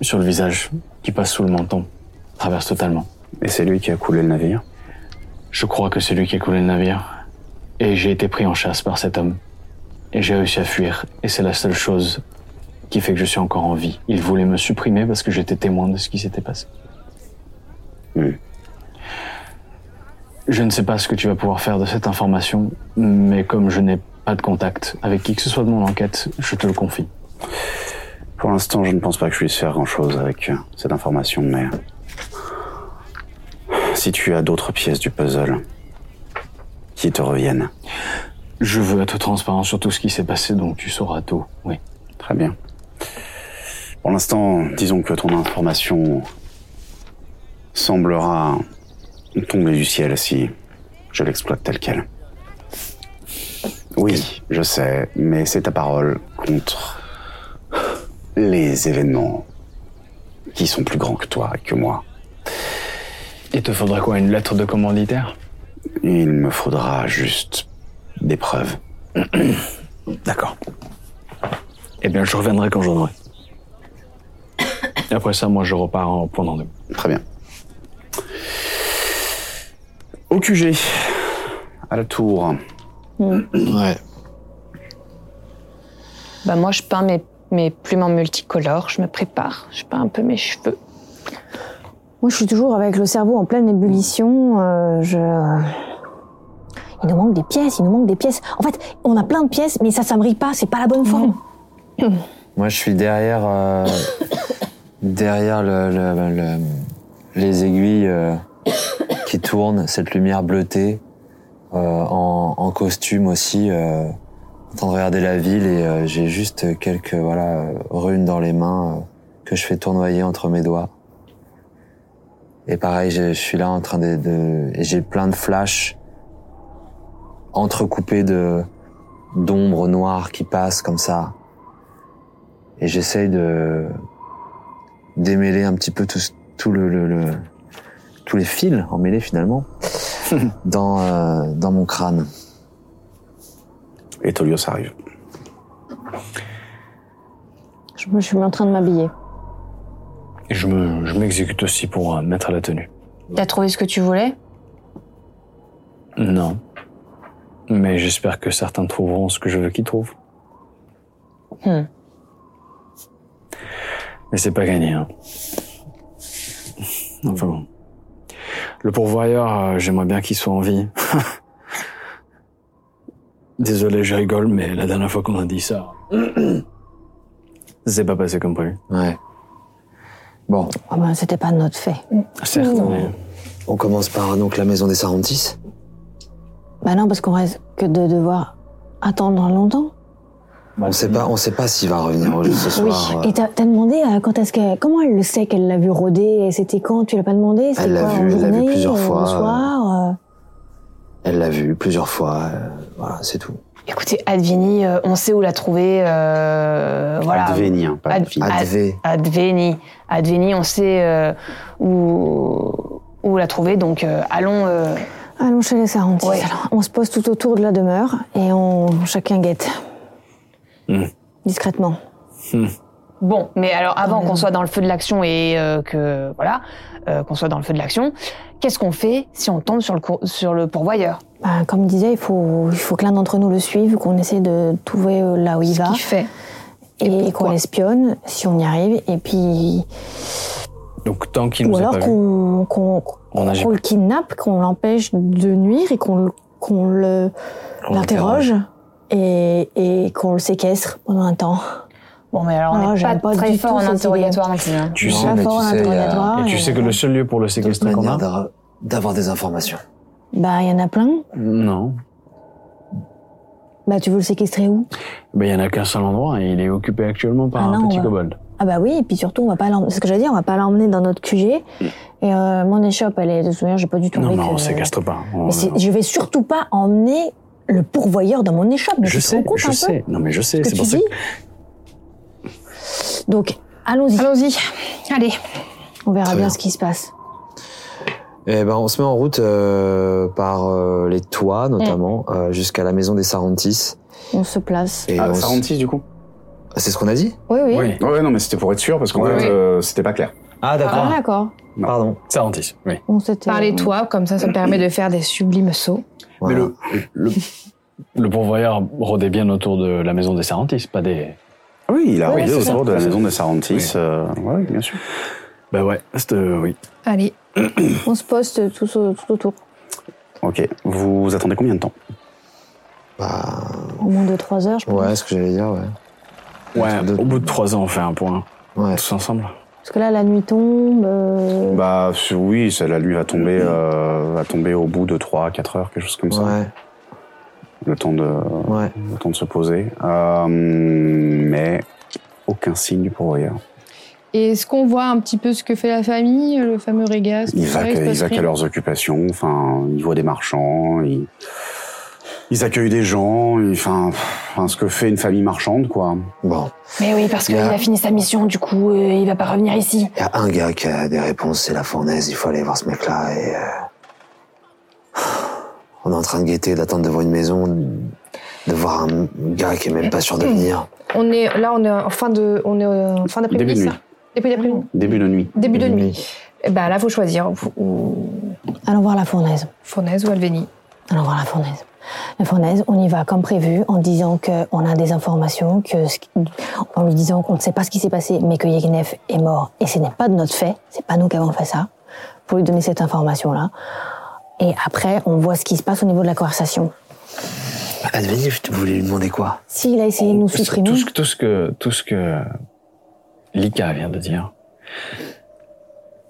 Speaker 9: sur le visage qui passe sous le menton, traverse totalement.
Speaker 1: Et c'est lui qui a coulé le navire
Speaker 9: Je crois que c'est lui qui a coulé le navire. Et j'ai été pris en chasse par cet homme. Et j'ai réussi à fuir. Et c'est la seule chose qui fait que je suis encore en vie. Il voulait me supprimer parce que j'étais témoin de ce qui s'était passé. Je ne sais pas ce que tu vas pouvoir faire de cette information, mais comme je n'ai pas de contact avec qui que ce soit de mon enquête, je te le confie.
Speaker 1: Pour l'instant, je ne pense pas que je puisse faire grand-chose avec euh, cette information, mais... Si tu as d'autres pièces du puzzle qui te reviennent...
Speaker 9: Je veux être transparent sur tout ce qui s'est passé, donc tu sauras tout, oui.
Speaker 1: Très bien. Pour l'instant, disons que ton information semblera tomber du ciel si je l'exploite telle qu'elle. Oui, je sais, mais c'est ta parole contre les événements qui sont plus grands que toi et que moi.
Speaker 9: Il te faudra quoi Une lettre de commanditaire
Speaker 1: Il me faudra juste des preuves.
Speaker 9: D'accord. Eh bien, je reviendrai quand j'en aurai. Et Après ça, moi, je repars en point d'en deux.
Speaker 1: Très bien. Au QG, à la tour.
Speaker 4: Ouais.
Speaker 6: Bah moi, je peins mes, mes plumes en multicolores, je me prépare, je peins un peu mes cheveux.
Speaker 2: Moi, je suis toujours avec le cerveau en pleine ébullition. euh, je... Il nous manque des pièces, il nous manque des pièces. En fait, on a plein de pièces, mais ça, ça me brille pas, c'est pas la bonne forme.
Speaker 4: Moi, je suis derrière, euh, derrière le, le- le- les aiguilles euh, qui tournent, cette lumière bleutée, euh, en, en costume aussi, euh, en train de regarder la ville et euh, j'ai juste quelques voilà runes dans les mains euh, que je fais tournoyer entre mes doigts. Et pareil, je, je suis là en train de, de et j'ai plein de flashs entrecoupés de d'ombres noires qui passent comme ça et j'essaye de démêler un petit peu tout, ce- tout le, le- le- tous les fils emmêlés finalement dans, euh, dans mon crâne.
Speaker 1: Et Tolios arrive.
Speaker 2: Je, me- je suis en train de m'habiller.
Speaker 9: Et je me- je m'exécute aussi pour euh, mettre la tenue.
Speaker 6: T'as trouvé ce que tu voulais
Speaker 9: Non. Mais j'espère que certains trouveront ce que je veux qu'ils trouvent.
Speaker 6: Hmm.
Speaker 9: Mais c'est pas gagné. Hein. Enfin bon. Le pourvoyeur, euh, j'aimerais bien qu'il soit en vie. Désolé, je rigole, mais la dernière fois qu'on a dit ça, c'est pas passé comme prévu.
Speaker 4: Ouais. Bon,
Speaker 2: Ah ben, c'était pas notre fait.
Speaker 9: certes. mais-
Speaker 4: on commence par donc la maison des Sarantis.
Speaker 2: Bah non, parce qu'on reste que de devoir attendre longtemps.
Speaker 4: On sait pas, on sait pas s'il va revenir aujourd'hui ce soir.
Speaker 2: Et t'as t'as demandé euh, quand est-ce que comment elle le sait qu'elle l'a vu rôder et C'était quand Tu l'as pas demandé C'était
Speaker 4: Elle l'a
Speaker 2: quoi, en
Speaker 4: vu- elle l'a vu
Speaker 2: journée,
Speaker 4: plusieurs
Speaker 2: euh,
Speaker 4: fois,
Speaker 2: Le
Speaker 4: euh.
Speaker 2: soir. euh
Speaker 4: Elle l'a vu plusieurs fois. euh, voilà, c'est tout.
Speaker 6: Écoutez, Advini, euh, on sait où la trouver. euh, voilà.
Speaker 1: Adveni, hein, pas Advini.
Speaker 4: Ah, Advé.
Speaker 6: Adveni. Adveni, on sait euh, où, où la trouver, donc euh, allons. euh,
Speaker 2: Allons chez les Sarantis.
Speaker 6: Ouais.
Speaker 2: alors. on se pose tout autour de la demeure et on chacun guette
Speaker 9: Hmm.
Speaker 2: discrètement.
Speaker 9: Hmm.
Speaker 6: Bon, mais alors avant qu'on soit dans le feu de l'action et euh, que voilà, euh, qu'on soit dans le feu de l'action, qu'est-ce qu'on fait si on tombe sur le cour- sur le pourvoyeur
Speaker 2: Bah, comme disait, il faut il faut que l'un d'entre nous le suive, qu'on essaie de trouver euh, là où il va.
Speaker 10: qu'il fait.
Speaker 2: Et, et qu'on l'espionne si on y arrive. Et puis
Speaker 9: Donc tant qu'il
Speaker 2: Ou
Speaker 9: nous a
Speaker 2: alors
Speaker 9: pas vus,
Speaker 2: qu'on qu'on-
Speaker 9: On agit
Speaker 2: qu'on le
Speaker 9: pas.
Speaker 2: kidnappe, qu'on l'empêche de nuire et qu'on le- qu'on le
Speaker 9: On
Speaker 2: l'interroge et, et qu'on le séquestre pendant un temps.
Speaker 6: Bon, mais alors on
Speaker 2: Ah,
Speaker 6: n'est
Speaker 2: j'aime
Speaker 6: pas,
Speaker 2: pas
Speaker 6: très
Speaker 2: du
Speaker 6: fort
Speaker 2: tout
Speaker 6: en
Speaker 2: cette
Speaker 6: interrogatoire
Speaker 2: idée.
Speaker 6: non plus, hein.
Speaker 4: Tu sais, mais tu sais, il y a
Speaker 9: et tu sais que
Speaker 2: euh,
Speaker 9: le seul lieu pour le séquestrer qu'on
Speaker 4: manière
Speaker 9: a,
Speaker 4: d'a- d'avoir des informations.
Speaker 2: Bah il y en a plein.
Speaker 9: non,
Speaker 2: Bah tu veux le séquestrer où
Speaker 9: Ben, il n'y en a qu'un seul endroit et il est occupé actuellement par
Speaker 2: Ah
Speaker 9: un
Speaker 2: non,
Speaker 9: petit
Speaker 2: ouais.
Speaker 9: kobold.
Speaker 2: Ah bah oui, et puis surtout on va pas l'emmener. C'est ce que j'allais dire, on va pas l'emmener dans notre QG. Et euh, mon échoppe, elle est de souvenir, j'ai pas du tout
Speaker 9: Mm. Non,
Speaker 2: envie
Speaker 9: mais on
Speaker 2: que-
Speaker 9: séquestre pas. On-
Speaker 2: Mais c'est- je vais surtout pas emmener le pourvoyeur dans mon échoppe. Mais
Speaker 9: Je
Speaker 2: tu te
Speaker 9: sais,
Speaker 2: rends compte
Speaker 9: je
Speaker 2: un
Speaker 9: sais.
Speaker 2: peu
Speaker 9: Non, mais je sais,
Speaker 2: ce que
Speaker 9: c'est
Speaker 2: tu
Speaker 9: pour ça
Speaker 2: dis Donc allons-y.
Speaker 6: Allons-y. Allez.
Speaker 2: On verra
Speaker 4: Très
Speaker 2: bien
Speaker 4: bien.
Speaker 2: ce qui se passe.
Speaker 4: Eh ben, on se met en route euh, par euh, les toits notamment euh, jusqu'à la maison des Sarantis.
Speaker 2: On se place.
Speaker 4: Et
Speaker 1: Ah,
Speaker 4: on s- Ah,
Speaker 1: 46 du coup
Speaker 4: C'est ce qu'on a dit
Speaker 2: Oui, oui.
Speaker 1: Oui. Ouais, non, mais c'était pour être sûr parce qu'en
Speaker 4: Ouais,
Speaker 1: fait,
Speaker 4: ouais.
Speaker 1: euh, c'était pas clair.
Speaker 4: Ah
Speaker 2: Ah, d'accord.
Speaker 4: Pardon.
Speaker 9: Ça rentre.
Speaker 1: Oui.
Speaker 2: On s'était.
Speaker 11: Par les toits, comme ça, ça me permet de faire des sublimes sauts.
Speaker 4: Voilà.
Speaker 1: Le...
Speaker 9: Le pourvoyeur rôdait bien autour de la maison des Sarantis, pas des.
Speaker 1: Ah Oui, il a
Speaker 11: Ouais,
Speaker 1: roulé
Speaker 11: c'est
Speaker 1: autour de
Speaker 11: ça.
Speaker 1: la maison de Sarantis.
Speaker 9: Oui.
Speaker 1: euh, ouais, bien sûr.
Speaker 9: Bah ouais, c'est. euh, oui.
Speaker 11: Allez,
Speaker 2: On se poste tous au- tout autour.
Speaker 1: Ok. Vous attendez combien de temps
Speaker 4: Bah,
Speaker 2: Au moins de 3 heures, je pense.
Speaker 4: ouais, ce que j'allais dire, ouais.
Speaker 9: Ouais, au bout de trois ans, on fait un point.
Speaker 4: Ouais.
Speaker 9: Tous ensemble.
Speaker 2: Parce que là, la nuit tombe. euh,
Speaker 1: Bah c- oui, c'est- la nuit va tomber, euh, va tomber au bout de 3 à 4 heures, quelque chose comme ça.
Speaker 4: Ouais,
Speaker 1: Le, temps de,
Speaker 4: ouais.
Speaker 1: le temps de se poser. Euh, mais aucun signe du pourvoyeur.
Speaker 10: Et est-ce qu'on voit un petit peu ce que fait la famille, le fameux Régas
Speaker 11: Ah
Speaker 1: Il va,
Speaker 10: tout ça,
Speaker 1: que-
Speaker 10: se
Speaker 1: il
Speaker 10: passe
Speaker 1: va
Speaker 10: rien
Speaker 1: qu'à leurs occupations, enfin, il voit des marchands, il- ils accueillent des gens, il- enfin, pff, enfin, ce que fait une famille marchande, quoi.
Speaker 4: Bon,
Speaker 6: Mais oui, parce qu'il
Speaker 4: Il y a-
Speaker 6: a fini sa mission, du coup, euh, il va pas revenir ici.
Speaker 4: il y a un gars qui a des réponses, c'est la fournaise. Il faut aller voir ce mec-là et. euh, On est en train de guetter, d'attendre devant une maison, de voir un gars qui est même pas sûr de venir.
Speaker 11: on est là, on est en fin de, on est euh, en fin
Speaker 1: Début de
Speaker 11: d'après-midi,
Speaker 1: nuit.
Speaker 11: ça. Début d'après-midi.
Speaker 1: Début de nuit.
Speaker 11: Début de nuit. Et ben là, faut choisir ou- ou
Speaker 2: Allons voir la fournaise.
Speaker 11: fournaise ou Alvénie.
Speaker 2: Allons voir la fournaise. La fournaise, on y va comme prévu, en disant qu'on a des informations, que ce qui- en lui disant qu'on ne sait pas ce qui s'est passé, mais que Yegnef est mort. Et ce n'est pas de notre fait, c'est pas nous qui avons fait ça, pour lui donner cette information-là. Et après, on voit ce qui se passe au niveau de la conversation.
Speaker 4: Advenir, vous voulez lui demander quoi
Speaker 2: S'il a essayé de nous
Speaker 9: Tout ce-
Speaker 2: supprimer,
Speaker 9: Tout ce, que- tout ce que, tout ce que Lika vient de dire,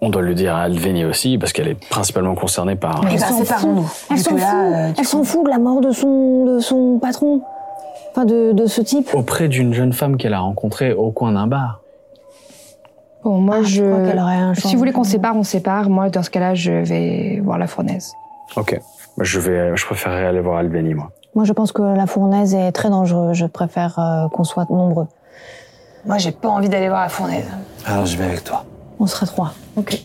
Speaker 9: on doit le dire à Alveni aussi, parce qu'elle est principalement concernée par.
Speaker 2: Mais
Speaker 12: Eh ben,
Speaker 2: s'en
Speaker 12: séparons-nous.
Speaker 2: fout. Elle
Speaker 12: Parce
Speaker 2: s'en
Speaker 12: que
Speaker 2: fout.
Speaker 12: là, euh,
Speaker 2: Elle s'en fout de la mort de son, de son patron. Enfin, de, de ce type.
Speaker 9: Auprès d'une jeune femme qu'elle a rencontrée au coin d'un bar.
Speaker 11: Bon, moi, Ah, je.
Speaker 2: qu'elle aurait un
Speaker 11: si
Speaker 2: genre
Speaker 11: vous voulez qu'on
Speaker 2: de-
Speaker 11: sépare, on sépare. Moi, dans ce cas-là, je vais voir la fournaise.
Speaker 9: Ok. Je vais, je préférerais aller voir Alveni, moi.
Speaker 2: Moi, je pense que la fournaise est très dangereuse. Je préfère euh, qu'on soit nombreux.
Speaker 12: Moi, j'ai pas envie d'aller voir la fournaise.
Speaker 4: Alors je vais avec toi.
Speaker 2: On sera trois.
Speaker 12: Ok.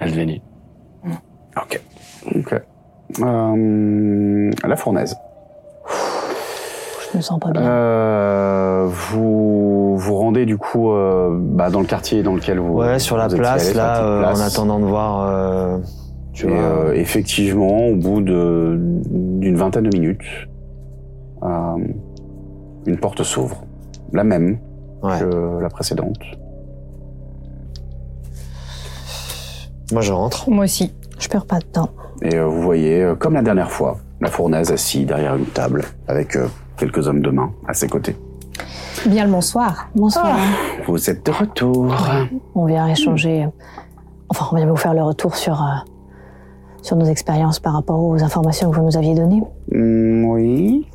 Speaker 9: Alveni.
Speaker 1: Ok. Mm. Ok. Euh, la fournaise.
Speaker 2: Je me sens pas bien.
Speaker 1: Euh, vous vous rendez du coup euh, bah, dans le quartier dans lequel vous
Speaker 4: Ouais, sur la
Speaker 1: vous étiez allé,
Speaker 4: place,
Speaker 1: sur la
Speaker 4: là,
Speaker 1: petite
Speaker 4: euh,
Speaker 1: place.
Speaker 4: en attendant de voir. euh, tu
Speaker 1: Et,
Speaker 4: vois.
Speaker 1: euh, effectivement, au bout de- d'une vingtaine de minutes, euh, une porte s'ouvre, la même que la précédente.
Speaker 4: Moi, je rentre.
Speaker 11: Moi aussi.
Speaker 2: Je perds pas de temps.
Speaker 1: Et euh, vous voyez, euh, comme la dernière fois, la fournaise assise derrière une table avec euh, quelques hommes de main à ses côtés.
Speaker 2: Bien le bonsoir. Bonsoir.
Speaker 1: Ah. Vous êtes de retour.
Speaker 2: On vient échanger. euh, Enfin, on vient vous faire le retour sur, euh, sur nos expériences par rapport aux informations que vous nous aviez données.
Speaker 1: Hmm, oui.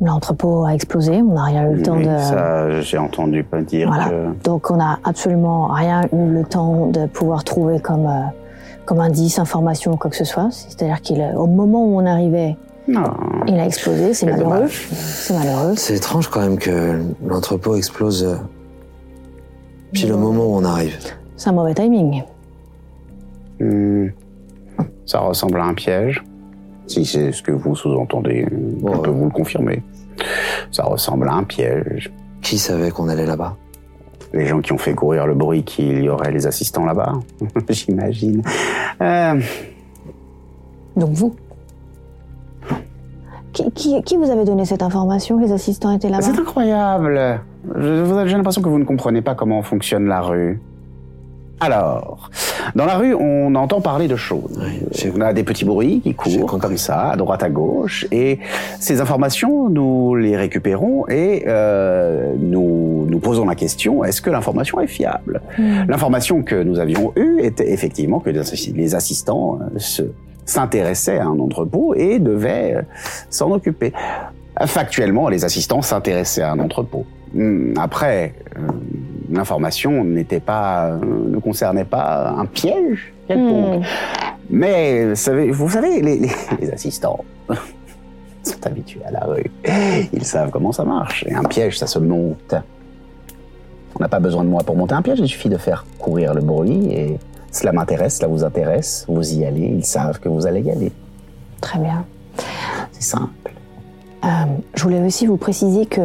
Speaker 2: L'entrepôt a explosé. On n'a rien eu le temps
Speaker 1: Oui,
Speaker 2: de.
Speaker 1: Ça, j'ai entendu pas dire
Speaker 2: Voilà.
Speaker 1: que.
Speaker 2: Donc on n'a absolument rien eu le temps de pouvoir trouver comme, euh, comme indice, information ou quoi que ce soit. C'est-à-dire qu'au moment où on arrivait, il a explosé, c'est malheureux. C'est malheureux.
Speaker 4: C'est étrange quand même que l'entrepôt explose euh, pile au moment où on arrive.
Speaker 2: C'est un mauvais timing.
Speaker 1: Hmm, Ça ressemble à un piège. Si c'est ce que vous sous-entendez, je peux vous le confirmer. Ça ressemble à un piège.
Speaker 4: Qui savait qu'on allait là-bas
Speaker 1: Les gens qui ont fait courir le bruit qu'il y aurait les assistants là-bas, j'imagine. Euh,
Speaker 2: Donc vous qui, qui, qui vous avait donné cette information Les assistants étaient là-bas
Speaker 1: C'est incroyable. Je- vous avez- J'ai l'impression que vous ne comprenez pas comment fonctionne la rue. Alors, dans la rue, on entend parler de choses. on a des petits bruits qui courent comme ça, à droite à gauche, et ces informations, nous les récupérons et euh, nous nous posons la question est-ce que l'information est fiable L'information que nous avions eue était effectivement que les assistants euh, se s'intéressaient à un entrepôt et devaient euh, s'en occuper. Factuellement, les assistants s'intéressaient à un entrepôt. Hmm, Après, euh, l'information n'était pas, euh, ne concernait pas un piège quelconque. Mais vous savez, vous savez, les, les- les assistants sont habitués à la rue. Ils savent comment ça marche. Et un piège, ça se monte. On n'a pas besoin de moi pour monter un piège. Il suffit de faire courir le bruit et cela m'intéresse, cela vous intéresse. Vous y allez. Ils savent que vous allez y aller.
Speaker 2: Très bien.
Speaker 1: C'est simple.
Speaker 2: Euh, je voulais aussi vous préciser que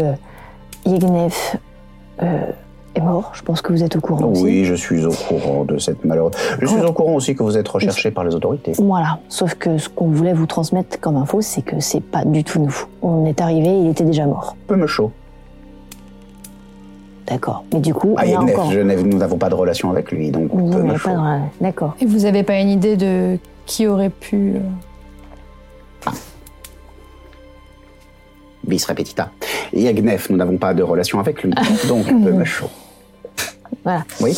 Speaker 2: Yegnev euh, est mort. Je pense que vous êtes au courant aussi.
Speaker 1: Oui, je suis au courant de cette malheureuse. Je suis au courant aussi que vous êtes recherché par les autorités.
Speaker 2: Voilà, sauf que ce qu'on voulait vous transmettre comme info, c'est que c'est pas du tout nous. On est arrivé, il était déjà mort.
Speaker 1: Peu me chaud.
Speaker 2: D'accord. Mais du coup,
Speaker 1: Ah,
Speaker 2: on a
Speaker 1: Yevnev,
Speaker 2: encore.
Speaker 1: je n'ai- nous n'avons pas de relation avec lui, donc
Speaker 2: Vous
Speaker 1: peu me
Speaker 2: n'avez
Speaker 1: chaud.
Speaker 2: pas de- D'accord.
Speaker 10: Et vous avez pas une idée de qui aurait pu. euh,
Speaker 1: Bis repetita. Et Yagnef, nous n'avons pas de relation avec lui, donc peu me chaud.
Speaker 2: Voilà.
Speaker 1: Oui.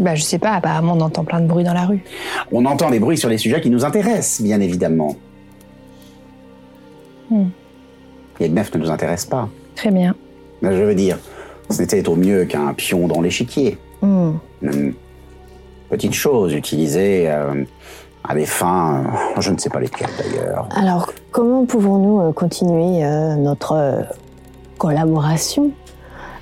Speaker 11: Bah, je sais pas, apparemment, on entend plein de bruit dans la rue.
Speaker 1: On entend des bruits sur les sujets qui nous intéressent, bien évidemment.
Speaker 11: Hmm.
Speaker 1: Yagnef ne nous intéresse pas.
Speaker 11: Très bien.
Speaker 1: Je veux dire, ce n'était au mieux qu'un pion dans l'échiquier. Une petite chose utilisée euh, à des fins, euh, je ne sais pas lesquelles d'ailleurs.
Speaker 2: Alors, comment pouvons-nous euh, continuer euh, notre euh, collaboration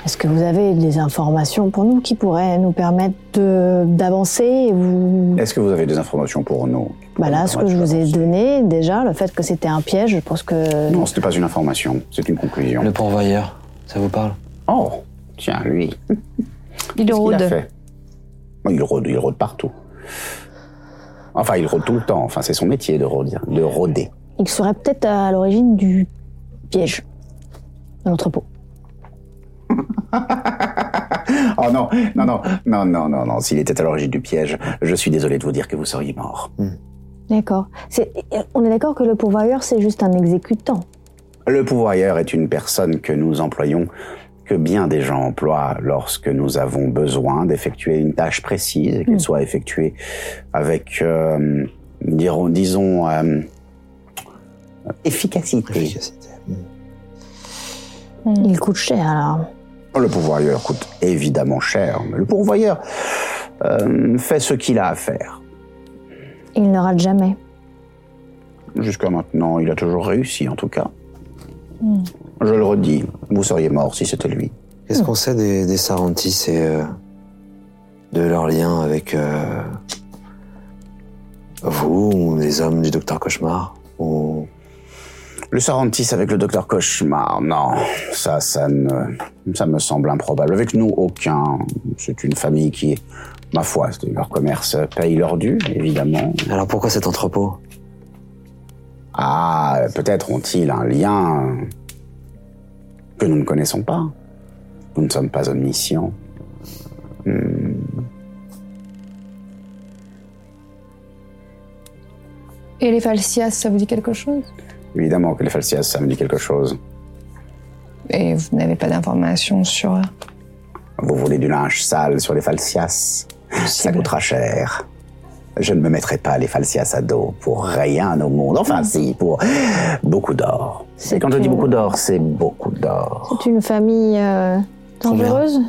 Speaker 2: Est-ce que vous avez des informations pour nous qui pourraient nous permettre de- d'avancer et vous...
Speaker 1: Est-ce que vous avez des informations pour nous
Speaker 2: Hmm. Bah là, ce que je vous ai donné déjà, le fait que c'était un piège, je pense que.
Speaker 1: Non, ce n'est pas une information, c'est une conclusion. Le
Speaker 4: pourvoyeur, ça vous parle
Speaker 1: Oh, tiens, lui.
Speaker 10: Il
Speaker 1: Qu'est-ce qu'il a
Speaker 10: rôde.
Speaker 1: fait Oh, il rôde. Il rôde partout. Enfin, il rôde tout le temps. Enfin, c'est son métier de rôder. De rôder.
Speaker 2: Il serait peut-être à l'origine du piège dans l'entrepôt.
Speaker 1: Oh non, non, non, non, non, non, non. S'il était à l'origine du piège, je suis désolé de vous dire que vous seriez mort.
Speaker 2: D'accord. C'est- On est d'accord que le pourvoyeur, c'est juste un exécutant.
Speaker 1: Le pourvoyeur est une personne que nous employons, que bien des gens emploient lorsque nous avons besoin d'effectuer une tâche précise, et qu'elle
Speaker 2: Mm.
Speaker 1: soit effectuée avec, euh, dirons- disons, euh, efficacité.
Speaker 2: Hmm. Il coûte cher, alors.
Speaker 1: Le pourvoyeur coûte évidemment cher, mais le pourvoyeur euh, fait ce qu'il a à faire.
Speaker 2: Il ne rate jamais.
Speaker 1: Jusqu'à maintenant, il a toujours réussi, en tout cas.
Speaker 2: Hmm.
Speaker 1: Je le redis, vous seriez mort si c'était lui.
Speaker 4: Qu'est-ce qu'on sait des, des Sarantis et euh, de leur lien avec euh, vous ou les hommes du Docteur Cauchemar ou...
Speaker 1: Le Sarantis avec le docteur Cauchemar, non, ça, ça, ne, ça me semble improbable. Avec nous, aucun. C'est une famille qui, ma foi, c'est- leur commerce paye leur dû, évidemment.
Speaker 4: Alors pourquoi cet entrepôt
Speaker 1: Ah, peut-être ont-ils un lien que nous ne connaissons pas. Nous ne sommes pas omniscients. Hmm.
Speaker 10: Et les falsias, ça vous dit quelque chose
Speaker 1: Évidemment que les falsias, ça me dit quelque chose.
Speaker 11: Et vous n'avez pas d'informations sur. euh,
Speaker 1: Vous voulez du linge sale sur les falsias Ça coûtera cher. Je ne me mettrai pas les falsias à dos pour rien au monde. Enfin, si, pour beaucoup d'or. Et quand je dis beaucoup d'or, c'est beaucoup d'or.
Speaker 2: C'est une famille euh, dangereuse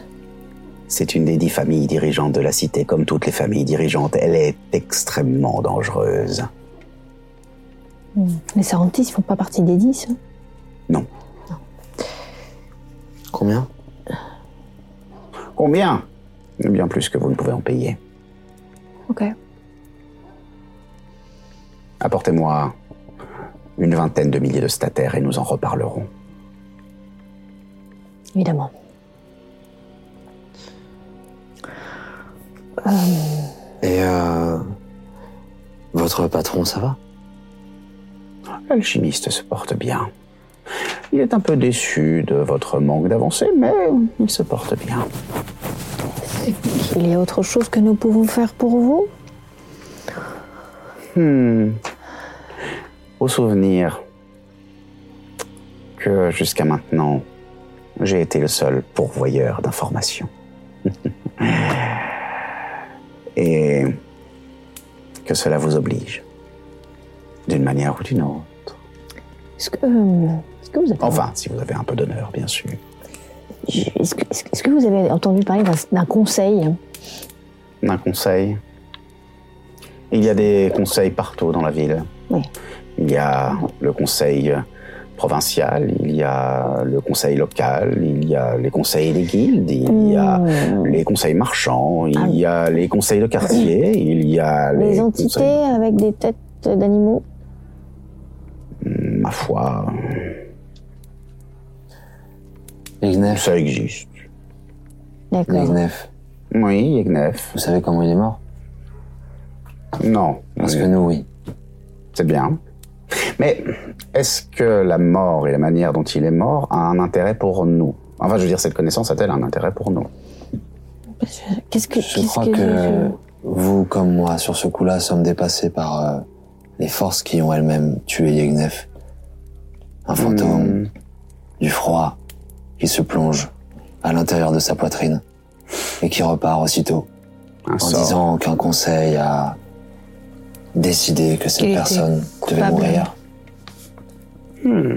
Speaker 1: C'est une des dix familles dirigeantes de la cité, comme toutes les familles dirigeantes. Elle est extrêmement dangereuse.
Speaker 2: Hmm. Les Sarantis, ils font pas partie des 10. hein.
Speaker 4: Combien
Speaker 1: Combien Bien plus que vous ne pouvez en payer.
Speaker 2: Ok.
Speaker 1: Apportez-moi une vingtaine de milliers de statères et nous en reparlerons.
Speaker 2: Évidemment.
Speaker 4: Et euh, votre patron, ça va
Speaker 1: L'alchimiste se porte bien. Il est un peu déçu de votre manque d'avancée, mais il se porte bien.
Speaker 2: Il y a autre chose que nous pouvons faire pour vous
Speaker 1: Hmm. Au souvenir que jusqu'à maintenant, j'ai été le seul pourvoyeur d'informations. Et que cela vous oblige, d'une manière ou d'une autre.
Speaker 2: Est-ce que, euh, est-ce que vous avez...
Speaker 1: Enfin, si vous avez un peu d'honneur, bien sûr.
Speaker 2: Est-ce que, est-ce que- est-ce que vous avez entendu parler d'un- d'un conseil
Speaker 1: Un conseil. Il y a des conseils partout dans la ville.
Speaker 2: Oui.
Speaker 1: Il y a le conseil provincial, il y a le conseil local, il y a les conseils des guildes, il y a
Speaker 2: Hmm. Mm.
Speaker 1: les conseils marchands, il y a les conseils de quartier, il y a les,
Speaker 2: Des Ah entités
Speaker 1: conseils-
Speaker 2: avec des têtes d'animaux
Speaker 1: Ma foi. Ça existe.
Speaker 2: D'accord.
Speaker 4: Yegnef.
Speaker 1: Oui, Yegnef.
Speaker 4: Vous savez comment il est mort
Speaker 1: Non.
Speaker 4: Parce que nous, oui.
Speaker 1: C'est bien. Mais est-ce que la mort et la manière dont il est mort a un intérêt pour nous Enfin, je veux dire, cette connaissance a-t-elle un intérêt pour nous
Speaker 2: Qu'est-ce que...
Speaker 4: Je crois que, vous, comme moi, sur ce coup-là, sommes dépassés par euh, les forces qui ont elles-mêmes tué Yegnef. Un fantôme du froid qui se plonge à l'intérieur de sa poitrine et qui repart aussitôt en
Speaker 1: sort.
Speaker 4: disant qu'un conseil a décidé que
Speaker 1: Qu'il
Speaker 4: cette
Speaker 1: était
Speaker 4: personne devait
Speaker 1: coupable.
Speaker 4: mourir.
Speaker 1: Hmm.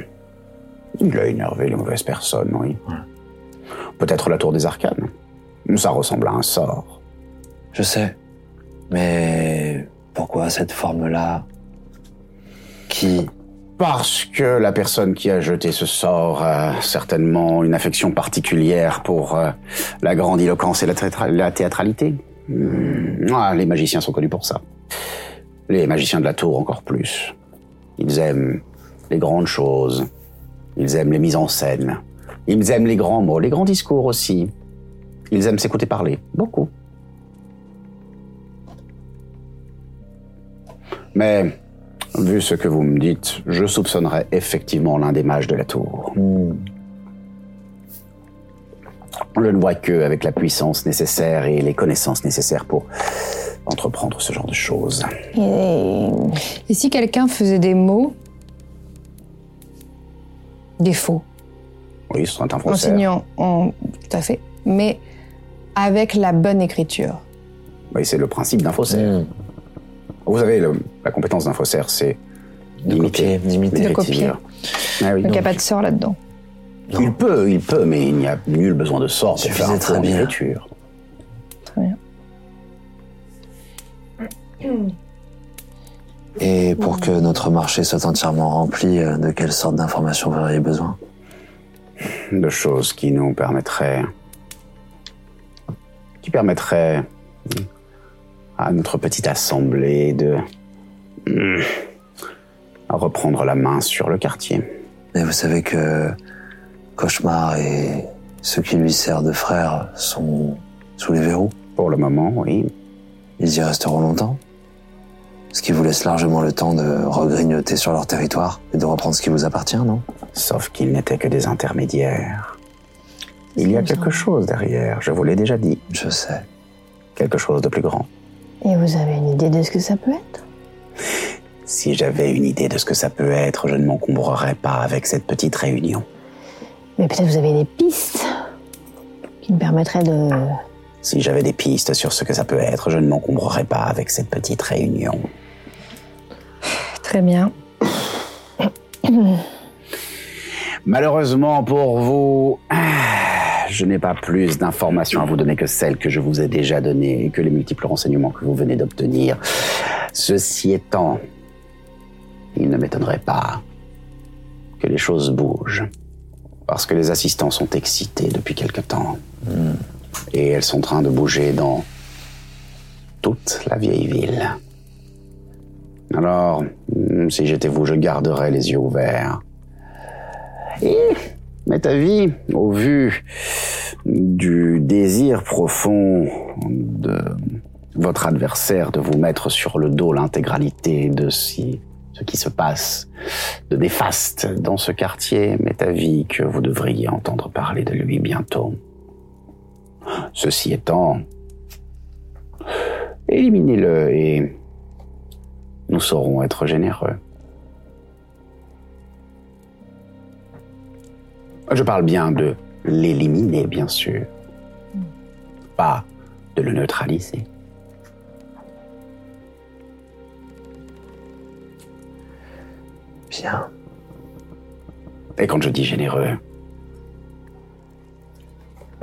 Speaker 1: Il a énervé les mauvaises personnes, oui. Peut-être la tour des arcanes. Ça ressemble à un sort.
Speaker 4: Je sais. Mais pourquoi cette forme-là Qui
Speaker 1: Parce que la personne qui a jeté ce sort a certainement une affection particulière pour euh, la grandiloquence et la, théâtra- la théâtralité. Hmm. Ah, les magiciens sont connus pour ça. Les magiciens de la tour encore plus. Ils aiment les grandes choses. Ils aiment les mises en scène. Ils aiment les grands mots, les grands discours aussi. Ils aiment s'écouter parler, beaucoup. Mais vu ce que vous me dites, je soupçonnerais effectivement l'un des mages de la tour. Je ne vois que avec la puissance nécessaire et les connaissances nécessaires pour entreprendre ce genre de choses.
Speaker 10: Et, et si quelqu'un faisait des mots Des faux.
Speaker 1: Oui, ce serait un
Speaker 10: En
Speaker 1: français.
Speaker 10: signant, en... tout à fait. Mais avec la bonne écriture.
Speaker 1: Oui, c'est le principe d'un
Speaker 4: Hmm.
Speaker 1: faussaire. Vous avez le- la compétence d'un faussaire, c'est d'imiter.
Speaker 10: De copier.
Speaker 1: Ah
Speaker 10: Donc il
Speaker 1: oui,
Speaker 10: n'y a
Speaker 1: donc,
Speaker 10: pas de sort là-dedans.
Speaker 1: il peut, il peut, mais il n'y a nul besoin de sort pour faire un
Speaker 4: très
Speaker 1: cours
Speaker 4: bien.
Speaker 1: d'écriture.
Speaker 4: Et pour que notre marché soit entièrement rempli, euh, de quelle sorte d'informations vous auriez besoin
Speaker 1: de choses qui nous permettraient, qui permettraient à notre petite assemblée de mm, à reprendre la main sur le quartier.
Speaker 4: Mais vous savez que Cauchemar et ceux qui lui servent de frères sont sous les verrous
Speaker 1: Pour le moment, oui.
Speaker 4: Ils y resteront longtemps Ce qui vous laisse largement le temps de regrignoter sur leur territoire et de reprendre ce qui vous appartient, non
Speaker 1: Sauf qu'ils n'étaient que des intermédiaires. Il y a quelque chose derrière, je vous l'ai déjà dit.
Speaker 4: Je sais.
Speaker 1: Quelque chose de plus grand.
Speaker 2: Et vous avez une idée de ce que ça peut être
Speaker 1: Si j'avais une idée de ce que ça peut être, je ne m'encombrerais pas avec cette petite réunion.
Speaker 2: Mais peut-être vous avez des pistes qui me permettraient de.
Speaker 1: Si j'avais des pistes sur ce que ça peut être, je ne m'encombrerais pas avec cette petite réunion.
Speaker 11: Très bien.
Speaker 1: Malheureusement pour vous, ah, je n'ai pas plus d'informations à vous donner que celles que je vous ai déjà données et que les multiples renseignements que vous venez d'obtenir. Ceci étant, il ne m'étonnerait pas que les choses bougent, parce que les assistants sont excités depuis quelque temps. Et elles sont en train de bouger dans toute la vieille ville. Alors, hmm, si j'étais vous, je garderais les yeux ouverts. Et, mais à vie, au vu du désir profond de votre adversaire de vous mettre sur le dos l'intégralité de si- ce qui se passe de néfaste dans ce quartier, m'est avis que vous devriez entendre parler de lui bientôt. Ceci étant, éliminez-le et nous saurons être généreux. Je parle bien de l'éliminer, bien sûr. Pas de le neutraliser.
Speaker 4: Bien.
Speaker 1: Et quand je dis généreux,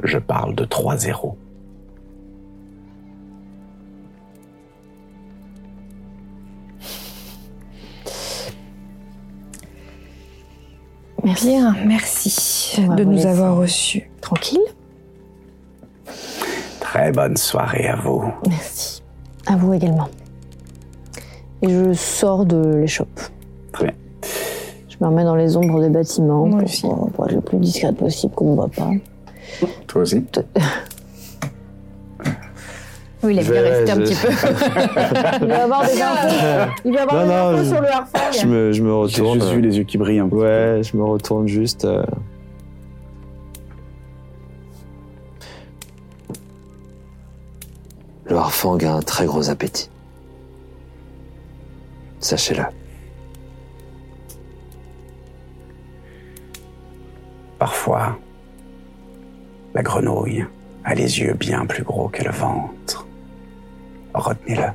Speaker 1: je parle de 3-0.
Speaker 11: Merci. Bien, merci
Speaker 2: On va
Speaker 11: de
Speaker 2: vous
Speaker 11: nous
Speaker 2: laisser.
Speaker 11: avoir reçus.
Speaker 2: Tranquille.
Speaker 1: Très bonne soirée à vous.
Speaker 2: Merci. À vous également. Et je sors de l'échoppe.
Speaker 1: Très bien.
Speaker 2: Je me remets dans les ombres des bâtiments pour, pour- pour être le plus discrète possible qu'on ne me voit pas.
Speaker 1: Toi aussi
Speaker 13: Oui, il aime bien
Speaker 5: Je-
Speaker 13: rester un
Speaker 5: je-
Speaker 13: petit peu.
Speaker 2: Il va avoir des infos. Il va avoir
Speaker 5: Non,
Speaker 2: des
Speaker 5: non,
Speaker 2: infos
Speaker 5: je-
Speaker 2: sur le
Speaker 5: Je
Speaker 2: harfang.
Speaker 5: me, je me retourne. euh,
Speaker 1: juste vu les yeux qui brillent.
Speaker 5: ouais, je me retourne juste. euh.
Speaker 4: Le harfang a un très gros appétit. Sachez-le.
Speaker 1: Parfois, la grenouille a les yeux bien plus gros que le ventre. Retenez-le.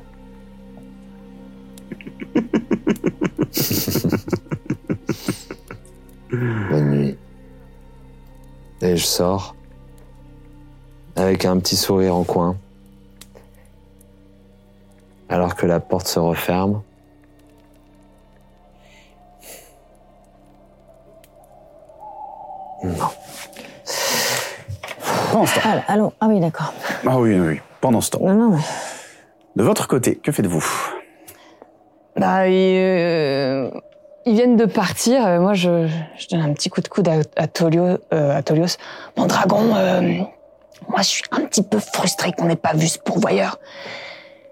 Speaker 4: Bonne nuit. Et je sors avec un petit sourire en coin. Alors que la porte se referme. Non.
Speaker 1: Pendant ce temps.
Speaker 2: Ah, allons. Ah oui, d'accord.
Speaker 1: Ah oui, oui, oui. Pendant ce temps.
Speaker 2: Non, non, mais.
Speaker 1: De votre côté, que faites-vous
Speaker 3: Bah, ils, euh, ils viennent de partir. Euh, Moi, je, je donne un petit coup de coude à, à Tolio- euh, à Tolios.
Speaker 6: Mon dragon, euh, moi je suis un petit peu frustrée qu'on n'ait pas vu ce pourvoyeur.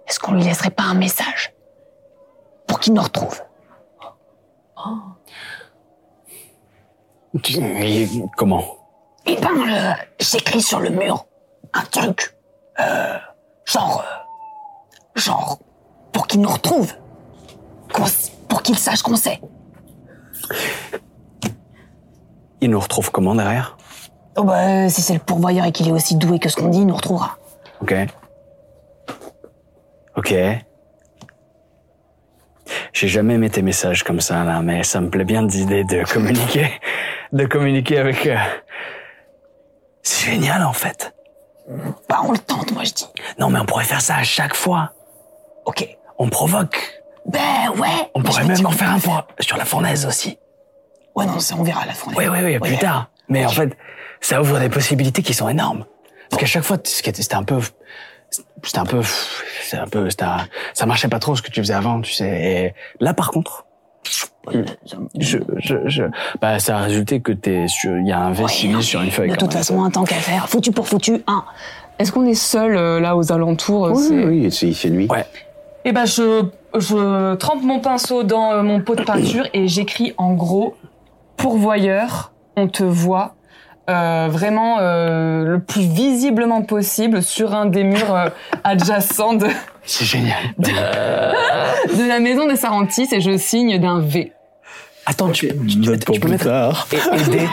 Speaker 6: Est-ce qu'on lui laisserait pas un message
Speaker 12: pour qu'il nous retrouve.
Speaker 9: Tu- mais Comment
Speaker 6: Et ben, le- j'écris sur le mur un truc. euh, genre. euh, genre. Pour qu'il nous retrouve. Qu'on s- pour qu'il sache qu'on sait.
Speaker 9: Il nous retrouve comment derrière
Speaker 6: Oh bah, euh, si c'est le pourvoyeur et qu'il est aussi doué que ce qu'on dit, il nous retrouvera.
Speaker 9: Ok. Ok. J'ai jamais aimé tes messages comme ça, là, mais ça me plaît bien l'idée de communiquer, de communiquer avec... euh, C'est génial, en fait.
Speaker 6: Bah, on le tente, moi, je dis.
Speaker 9: Non, mais on pourrait faire ça à chaque fois.
Speaker 6: Ok.
Speaker 9: On provoque.
Speaker 6: Ben ouais.
Speaker 9: On pourrait même en faire un point sur la fournaise aussi.
Speaker 6: Ouais, non, ça, on verra la fournaise.
Speaker 9: Oui, oui, oui, plus
Speaker 6: Ouais.
Speaker 9: tard. Mais en fait, ça ouvre des possibilités qui sont énormes. Parce qu'à chaque fois, t- c'était c'était un peu, c'était un peu, c'était un peu, c'était un- ça marchait pas trop ce que tu faisais avant, tu sais. Et là, par contre, hum, je, je, je, bah, ça a résulté que t'es sur, il y a un V signé sur une feuille.
Speaker 6: De
Speaker 9: quand
Speaker 6: toute
Speaker 9: même.
Speaker 6: façon, un tant qu'à faire. Foutu pour foutu, un.
Speaker 14: Est-ce qu'on est seul euh, là aux alentours
Speaker 1: Oui,
Speaker 14: c'est-
Speaker 1: oui, c'est chez lui.
Speaker 9: Ouais.
Speaker 14: Eh ben, je, je trempe mon pinceau dans euh, mon pot de peinture et j'écris en gros pourvoyeur, on te voit. euh, vraiment euh, le plus visiblement possible sur un des murs euh, adjacents de,
Speaker 9: C'est génial.
Speaker 14: de la maison des Sarantis et je signe d'un V.
Speaker 9: Attends, tu, tu- tu- tu peux mettre et, et des-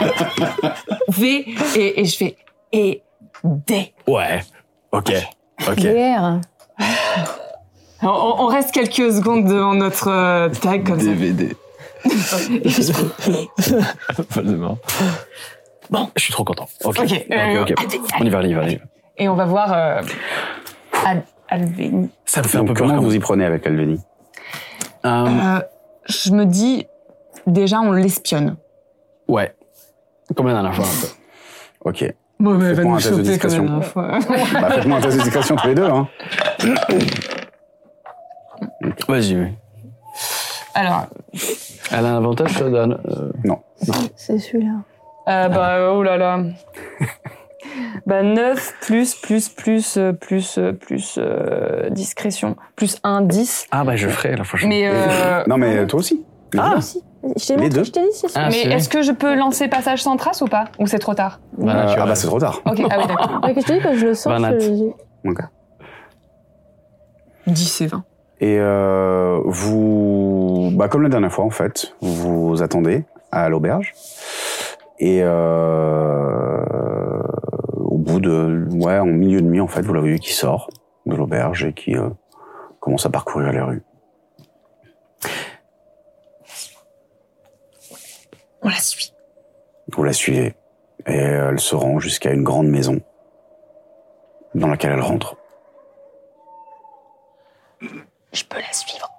Speaker 14: V et, et je fais et D.
Speaker 9: Ouais. Ok. Ok.
Speaker 14: VR. On, on reste quelques secondes devant notre euh, tag comme
Speaker 8: DVD.
Speaker 14: ça. Et je fais-
Speaker 8: Voldemort.
Speaker 9: Bon, je suis trop content. Ok.
Speaker 14: Ok, euh,
Speaker 9: Ah, ok.
Speaker 14: allez,
Speaker 9: On y va, on y va, on y va.
Speaker 14: Et on va voir euh, Al- Alvéni.
Speaker 9: Ça me
Speaker 1: fait un peu Comment vous y prenez avec Alveni
Speaker 14: Euh, je me dis, déjà, on l'espionne.
Speaker 9: Ouais. Comme la dernière fois. un peu.
Speaker 1: Ok.
Speaker 14: Bon, mais
Speaker 1: elle va Faites-moi nous un test de choper comme la discrétion. dernière
Speaker 14: euh.
Speaker 1: bah, faites-moi un test de discrétion tous les deux. Hein.
Speaker 9: Vas-y, oui.
Speaker 14: Alors,
Speaker 9: Elle a un avantage, euh. ça, Dan
Speaker 1: Non.
Speaker 2: C'est celui-là.
Speaker 14: euh, bah, oh là là. bah, 9 plus, plus, plus, euh, plus, euh, plus euh, discrétion. Plus 1, 10.
Speaker 9: Ah, bah, je ferai la prochaine.
Speaker 14: Mais, euh,
Speaker 1: Non, mais toi aussi. Ah
Speaker 14: Je
Speaker 1: t'ai Les montré, deux. je
Speaker 14: t'ai dit, c'est
Speaker 1: ça. Ah,
Speaker 14: Mais
Speaker 1: c'est vrai.
Speaker 14: est-ce que je peux lancer passage sans trace ou pas Ou c'est trop tard
Speaker 1: Euh, ah bah c'est trop tard.
Speaker 14: Ok, ah oui, d'accord.
Speaker 2: Ouais, que je te dis, quand je le sens,
Speaker 1: Barnat.
Speaker 2: je le dis.
Speaker 1: Ok.
Speaker 14: 10 et 20.
Speaker 1: Et euh, vous, bah comme la dernière fois en fait, vous attendez à l'auberge. Et euh, au bout de, ouais, en milieu de nuit en fait, vous l'avez vu qui sort de l'auberge et qui euh, commence à parcourir les rues.
Speaker 6: On la suit.
Speaker 1: Vous la suivez et euh, elle se rend jusqu'à une grande maison dans laquelle elle rentre.
Speaker 6: Je peux la suivre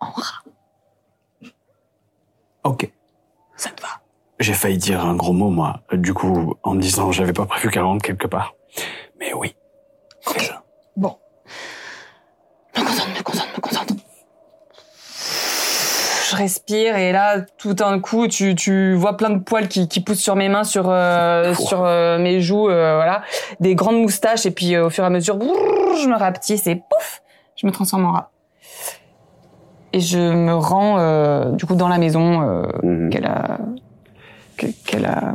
Speaker 6: en rat.
Speaker 9: Ok.
Speaker 6: Ça te va
Speaker 9: J'ai failli dire un gros mot, moi. Du coup, en me disant, j'avais pas prévu qu'elle rentre quelque part. Mais oui.
Speaker 6: Bon. Me concentre, me concentre, me concentre.
Speaker 14: Je respire et là, tout d'un coup, tu, tu vois plein de poils qui, qui poussent sur mes mains, sur, euh, sur euh, mes joues, euh, voilà. Des grandes moustaches et puis euh, au fur et à mesure, brrr, je me rapetisse et pouf, je me transforme en rat. Et je me rends euh, du coup dans la maison euh,
Speaker 1: Mhm.
Speaker 14: qu'elle a... que- qu'elle a...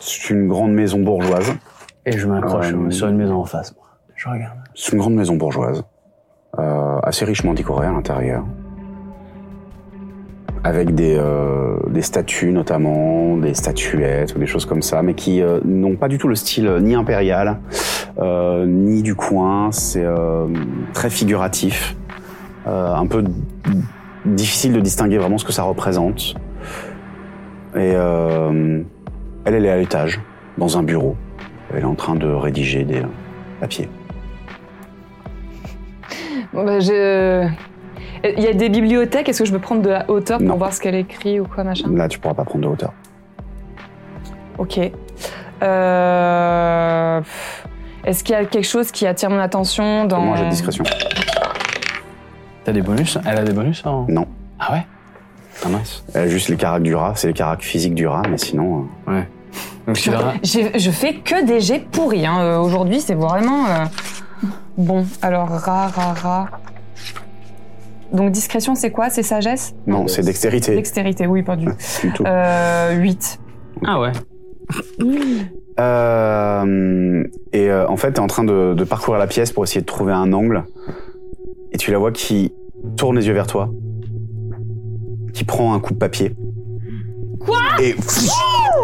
Speaker 1: C'est une grande maison bourgeoise.
Speaker 9: Et je m'accroche
Speaker 1: Euh,
Speaker 9: sur une maison en face, moi. Je regarde.
Speaker 1: C'est une grande maison bourgeoise, euh, assez richement décorée à l'intérieur, avec des, euh, des statues notamment, des statuettes ou des choses comme ça, mais qui euh, n'ont pas du tout le style euh, ni impérial, euh, ni du coin. C'est euh, très figuratif, euh, un peu d- difficile de distinguer vraiment ce que ça représente. Et euh, elle, elle est à l'étage, dans un bureau. Elle est en train de rédiger des euh, papiers.
Speaker 14: Bon, bah, je... Il y a des bibliothèques, est-ce que je peux prendre de la hauteur pour
Speaker 1: Non.
Speaker 14: voir ce qu'elle écrit ou quoi, machin
Speaker 1: Là, tu pourras pas prendre de hauteur.
Speaker 14: Ok. Euh, pff, Est-ce qu'il y a quelque chose qui attire mon attention dans...
Speaker 1: Moi, j'ai discrétion.
Speaker 9: T'as des bonus Elle a des bonus en...
Speaker 1: Non.
Speaker 9: Ah ouais Ah
Speaker 1: Euh, juste les caracs du rat, c'est les caracs physiques du rat, mais sinon. euh,
Speaker 9: Ouais. Donc tu verras.
Speaker 14: J'ai- Je fais que des jets pourris. hein. Euh, Aujourd'hui, c'est vraiment... euh, Bon, alors, ra, ra, ra. Donc discrétion, c'est quoi Ah, C'est sagesse
Speaker 1: Non, c'est dextérité.
Speaker 14: Dextérité, oui, pas du
Speaker 1: Du tout.
Speaker 14: Euh, 8.
Speaker 15: Ah ouais.
Speaker 1: Euh, et euh, en fait, t'es en train de, de parcourir la pièce pour essayer de trouver un angle. Et tu la vois qui tourne les yeux vers toi, qui prend un coup de papier
Speaker 14: Quoi
Speaker 1: et pfff,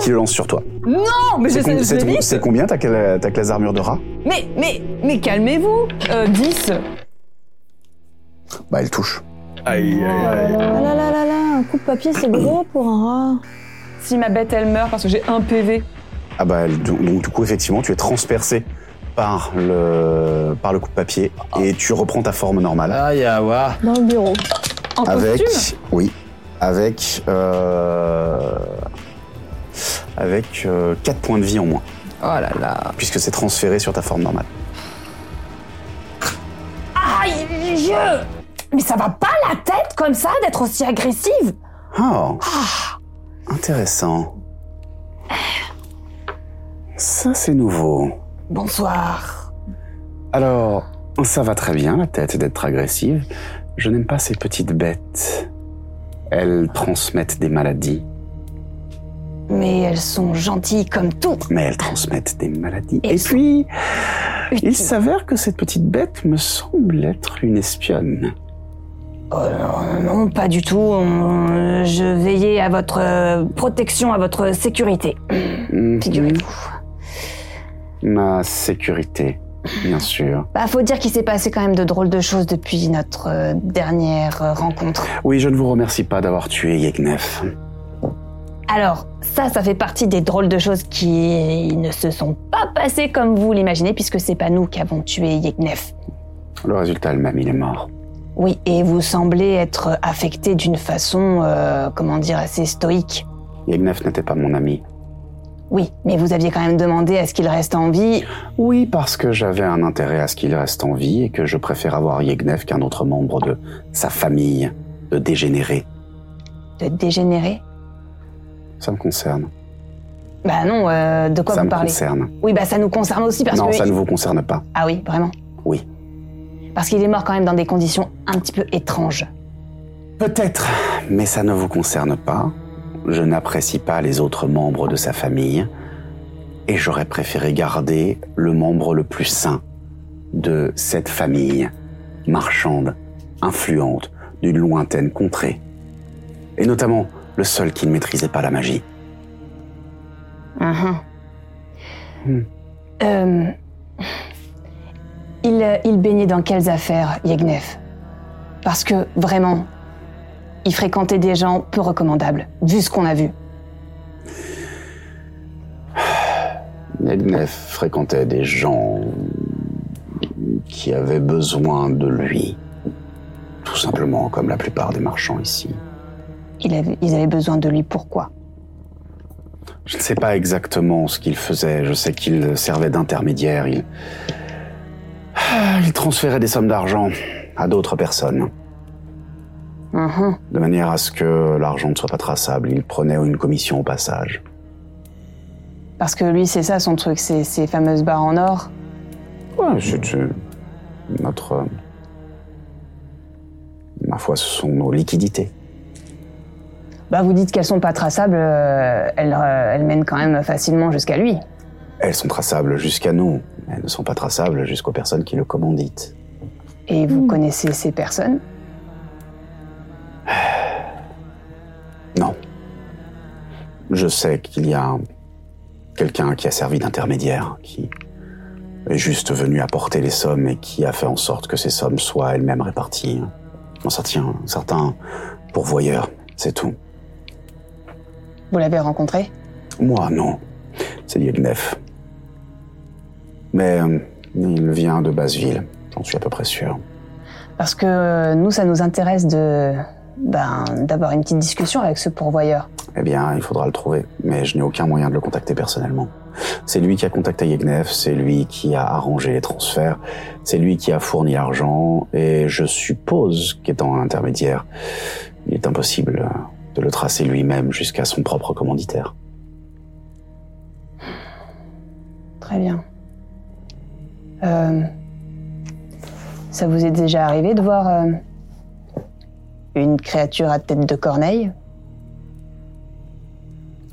Speaker 1: qui le lance sur toi.
Speaker 14: Non, mais je
Speaker 1: C'est com-
Speaker 14: sais, je
Speaker 1: c'est-
Speaker 14: l'évite.
Speaker 1: C'est combien ta, cla- ta classe d'armure de rat
Speaker 14: Mais, mais, mais calmez-vous. Euh, 10.
Speaker 1: Bah, elle touche.
Speaker 16: Aïe,
Speaker 2: Oh là là là là, un coup de papier, c'est gros pour un rat.
Speaker 14: Si ma bête, elle meurt parce que j'ai un PV.
Speaker 1: Ah bah, elle- donc donc, du coup, effectivement, tu es transpercé par le, par le coup de papier
Speaker 14: Ah.
Speaker 1: et tu reprends ta forme normale.
Speaker 9: Ah, Yawa.
Speaker 2: Dans le bureau.
Speaker 14: En
Speaker 1: avec,
Speaker 14: costume
Speaker 1: Oui, avec... euh, avec 4 points de vie en moins.
Speaker 14: Oh là là.
Speaker 1: Puisque c'est transféré sur ta forme normale.
Speaker 17: Aïe, les yeux Mais ça va pas la tête comme ça d'être aussi agressive
Speaker 1: Oh Intéressant. Ça, c'est nouveau.
Speaker 17: Bonsoir.
Speaker 1: Alors, ça va très bien, la tête, d'être agressive. Je n'aime pas ces petites bêtes. Elles transmettent des maladies,
Speaker 6: Mais elles sont gentilles comme tout.
Speaker 1: mais elles transmettent des maladies. Et, puis, il s'avère que cette petite bête me semble être une espionne.
Speaker 6: Euh, Non, pas du tout. On- Je veillais à votre euh, protection, à votre sécurité.
Speaker 1: Figurez-vous. Hmm, Ma sécurité, bien sûr.
Speaker 6: Bah, faut dire qu'il s'est passé quand même de drôles de choses depuis notre euh, dernière euh, rencontre.
Speaker 1: Oui, je ne vous remercie pas d'avoir tué Yegnef.
Speaker 6: Alors, ça, ça fait partie des drôles de choses qui ne se sont pas passées comme vous l'imaginez, puisque c'est pas nous qui avons tué Yegnef.
Speaker 1: Le résultat est le même, il est mort.
Speaker 6: Oui, et vous semblez être affecté d'une façon, euh, comment dire, assez stoïque.
Speaker 1: Yegnef n'était pas mon ami.
Speaker 6: Oui, mais vous aviez quand même demandé à ce qu'il reste en vie.
Speaker 1: Oui, parce que j'avais un intérêt à ce qu'il reste en vie et que je préfère avoir Yegnef qu'un autre membre de sa famille de dégénéré.
Speaker 6: De dégénérer
Speaker 1: Ça me concerne.
Speaker 6: Bah non, euh, de quoi
Speaker 1: ça
Speaker 6: vous
Speaker 1: me
Speaker 6: parlez
Speaker 1: concerne.
Speaker 6: Oui, bah ça nous concerne aussi parce
Speaker 1: non,
Speaker 6: que.
Speaker 1: ça ne vous concerne pas.
Speaker 6: Ah oui, vraiment
Speaker 1: Oui.
Speaker 6: Parce qu'il est mort quand même dans des conditions un petit peu étranges.
Speaker 1: Peut-être, mais ça ne vous concerne pas. Je n'apprécie pas les autres membres de sa famille et j'aurais préféré garder le membre le plus sain de cette famille marchande, influente, d'une lointaine contrée. Et notamment le seul qui ne maîtrisait pas la magie.
Speaker 6: Mhm.
Speaker 1: Hmm.
Speaker 6: Euh, il, euh, il baignait dans quelles affaires, Yegnef Parce que vraiment, il fréquentait des gens peu recommandables, vu ce qu'on a vu.
Speaker 1: Negnef fréquentait des gens qui avaient besoin de lui. Tout simplement, comme la plupart des marchands ici.
Speaker 6: Il avait- ils avaient besoin de lui, pourquoi
Speaker 1: Je ne sais pas exactement ce qu'il faisait. Je sais qu'il servait d'intermédiaire. Il... Ah, il transférait des sommes d'argent à d'autres personnes.
Speaker 6: Mhm.
Speaker 1: De manière à ce que l'argent ne soit pas traçable. Il prenait une commission au passage.
Speaker 6: Parce que lui, c'est ça son truc, c'est ces fameuses barres en or.
Speaker 1: Ouais, c'est c'est notre. euh, Ma foi, ce sont nos liquidités.
Speaker 6: Bah, vous dites qu'elles sont pas traçables, euh, elles, euh, elles mènent quand même facilement jusqu'à lui.
Speaker 1: Elles sont traçables jusqu'à nous. Elles ne sont pas traçables jusqu'aux personnes qui le commanditent.
Speaker 6: Et vous connaissez ces personnes
Speaker 1: Non. Je sais qu'il y a quelqu'un qui a servi d'intermédiaire, qui est juste venu apporter les sommes et qui a fait en sorte que ces sommes soient elles-mêmes réparties. On s'en tient certains pourvoyeurs, c'est tout.
Speaker 6: Vous l'avez rencontré
Speaker 1: Moi, non. C'est Yegnef. Mais euh, il vient de Basseville, j'en suis à peu près sûr.
Speaker 6: Parce que euh, nous, ça nous intéresse de ben, d'avoir une petite discussion avec ce pourvoyeur.
Speaker 1: Eh bien, il faudra le trouver, mais je n'ai aucun moyen de le contacter personnellement. C'est lui qui a contacté Yegnef, c'est lui qui a arrangé les transferts, c'est lui qui a fourni l'argent, et je suppose qu'étant un intermédiaire, il est impossible euh, de le tracer lui-même jusqu'à son propre commanditaire.
Speaker 6: Très bien. Euh, ça vous est déjà arrivé de voir euh, une créature à tête de corneille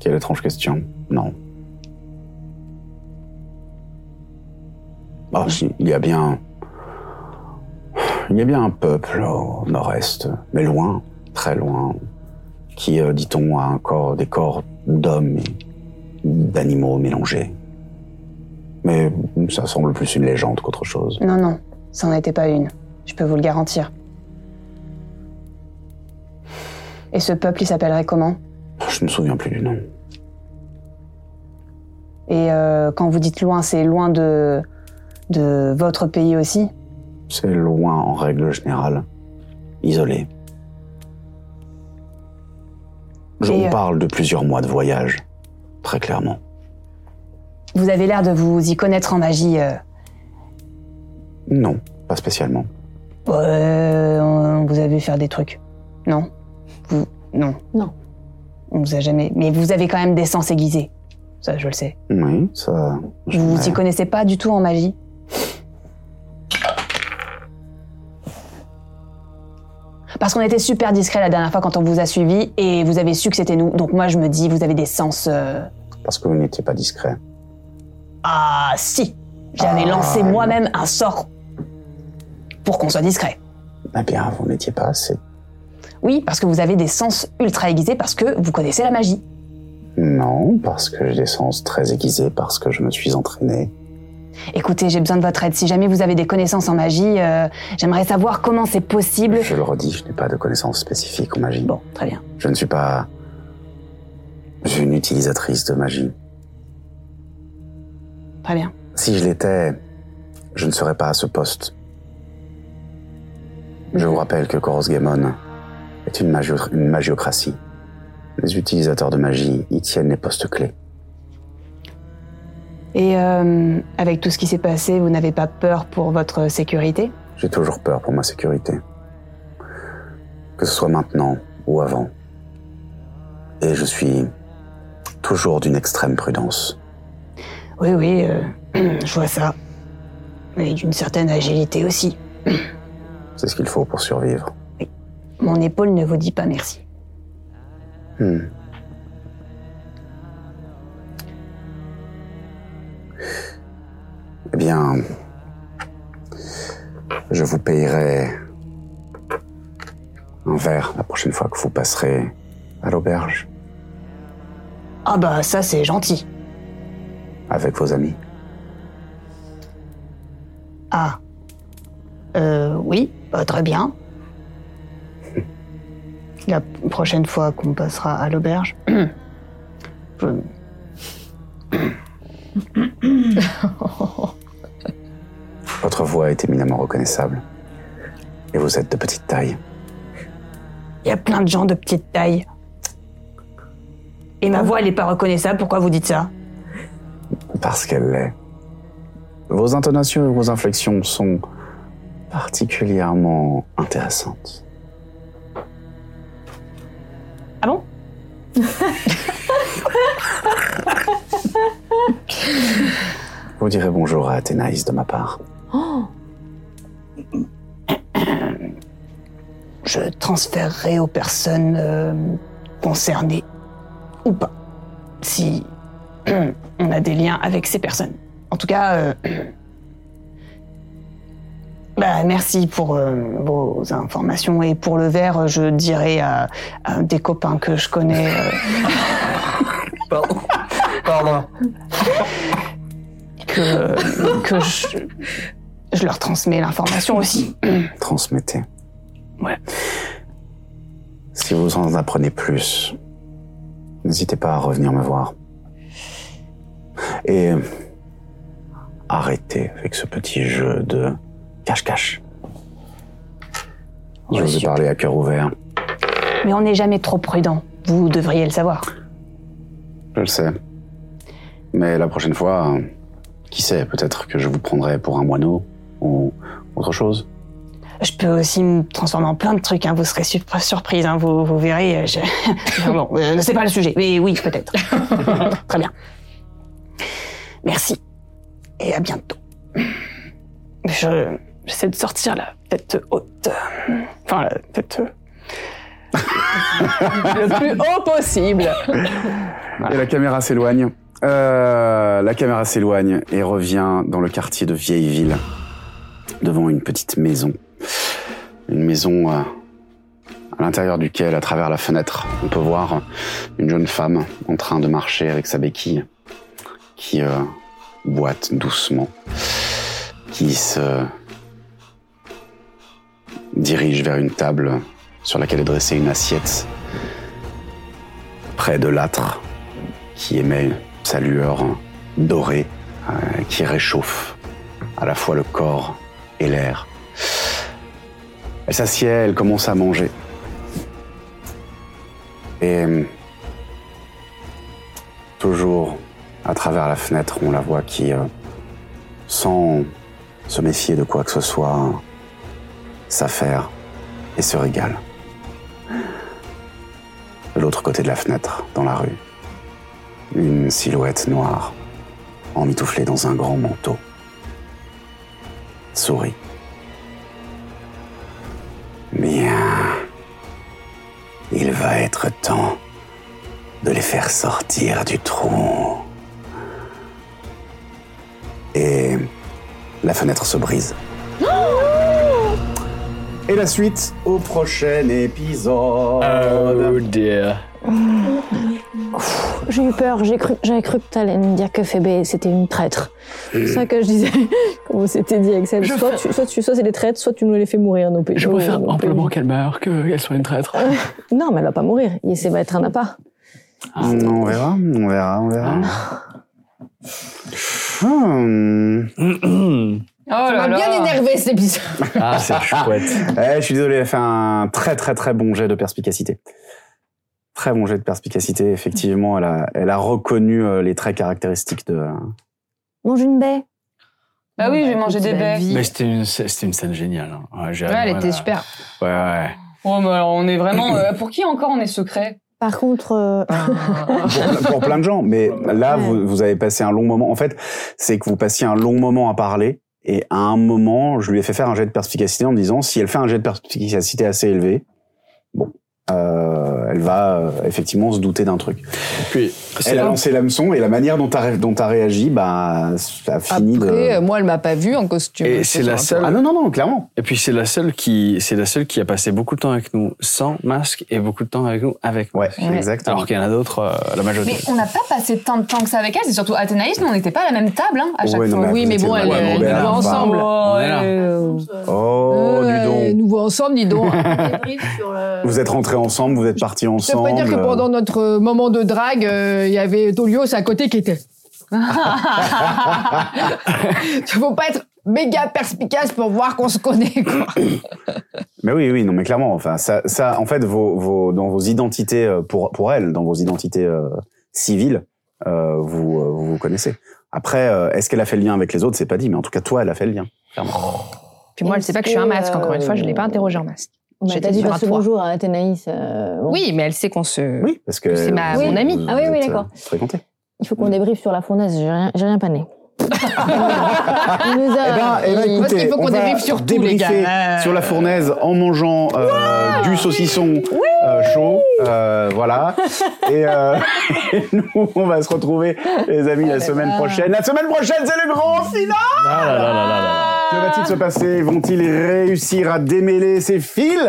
Speaker 1: Quelle étrange question. Non. Ah, si, il y a bien. Il y a bien un peuple au nord-est, mais loin, très loin, qui, euh, dit-on, a un corps, des corps d'hommes et d'animaux mélangés. Mais ça semble plus une légende qu'autre chose.
Speaker 6: Non, non, ça n'en était pas une. Je peux vous le garantir. Et ce peuple, il s'appellerait comment
Speaker 1: Je ne me souviens plus du nom.
Speaker 6: Et euh, quand vous dites loin, c'est loin de, de votre pays aussi
Speaker 1: C'est loin en règle générale. Isolé. Je
Speaker 6: Et,
Speaker 1: on
Speaker 6: euh,
Speaker 1: parle de plusieurs mois de voyage, très clairement.
Speaker 6: Vous avez l'air de vous y connaître en magie. euh.
Speaker 1: Non, pas spécialement.
Speaker 6: Euh, on vous a vu faire des trucs. Non Vous- Non.
Speaker 18: Non.
Speaker 6: On vous a jamais. Mais vous avez quand même des sens aiguisés. Ça, je le sais.
Speaker 1: Oui, ça.
Speaker 6: Vous vous y connaissez pas du tout en magie Parce qu'on était super discret la dernière fois quand on vous a suivi et vous avez su que c'était nous. Donc moi je me dis, vous avez des sens. euh,
Speaker 1: Parce que vous n'étiez pas discret.
Speaker 6: Ah si J'avais lancé moi-même un sort pour qu'on soit discret.
Speaker 1: Eh bien, vous n'étiez pas assez.
Speaker 6: Oui, parce que vous avez des sens ultra aiguisés parce que vous connaissez la magie.
Speaker 1: Non, parce que j'ai des sens très aiguisés, parce que je me suis entraîné.
Speaker 6: Écoutez, j'ai besoin de votre aide. Si jamais vous avez des connaissances en magie, euh, j'aimerais savoir comment c'est possible.
Speaker 1: Je le redis, je n'ai pas de connaissances spécifiques en magie. Bon,
Speaker 6: très bien.
Speaker 1: Je ne suis pas une utilisatrice de magie.
Speaker 6: Très bien.
Speaker 1: Si je l'étais, je ne serais pas à ce poste. Je vous rappelle que Koros Gaemon est une, magio- une magiocratie. Les utilisateurs de magie y tiennent les postes clés.
Speaker 6: Et euh, avec tout ce qui s'est passé, vous n'avez pas peur pour votre sécurité
Speaker 1: J'ai toujours peur pour ma sécurité. Que ce soit maintenant ou avant. Et je suis toujours d'une extrême prudence.
Speaker 6: Oui, oui, euh, je vois ça. Et d'une certaine agilité aussi.
Speaker 1: C'est ce qu'il faut pour survivre.
Speaker 6: Mon épaule ne vous dit pas merci.
Speaker 1: Hmm. Eh bien, je vous payerai un verre la prochaine fois que vous passerez à l'auberge
Speaker 6: Ah bah ça c'est gentil.
Speaker 1: avec vos amis.
Speaker 6: Ah. Euh, oui, bah, très bien. La prochaine fois qu'on passera à l'auberge. je-
Speaker 1: Votre voix est éminemment reconnaissable. Et vous êtes de petite taille.
Speaker 6: Il y a plein de gens de petite taille. Et ma voix, elle n'est pas reconnaissable, pourquoi vous dites ça
Speaker 1: Parce qu'elle l'est. Vos intonations et vos inflexions sont particulièrement intéressantes.
Speaker 19: Ah bon
Speaker 1: Vous direz bonjour à Athénaïs de ma part.
Speaker 6: Je transférerai aux personnes euh, concernées. Ou pas. Si on a des liens avec ces personnes. En tout cas, euh, bah, merci pour euh, vos informations et pour le verre, je dirai à, à des copains que je connais. euh, Pardon. Pardon. que, euh, que je, je leur transmets l'information aussi.
Speaker 1: Transmettez.
Speaker 6: Ouais.
Speaker 1: Si vous en apprenez plus, n'hésitez pas à revenir me voir. Et arrêtez avec ce petit jeu de cache-cache. Je vous ai parlé à cœur ouvert.
Speaker 6: Mais on n'est jamais trop prudent. Vous devriez le savoir.
Speaker 1: Je le sais. Mais la prochaine fois, euh, qui sait, peut-être que je vous prendrai pour un moineau ou autre chose.
Speaker 6: Je peux aussi me transformer en plein de trucs. hein. Vous serez su- surprise. hein. Vous, vous verrez. euh, je- bon, euh, c'est pas le sujet. Mais oui, peut-être. Très bien. Merci. Et à bientôt. Je- J'essaie de sortir la tête euh, haute. Enfin, la tête.
Speaker 3: le plus haut possible.
Speaker 1: Et la caméra s'éloigne. Euh, la caméra s'éloigne et revient dans le quartier de Vieilleville, devant une petite maison. Une maison euh, à l'intérieur duquel, à travers la fenêtre, on peut voir une jeune femme en train de marcher avec sa béquille, qui euh, boite doucement, qui se dirige vers une table sur laquelle est dressée une assiette près de l'âtre qui émet sa lueur dorée euh, qui réchauffe à la fois le corps et l'air. Elle s'assied, elle commence à manger. Et euh, toujours à travers la fenêtre, on la voit qui, euh, sans se méfier de quoi que ce soit, s'affaire et se régale. De l'autre côté de la fenêtre, dans la rue, une silhouette noire, emmitouflée dans un grand manteau, sourit. Bien. Il va être temps de les faire sortir du trou. Et la fenêtre se brise. Et la suite au prochain épisode.
Speaker 9: Oh dear.
Speaker 2: J'ai eu peur, j'ai cru, j'avais cru que t'allais me dire que Fébé c'était une traître. C'est ça que je disais, comme on s'était dit avec Seb.
Speaker 9: Je
Speaker 2: Soit,
Speaker 9: fais-
Speaker 2: tu, soit, tu- soit c'est des traîtres, soit tu nous les fais mourir, nos pays.
Speaker 9: Je
Speaker 2: nos-
Speaker 9: préfère
Speaker 2: nos
Speaker 9: amplement
Speaker 2: pays.
Speaker 9: qu'elle meure que qu'elle soit une traître.
Speaker 2: Non, mais elle va pas mourir. Et ça va être un appât.
Speaker 1: On verra, on verra, on verra. Ah, Hmm.
Speaker 14: Oh
Speaker 10: m'a
Speaker 14: là
Speaker 10: bien énervé cet épisode.
Speaker 1: Ah, c'est chouette. Eh, je suis désolé, elle a fait un très très très bon jet de perspicacité. Très bon jet de perspicacité, effectivement. Elle a, elle a reconnu euh, les traits caractéristiques de...
Speaker 2: Mange une baie.
Speaker 14: Bah oui, je vais manger des baies.
Speaker 9: Mais c'était une, c'était une scène géniale. hein. Ouais, j'ai
Speaker 14: Ouais,
Speaker 9: adoré
Speaker 14: elle était
Speaker 9: la-
Speaker 14: super.
Speaker 9: Ouais, ouais.
Speaker 14: Oh, mais alors, on est vraiment. euh, pour qui encore on est secret
Speaker 2: Par contre, euh,
Speaker 14: Ah.
Speaker 1: pour, pour plein de gens. Mais là, vous, vous avez passé un long moment. En fait, c'est que vous passiez un long moment à parler. Et à un moment, je lui ai fait faire un jet de perspicacité en me disant, si elle fait un jet de perspicacité assez élevé, bon, euh, elle va euh, effectivement se douter d'un truc.
Speaker 9: Puis,
Speaker 1: elle a lancé l'hameçon et la manière dont t'as ré- dont t'as réagi, bah, ça a fini
Speaker 10: Après,
Speaker 1: de...
Speaker 10: euh, moi, elle m'a pas vu en costume.
Speaker 9: Et c'est la seule.
Speaker 1: Ah non, non, non, clairement.
Speaker 9: Et puis c'est la seule qui, c'est la seule qui a passé beaucoup de temps avec nous sans masque et beaucoup de temps avec nous avec masque.
Speaker 1: Ouais. exact.
Speaker 9: Alors qu'il y en a d'autres, euh, la majorité.
Speaker 14: Mais on n'a pas passé tant de temps que ça avec elle, c'est surtout Athénaïs, nous on n'était pas à la même table hein, à chaque
Speaker 9: Ouais, non,
Speaker 14: fois.
Speaker 9: mais Oui, mais
Speaker 10: euh,
Speaker 9: bon, elle- elle nous voit ensemble.
Speaker 14: Oh,
Speaker 9: On est là.
Speaker 14: euh,
Speaker 1: Oh, dis donc.
Speaker 10: euh, nous voit ensemble, dis donc.
Speaker 1: Vous êtes rentrés ensemble, vous êtes partis
Speaker 10: Je peux
Speaker 1: ensemble.
Speaker 10: pas dire que pendant notre euh, moment de drague, euh, il y avait Dolios à côté qui était. Faut pas être méga perspicace pour voir qu'on se connaît. Quoi.
Speaker 1: Mais oui, oui, non, mais clairement, enfin, ça, ça en fait, vos, vos, dans vos identités euh, pour, pour elle, dans vos identités euh, civiles, euh, vous, euh, vous vous connaissez. Après, euh, est-ce qu'elle a fait le lien avec les autres C'est pas dit, mais en tout cas, toi, elle a fait le lien. Clairement.
Speaker 11: Puis moi, elle sait pas que je suis un masque, encore une fois, je l'ai pas interrogé en masque.
Speaker 2: on m'a
Speaker 11: J'étais
Speaker 2: pas dit
Speaker 11: sur un
Speaker 2: pas ce
Speaker 11: toit.
Speaker 2: bonjour à Athénaïs. euh, bon.
Speaker 11: Oui, mais elle sait qu'on se.
Speaker 1: Oui, parce que.
Speaker 11: C'est ma-
Speaker 1: vous-
Speaker 11: mon amie.
Speaker 1: vous-
Speaker 2: Ah oui,
Speaker 1: vous
Speaker 2: oui,
Speaker 1: êtes,
Speaker 2: d'accord.
Speaker 1: euh, fréquentés.
Speaker 2: Il faut qu'on débriefe sur la fournaise, j'ai rien, j'ai rien pané. Il nous a-
Speaker 1: Eh ben, eh ben,
Speaker 2: il-
Speaker 1: écoutez, on va débriefer sur la fournaise en mangeant euh, du saucisson euh, chaud, euh, voilà. et, euh, et nous, on va se retrouver, les amis, la semaine prochaine. La semaine prochaine, c'est le grand final.
Speaker 9: Ah
Speaker 1: Que va-t-il se passer Vont-ils réussir à démêler ces fils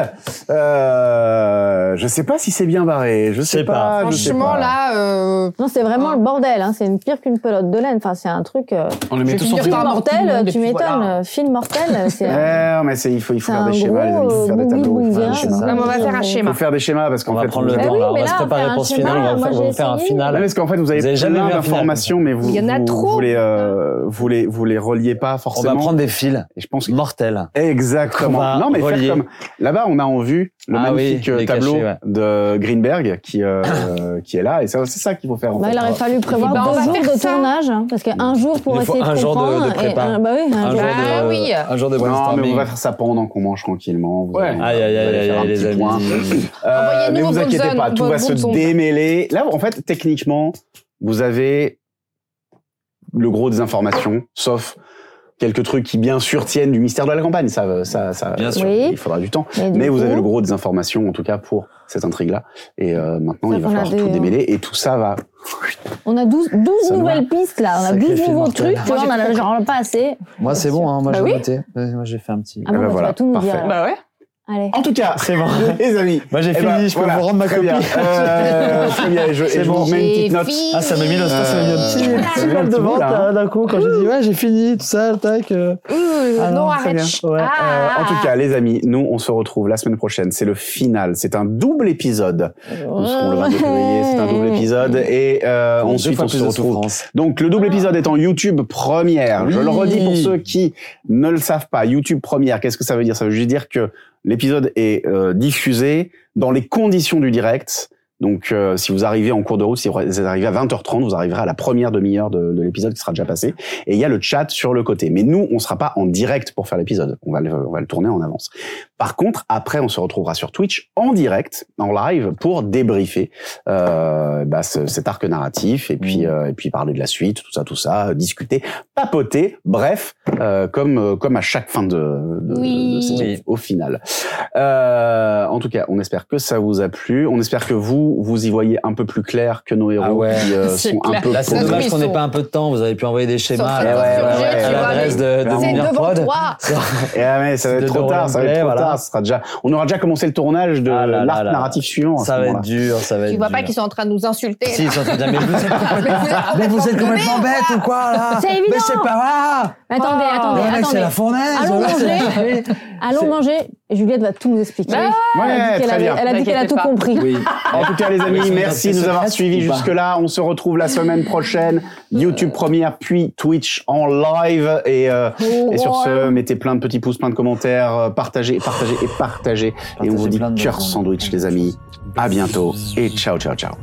Speaker 1: euh, Je sais pas si c'est bien barré. Je sais pas. je sais
Speaker 10: Franchement,
Speaker 1: pas.
Speaker 10: là.
Speaker 2: Non, c'est
Speaker 10: Ah.
Speaker 2: vraiment le bordel. Hein. C'est une pire qu'une pelote de laine. Enfin, c'est un truc. euh,
Speaker 1: On les met
Speaker 2: je
Speaker 1: tous
Speaker 2: veux dire,
Speaker 1: ensemble.
Speaker 2: film mortel,
Speaker 10: Et
Speaker 2: tu
Speaker 10: puis
Speaker 2: m'étonnes.
Speaker 10: voilà.
Speaker 2: euh, Film mortel, euh, c'est.
Speaker 1: Ouais, Eh, mais c'est- il faut, il faut
Speaker 2: C'est
Speaker 1: faire
Speaker 2: un
Speaker 1: des schémas, les amis, il faut
Speaker 2: gros,
Speaker 1: faire des
Speaker 2: euh,
Speaker 1: tableaux, il faut faire
Speaker 2: bouillard.
Speaker 1: des schémas.
Speaker 2: Non, mais on va faire un
Speaker 1: Il
Speaker 2: schéma.
Speaker 1: faut faire des schémas parce qu'en fait,
Speaker 20: prendre le
Speaker 1: vous-
Speaker 2: Eh
Speaker 20: temps, là. on va se préparer pour ce final, on va, faire- on va faire un final.
Speaker 1: Ouais, parce qu'en fait, vous avez,
Speaker 20: jamais
Speaker 1: plein
Speaker 20: vu un final.
Speaker 1: d'informations, mais vous,
Speaker 20: Il y en a
Speaker 1: vous,
Speaker 20: trop.
Speaker 1: vous les, euh, vous les, vous les reliez pas forcément.
Speaker 20: prendre
Speaker 1: des fils. Et je pense que... mortels. Exactement.
Speaker 20: va
Speaker 1: Non, mais
Speaker 20: relier.
Speaker 1: faire comme, là-bas, on a en vue le
Speaker 20: Ah oui,
Speaker 1: magnifique euh,
Speaker 20: les
Speaker 1: tableau
Speaker 20: cachets, ouais.
Speaker 1: de Greenberg qui, euh, euh, qui est là. Et ça, c'est ça qu'il faut faire. en
Speaker 2: Bah,
Speaker 1: fait.
Speaker 2: il aurait fallu prévoir
Speaker 1: Eh ben, on
Speaker 2: deux
Speaker 1: va
Speaker 2: jours
Speaker 1: faire
Speaker 2: de tournage, hein, parce qu'un jour pour
Speaker 1: Il faut
Speaker 2: essayer
Speaker 1: un
Speaker 2: de
Speaker 1: jour de-
Speaker 2: comprendre.
Speaker 1: de prépa.
Speaker 2: et un- bah oui, un,
Speaker 1: Un
Speaker 2: jour.
Speaker 1: jour de- un jour de Non, mais on va faire ça pendant qu'on mange tranquillement. Vous allez-
Speaker 20: Aïe, aïe,
Speaker 1: vous allez
Speaker 20: aïe, aïe,
Speaker 1: faire un
Speaker 20: les
Speaker 1: petit
Speaker 20: amis.
Speaker 1: point. Euh,
Speaker 20: Envoyez-nous
Speaker 1: mais
Speaker 20: vos
Speaker 1: vous
Speaker 20: bonnes
Speaker 1: inquiétez
Speaker 20: zones,
Speaker 1: pas, tout
Speaker 20: vos
Speaker 1: va se
Speaker 20: bonnes ondes.
Speaker 1: démêler. Là, en fait, techniquement, vous avez le gros des informations, sauf quelques trucs qui, bien sûr, tiennent du mystère de la campagne. Ça, euh, ça, ça
Speaker 2: Bien sûr. Oui.
Speaker 1: il faudra du temps.
Speaker 2: Mais du
Speaker 1: Mais vous
Speaker 2: coup-
Speaker 1: avez le gros des informations, en tout cas, pour cette intrigue-là. Et euh, maintenant,
Speaker 2: Ça,
Speaker 1: il va
Speaker 2: on a
Speaker 1: falloir
Speaker 2: des-
Speaker 20: hein.
Speaker 1: tout démêler. Et tout ça va...
Speaker 2: On a 12, 12
Speaker 1: Ça nous
Speaker 2: nouvelles pistes là, on a
Speaker 1: Sacré
Speaker 2: 12
Speaker 1: film
Speaker 2: nouveaux
Speaker 1: mortel.
Speaker 2: trucs, tu
Speaker 1: Moi,
Speaker 2: vois, on en a genre pas assez.
Speaker 20: Moi, c'est bon, hein, moi,
Speaker 2: Bah
Speaker 20: j'ai
Speaker 2: oui.
Speaker 20: noté. Euh, Moi, j'ai fait un petit.
Speaker 2: Ah bon, bah, tu vas tout nous dire. alors.
Speaker 14: Bah ouais.
Speaker 2: Allez.
Speaker 1: En tout cas,
Speaker 20: C'est bon.
Speaker 1: Les amis.
Speaker 20: Moi, j'ai
Speaker 1: eh
Speaker 20: fini,
Speaker 1: ben,
Speaker 20: je peux
Speaker 1: voilà.
Speaker 20: vous rendre ma
Speaker 1: Très
Speaker 20: copie.
Speaker 1: bien. Euh, très bien, et je- et
Speaker 20: C'est
Speaker 1: je
Speaker 20: bon.
Speaker 1: vous remets une
Speaker 20: J'ai
Speaker 1: petite note.
Speaker 20: fini. Ah, ça m'a mis le stress, ça m'a mis un petit,
Speaker 1: Euh,
Speaker 20: petit mal de
Speaker 1: tout,
Speaker 20: vente
Speaker 1: là, hein.
Speaker 20: hein, d'un coup quand j'ai dit ouais, j'ai fini, tout ça, tac. euh. Ah
Speaker 11: non,
Speaker 20: c'est
Speaker 11: arrête.
Speaker 20: bien.
Speaker 11: Chut.
Speaker 20: Ouais.
Speaker 1: Euh, en
Speaker 2: Ah.
Speaker 1: tout cas, les amis, nous, on se retrouve la semaine prochaine. C'est le final. C'est un double épisode. Nous serons le 22 février. C'est un double épisode. Et euh,
Speaker 20: Deux
Speaker 1: ensuite,
Speaker 20: fois
Speaker 1: on se
Speaker 20: plus de
Speaker 1: retrouve.
Speaker 20: souffrance.
Speaker 1: Donc, le double épisode est en YouTube première. Je
Speaker 20: Oui.
Speaker 1: le redis pour ceux qui ne le savent pas. YouTube première, qu'est-ce que ça veut dire Ça veut juste dire que l'épisode est euh, diffusé dans les conditions du direct. Donc, euh, si vous arrivez en cours de route, si vous arrivez à 20h30, vous arriverez à la première demi-heure de, de l'épisode qui sera déjà passé. Et il y a le chat sur le côté. Mais nous, on sera pas en direct pour faire l'épisode. On va, le, on va le tourner en avance. Par contre, après, on se retrouvera sur Twitch en direct, en live, pour débriefer euh, bah, ce- cet arc narratif et puis euh, et puis parler de la suite, tout ça, tout ça, euh, discuter, papoter. Bref, euh, comme euh, comme à chaque fin de, de- de-
Speaker 21: Oui.
Speaker 1: de saison,
Speaker 21: Oui.
Speaker 1: au final. Euh, en tout cas, on espère que ça vous a plu. On espère que vous vous y voyez un peu plus clair que nos héros qui euh,
Speaker 20: C'est
Speaker 1: sont un
Speaker 20: clair.
Speaker 1: peu
Speaker 20: Là, c'est
Speaker 1: paumés.
Speaker 20: dommage qu'on n'ait pas un peu de temps. Vous avez pu envoyer des schémas euh,
Speaker 1: Eh
Speaker 20: là,
Speaker 1: ouais, ouais, ouais,
Speaker 20: à
Speaker 1: ouais.
Speaker 20: l'adresse de, de
Speaker 1: Clairement.
Speaker 20: Lumière Prod.
Speaker 1: Eh ouais, mais ça va
Speaker 20: De
Speaker 1: être trop
Speaker 20: Dorian
Speaker 1: tard, ça va
Speaker 20: Gray,
Speaker 1: être trop
Speaker 20: voilà. Ah
Speaker 1: tard. ça sera déjà, on aura déjà commencé le tournage de
Speaker 20: là
Speaker 1: l'arc
Speaker 20: là.
Speaker 1: narratif suivant.
Speaker 20: Ça
Speaker 1: à ce
Speaker 20: va
Speaker 1: moment-là.
Speaker 20: être dur, ça va être
Speaker 13: Tu vois pas
Speaker 20: dur.
Speaker 13: qu'ils sont en train de nous insulter.
Speaker 20: Si, ils sont en train de dire, mais vous êtes
Speaker 13: Mais
Speaker 20: vous êtes complètement bête ou quoi là
Speaker 2: C'est évident.
Speaker 20: Mais c'est pas voilà
Speaker 2: Attendez,
Speaker 20: Ah.
Speaker 2: attendez,
Speaker 20: Le mec,
Speaker 2: attendez.
Speaker 20: c'est la fournaise.
Speaker 2: Allons
Speaker 20: Là,
Speaker 2: manger. Allons manger. Et Juliette va tout nous expliquer.
Speaker 1: Bah ouais,
Speaker 2: elle a dit qu'elle
Speaker 1: très
Speaker 2: avait-
Speaker 1: bien.
Speaker 2: elle a dit qu'elle a tout compris.
Speaker 1: Oui. En tout cas, Bah, les amis,
Speaker 20: Ils ont
Speaker 1: merci de
Speaker 20: adopté
Speaker 1: nous
Speaker 20: ce
Speaker 1: avoir
Speaker 20: fait
Speaker 1: suivis
Speaker 20: ou pas
Speaker 1: jusque-là. On se retrouve la semaine prochaine. YouTube première, puis Twitch en live. Et, euh, et sur ce, mettez plein de petits pouces, plein de commentaires, euh, partagez, et partagez et partagez. Et on vous dit cœur sandwich, les amis. À bientôt et ciao, ciao, ciao.